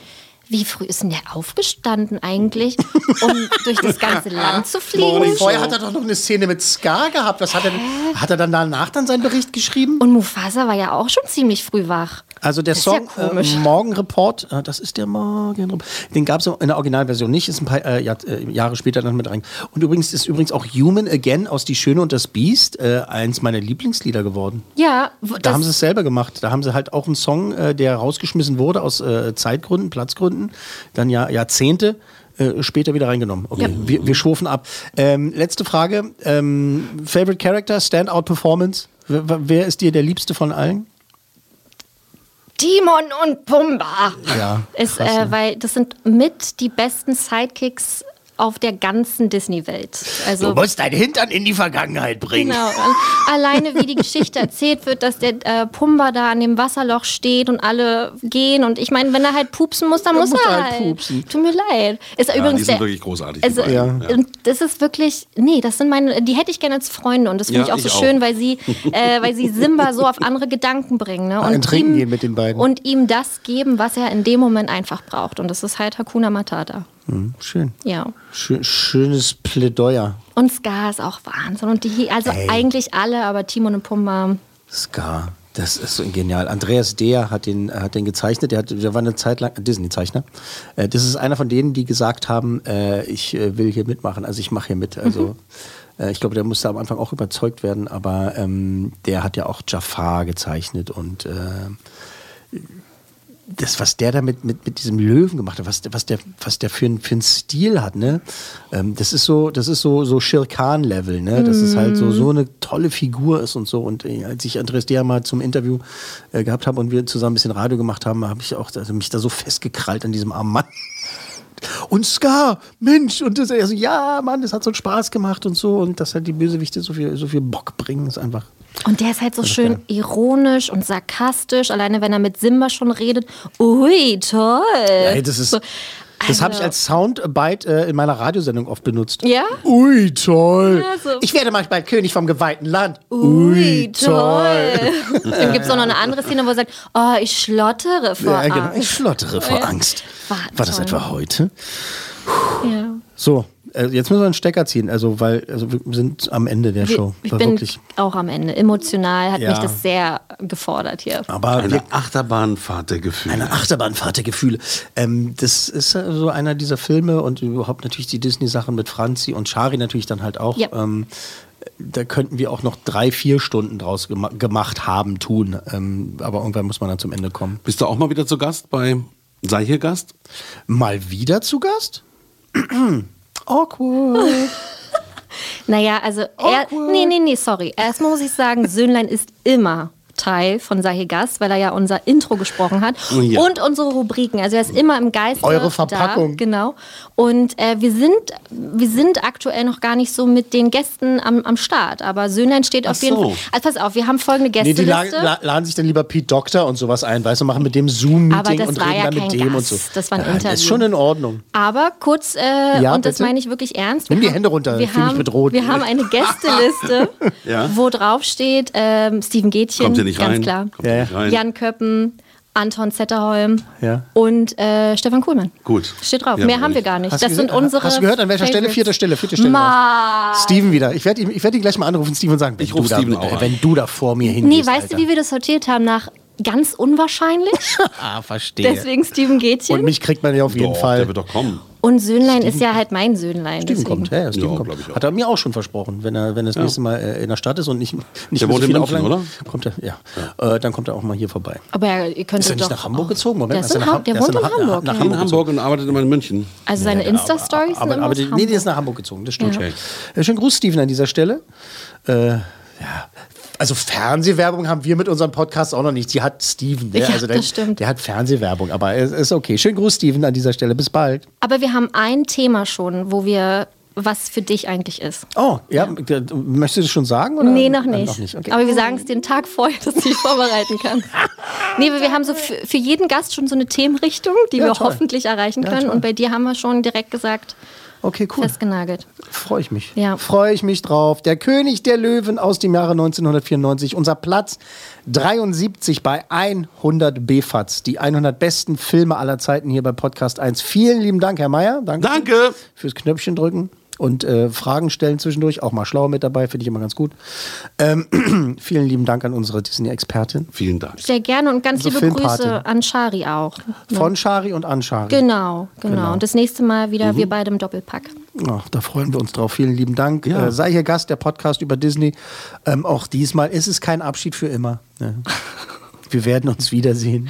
S3: wie früh ist denn der aufgestanden eigentlich, um durch das ganze Land zu fliegen?
S1: Vorher hat er doch noch eine Szene mit Scar gehabt. Was hat er, denn- hat er dann danach dann seinen Bericht geschrieben?
S3: Und Mufasa war ja auch schon ziemlich früh wach.
S1: Also der
S3: Das ist
S1: Song
S3: ja komisch.
S1: äh, Morgenreport, äh, das ist der Morgenreport. Den gab es in der Originalversion nicht, ist ein paar äh, Jahr, äh, Jahre später dann mit rein. Und übrigens ist übrigens auch Human Again aus Die Schöne und das Biest äh, eins meiner Lieblingslieder geworden.
S3: Ja, wo-
S1: Da
S3: das,
S1: haben sie es selber gemacht. Da haben sie halt auch einen Song, äh, der rausgeschmissen wurde aus äh, Zeitgründen, Platzgründen, dann ja Jahrzehnte äh, später wieder reingenommen. Okay, wir, wir schwurfen ab. Ähm, letzte Frage: ähm, Favorite Character, Standout Performance. W w- wer ist dir der liebste von allen?
S3: Timon und Pumba.
S1: Ja,
S3: Ist,
S1: krass,
S3: äh,
S1: ne?
S3: weil das sind mit die besten Sidekicks auf der ganzen Disney-Welt. Also
S1: dein Hintern in die Vergangenheit bringen.
S3: Genau. Alleine wie die Geschichte erzählt wird, dass der äh, Pumba da an dem Wasserloch steht und alle gehen. Und ich meine, wenn er halt pupsen muss, dann
S1: Dann
S3: muss,
S1: muss
S3: er
S1: er
S3: halt.
S1: halt pupsen.
S3: Tut mir leid. Ist
S2: Ja,
S3: übrigens
S2: die sind
S3: der-
S2: wirklich großartig, die
S3: Also,
S2: beiden. Ja.
S3: Und das ist wirklich, nee, das sind meine, die hätte ich gerne als Freunde. Und das finde
S2: Ja,
S3: ich auch
S2: ich
S3: so
S2: auch.
S3: schön, weil sie, äh, weil sie Simba so auf andere Gedanken bringen. Ne?
S1: Ah, ein
S3: Und,
S1: Trinken
S3: ihm,
S1: gehen mit den beiden.
S3: und ihm das geben, was er in dem Moment einfach braucht. Und das ist halt Hakuna Matata.
S1: Hm, schön.
S3: Ja.
S1: Schö- schönes Plädoyer.
S3: Und Scar ist auch Wahnsinn. Und die, also
S1: Ey.
S3: eigentlich alle, aber Timon und Pumba.
S1: Scar. Das ist so genial. Andreas Deer hat den, äh, hat den gezeichnet. Der, hat, der war eine Zeit lang Disney-Zeichner. Äh, Das ist einer von denen, die gesagt haben, äh, ich äh, will hier mitmachen. Also ich mache hier mit. Also
S3: Mhm.
S1: äh, ich glaube, der musste am Anfang auch überzeugt werden. Aber ähm, der hat ja auch Jafar gezeichnet und äh, das, was der da mit, mit, mit diesem Löwen gemacht hat, was, was der, was der für, einen- für einen Stil hat, ne? Ähm, das ist so, das ist so, so Shere Khan-Level, ne? Dass es halt so, so eine tolle Figur ist und so. Und äh, als ich Andreas Dea mal zum Interview äh, gehabt habe und wir zusammen ein bisschen Radio gemacht haben, habe ich auch also mich da so festgekrallt an diesem armen Mann. Und Scar, Mensch, und das, also, ja, Mann, das hat so einen Spaß gemacht und so. Und dass halt die Bösewichte so viel, so viel Bock bringen, ist einfach.
S3: Und der ist halt so
S1: Das ist
S3: schön ironisch und sarkastisch, alleine wenn er mit Simba schon redet. Ui, toll.
S1: Ey, das ist. Das habe ich als Soundbite äh, in meiner Radiosendung oft benutzt.
S3: also Ja?
S1: Ui, toll.
S3: Ja, so.
S1: Ich werde manchmal König vom geweihten Land.
S3: Ui, toll. Dann gibt es auch noch eine andere Szene, wo er sagt, oh, ich schlottere vor
S1: Ja, genau. Ich
S3: Angst.
S1: schlottere vor
S3: Ja.
S1: Angst.
S3: War
S1: War das
S3: toll.
S1: etwa heute?
S3: Ja.
S1: So, äh, jetzt müssen wir einen Stecker ziehen, also weil also wir sind am Ende der
S3: Wir-
S1: Show.
S3: Ich
S1: War
S3: bin
S1: wirklich.
S3: auch am Ende. Emotional hat
S1: Ja.
S3: mich das sehr gefordert hier.
S1: Aber wir,
S2: Eine Achterbahnfahrt der Gefühle.
S1: eine Achterbahnfahrt der Gefühle. Ähm, das ist äh, so einer dieser Filme und überhaupt natürlich die Disney-Sachen mit Franzi und Shari natürlich dann halt auch.
S3: Ja.
S1: Ähm, da könnten wir auch noch drei, vier Stunden draus gema gemacht haben, tun. Ähm, aber irgendwann muss man dann zum Ende kommen.
S2: Bist du auch mal wieder zu Gast bei Sei hier Gast?
S1: Mal wieder zu Gast? Awkward.
S3: Naja, also, er, nee, nee, nee, sorry. Erstmal muss ich sagen, Söhnlein ist immer Teil von Sahigas, weil er ja unser Intro gesprochen hat
S1: Oh ja.
S3: und unsere Rubriken. Also er ist immer im Geiste
S1: Eure
S3: da,
S1: Verpackung.
S3: genau. Und äh, wir, sind, wir sind aktuell noch gar nicht so mit den Gästen am, am Start, aber Söhnlein steht
S1: Ach
S3: auf jeden
S1: so.
S3: Fall. Also pass auf, wir haben folgende
S1: Nee, die
S3: Gästeliste.
S1: la la laden sich dann lieber Pete Doctor und sowas ein, weißt du, machen mit dem
S3: Aber
S1: Zoom-Meeting
S3: das
S1: und
S3: war
S1: reden
S3: ja
S1: dann
S3: kein
S1: mit dem
S3: Gast,
S1: und so.
S3: das war ein
S1: Nein,
S3: Interview.
S1: Ist schon in Ordnung.
S3: Aber kurz, äh,
S1: Ja,
S3: und das
S1: bitte?
S3: meine ich wirklich ernst.
S1: Nimm die
S3: haben-
S1: Hände runter,
S3: wir
S1: ich fühl mich
S3: haben-
S1: bedroht.
S3: Wir haben eine Gästeliste,
S1: Ja.
S3: wo drauf steht ähm, Steven Gätchen,
S1: Kommt hier nicht
S3: ganz
S1: rein.
S3: klar.
S1: Kommt hier nicht rein.
S3: Jan Köppen, Anton Zetterholm
S1: Ja.
S3: und äh, Stefan Kuhlmann.
S2: Gut.
S3: Steht drauf.
S1: Ja,
S3: Mehr haben
S1: nicht.
S3: wir gar nicht.
S1: Hast
S3: das
S1: du
S3: sind
S1: gesehen-
S3: unsere.
S1: Hast du gehört, an welcher Stelle?
S3: Favorites.
S1: Vierte Stelle, vierte Stelle.
S3: Ma-
S1: Steven wieder. Ich werde ihn, ich werd ihn gleich mal anrufen, Steven, und sagen, wenn,
S2: ruf
S1: du da,
S2: Steven auch an.
S1: wenn du da vor mir hingehst.
S3: Nee, weißt du, wie wir das sortiert haben? Nach ganz unwahrscheinlich.
S1: Ah, verstehe.
S3: Deswegen Steven Gätchen.
S1: und mich kriegt man ja auf jeden
S2: Doch,
S1: Fall.
S2: der wird doch kommen.
S3: Und Söhnlein ist ja halt mein Söhnlein.
S1: Steven
S3: deswegen.
S1: kommt, ja, ja, Steven
S2: Ja, glaub
S1: kommt. Hat er mir auch schon versprochen, wenn er, wenn er das
S2: Ja.
S1: nächste Mal äh, in der Stadt ist und nicht, nicht
S2: Der
S1: mehr
S2: wohnt in
S1: viel
S2: München,
S1: Auflagen-
S2: oder?
S1: Kommt er, ja. Äh, dann kommt er auch mal hier vorbei.
S3: Aber ja, ihr könnt
S1: Ist er nicht
S3: doch
S1: nach Hamburg gezogen? Moment,
S3: Der,
S1: mal,
S3: ist in
S1: er
S3: Ham
S1: nach-
S3: der
S1: ist er
S3: wohnt in
S1: nach-
S3: Hamburg.
S1: Nach,
S3: ja.
S1: nach Hamburg gezogen.
S2: und arbeitet immer in München.
S3: Also seine Insta-Stories sind
S1: genau, Aber,
S3: immer
S1: aber
S3: aus
S1: die,
S3: Hamburg.
S1: nee, die ist nach Hamburg gezogen, das stimmt
S3: Ja.
S1: schon. Äh, schönen Gruß, Steven, an dieser Stelle. Äh, ja. Also Fernsehwerbung haben wir mit unserem Podcast auch noch nicht. Die hat Steven. Ne?
S3: Ja,
S1: also der,
S3: das stimmt.
S1: der hat Fernsehwerbung, aber es ist okay. Schönen Gruß, Steven, an dieser Stelle. Bis bald.
S3: Aber wir haben ein Thema schon, wo wir, was für dich eigentlich ist.
S1: Oh, ja, d- d- möchtest du das schon sagen? Oder?
S3: Nee, noch
S1: Ah,
S3: nicht.
S1: Noch nicht. Okay.
S3: Aber wir sagen es den Tag vorher, dass ich vorbereiten kann. Nee, wir wir haben so für, für jeden Gast schon so eine Themenrichtung, die
S1: Ja,
S3: wir
S1: toll.
S3: hoffentlich erreichen
S1: Ja,
S3: können.
S1: toll.
S3: Und bei dir haben wir schon direkt gesagt,
S1: okay, cool.
S3: festgenagelt.
S1: Freue ich mich.
S3: Ja.
S1: Freue ich mich drauf. Der König der Löwen aus dem Jahre 1994. Unser Platz 73 bei 100 BFATs. Die 100 besten Filme aller Zeiten hier bei Podcast 1. Vielen lieben Dank, Herr Meier. Danke.
S2: Danke.
S1: Fürs Knöpfchen drücken und äh, Fragen stellen zwischendurch. Auch mal schlau mit dabei. Finde ich immer ganz gut. Ähm, vielen lieben Dank an unsere Disney-Expertin.
S2: Vielen Dank.
S3: Sehr gerne und ganz
S1: So
S3: liebe
S1: Filmpatin.
S3: Grüße an Shari auch.
S1: Von Shari und an Shari.
S3: Genau, genau,
S1: Genau. Mhm.
S3: Und das nächste Mal wieder wir beide im Doppelpack.
S1: Ach, da freuen wir uns drauf. Vielen lieben Dank. Äh, sei hier Gast, der Podcast über Disney. Ähm, auch diesmal ist es kein Abschied für immer. Ne? Wir werden uns wiedersehen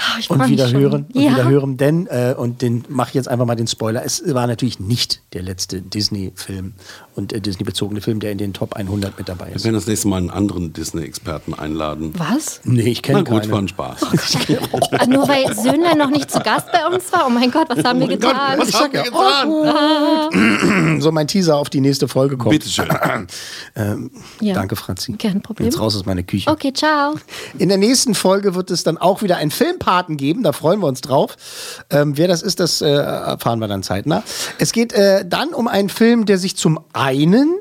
S3: Ah, ich freu
S1: und
S3: mich
S1: wieder
S3: schon.
S1: hören und
S3: ja.
S1: wieder hören, denn äh, und den mache ich jetzt einfach mal den Spoiler. Es war natürlich nicht der letzte Disney-Film und äh, Disney-bezogene Film, der in den Top 100 mit dabei
S2: Wir
S1: ist.
S2: werden das nächste Mal einen anderen Disney-Experten einladen.
S3: Was?
S1: Nee, ich
S2: Na
S1: kenne
S2: gut,
S1: keinen.
S2: war ein Spaß.
S3: Ah, nur weil Söhnlein noch nicht zu Gast bei uns war? Oh mein Gott, was haben wir
S2: mein Gott,
S3: getan?
S2: was haben wir
S3: getan?
S1: oh so mein Teaser auf die nächste Folge kommt.
S2: Bitteschön.
S1: ähm,
S3: Ja.
S1: Danke, Franzi.
S3: Kein Problem.
S1: Jetzt raus aus meiner Küche.
S3: Okay, ciao.
S1: In der nächsten Folge wird es dann auch wieder einen Filmpaten geben, da freuen wir uns drauf. Ähm, wer das ist, das äh, erfahren wir dann zeitnah. Es geht äh, dann um einen Film, der sich zum einen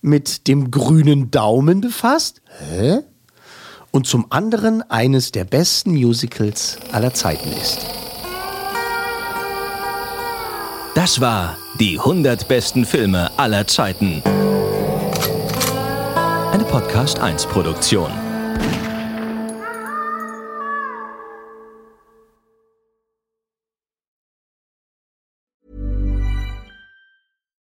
S1: mit dem grünen Daumen befasst hä? und zum anderen eines der besten Musicals aller Zeiten ist.
S9: Das war die 100 besten Filme aller Zeiten. Eine Podcast 1 Produktion.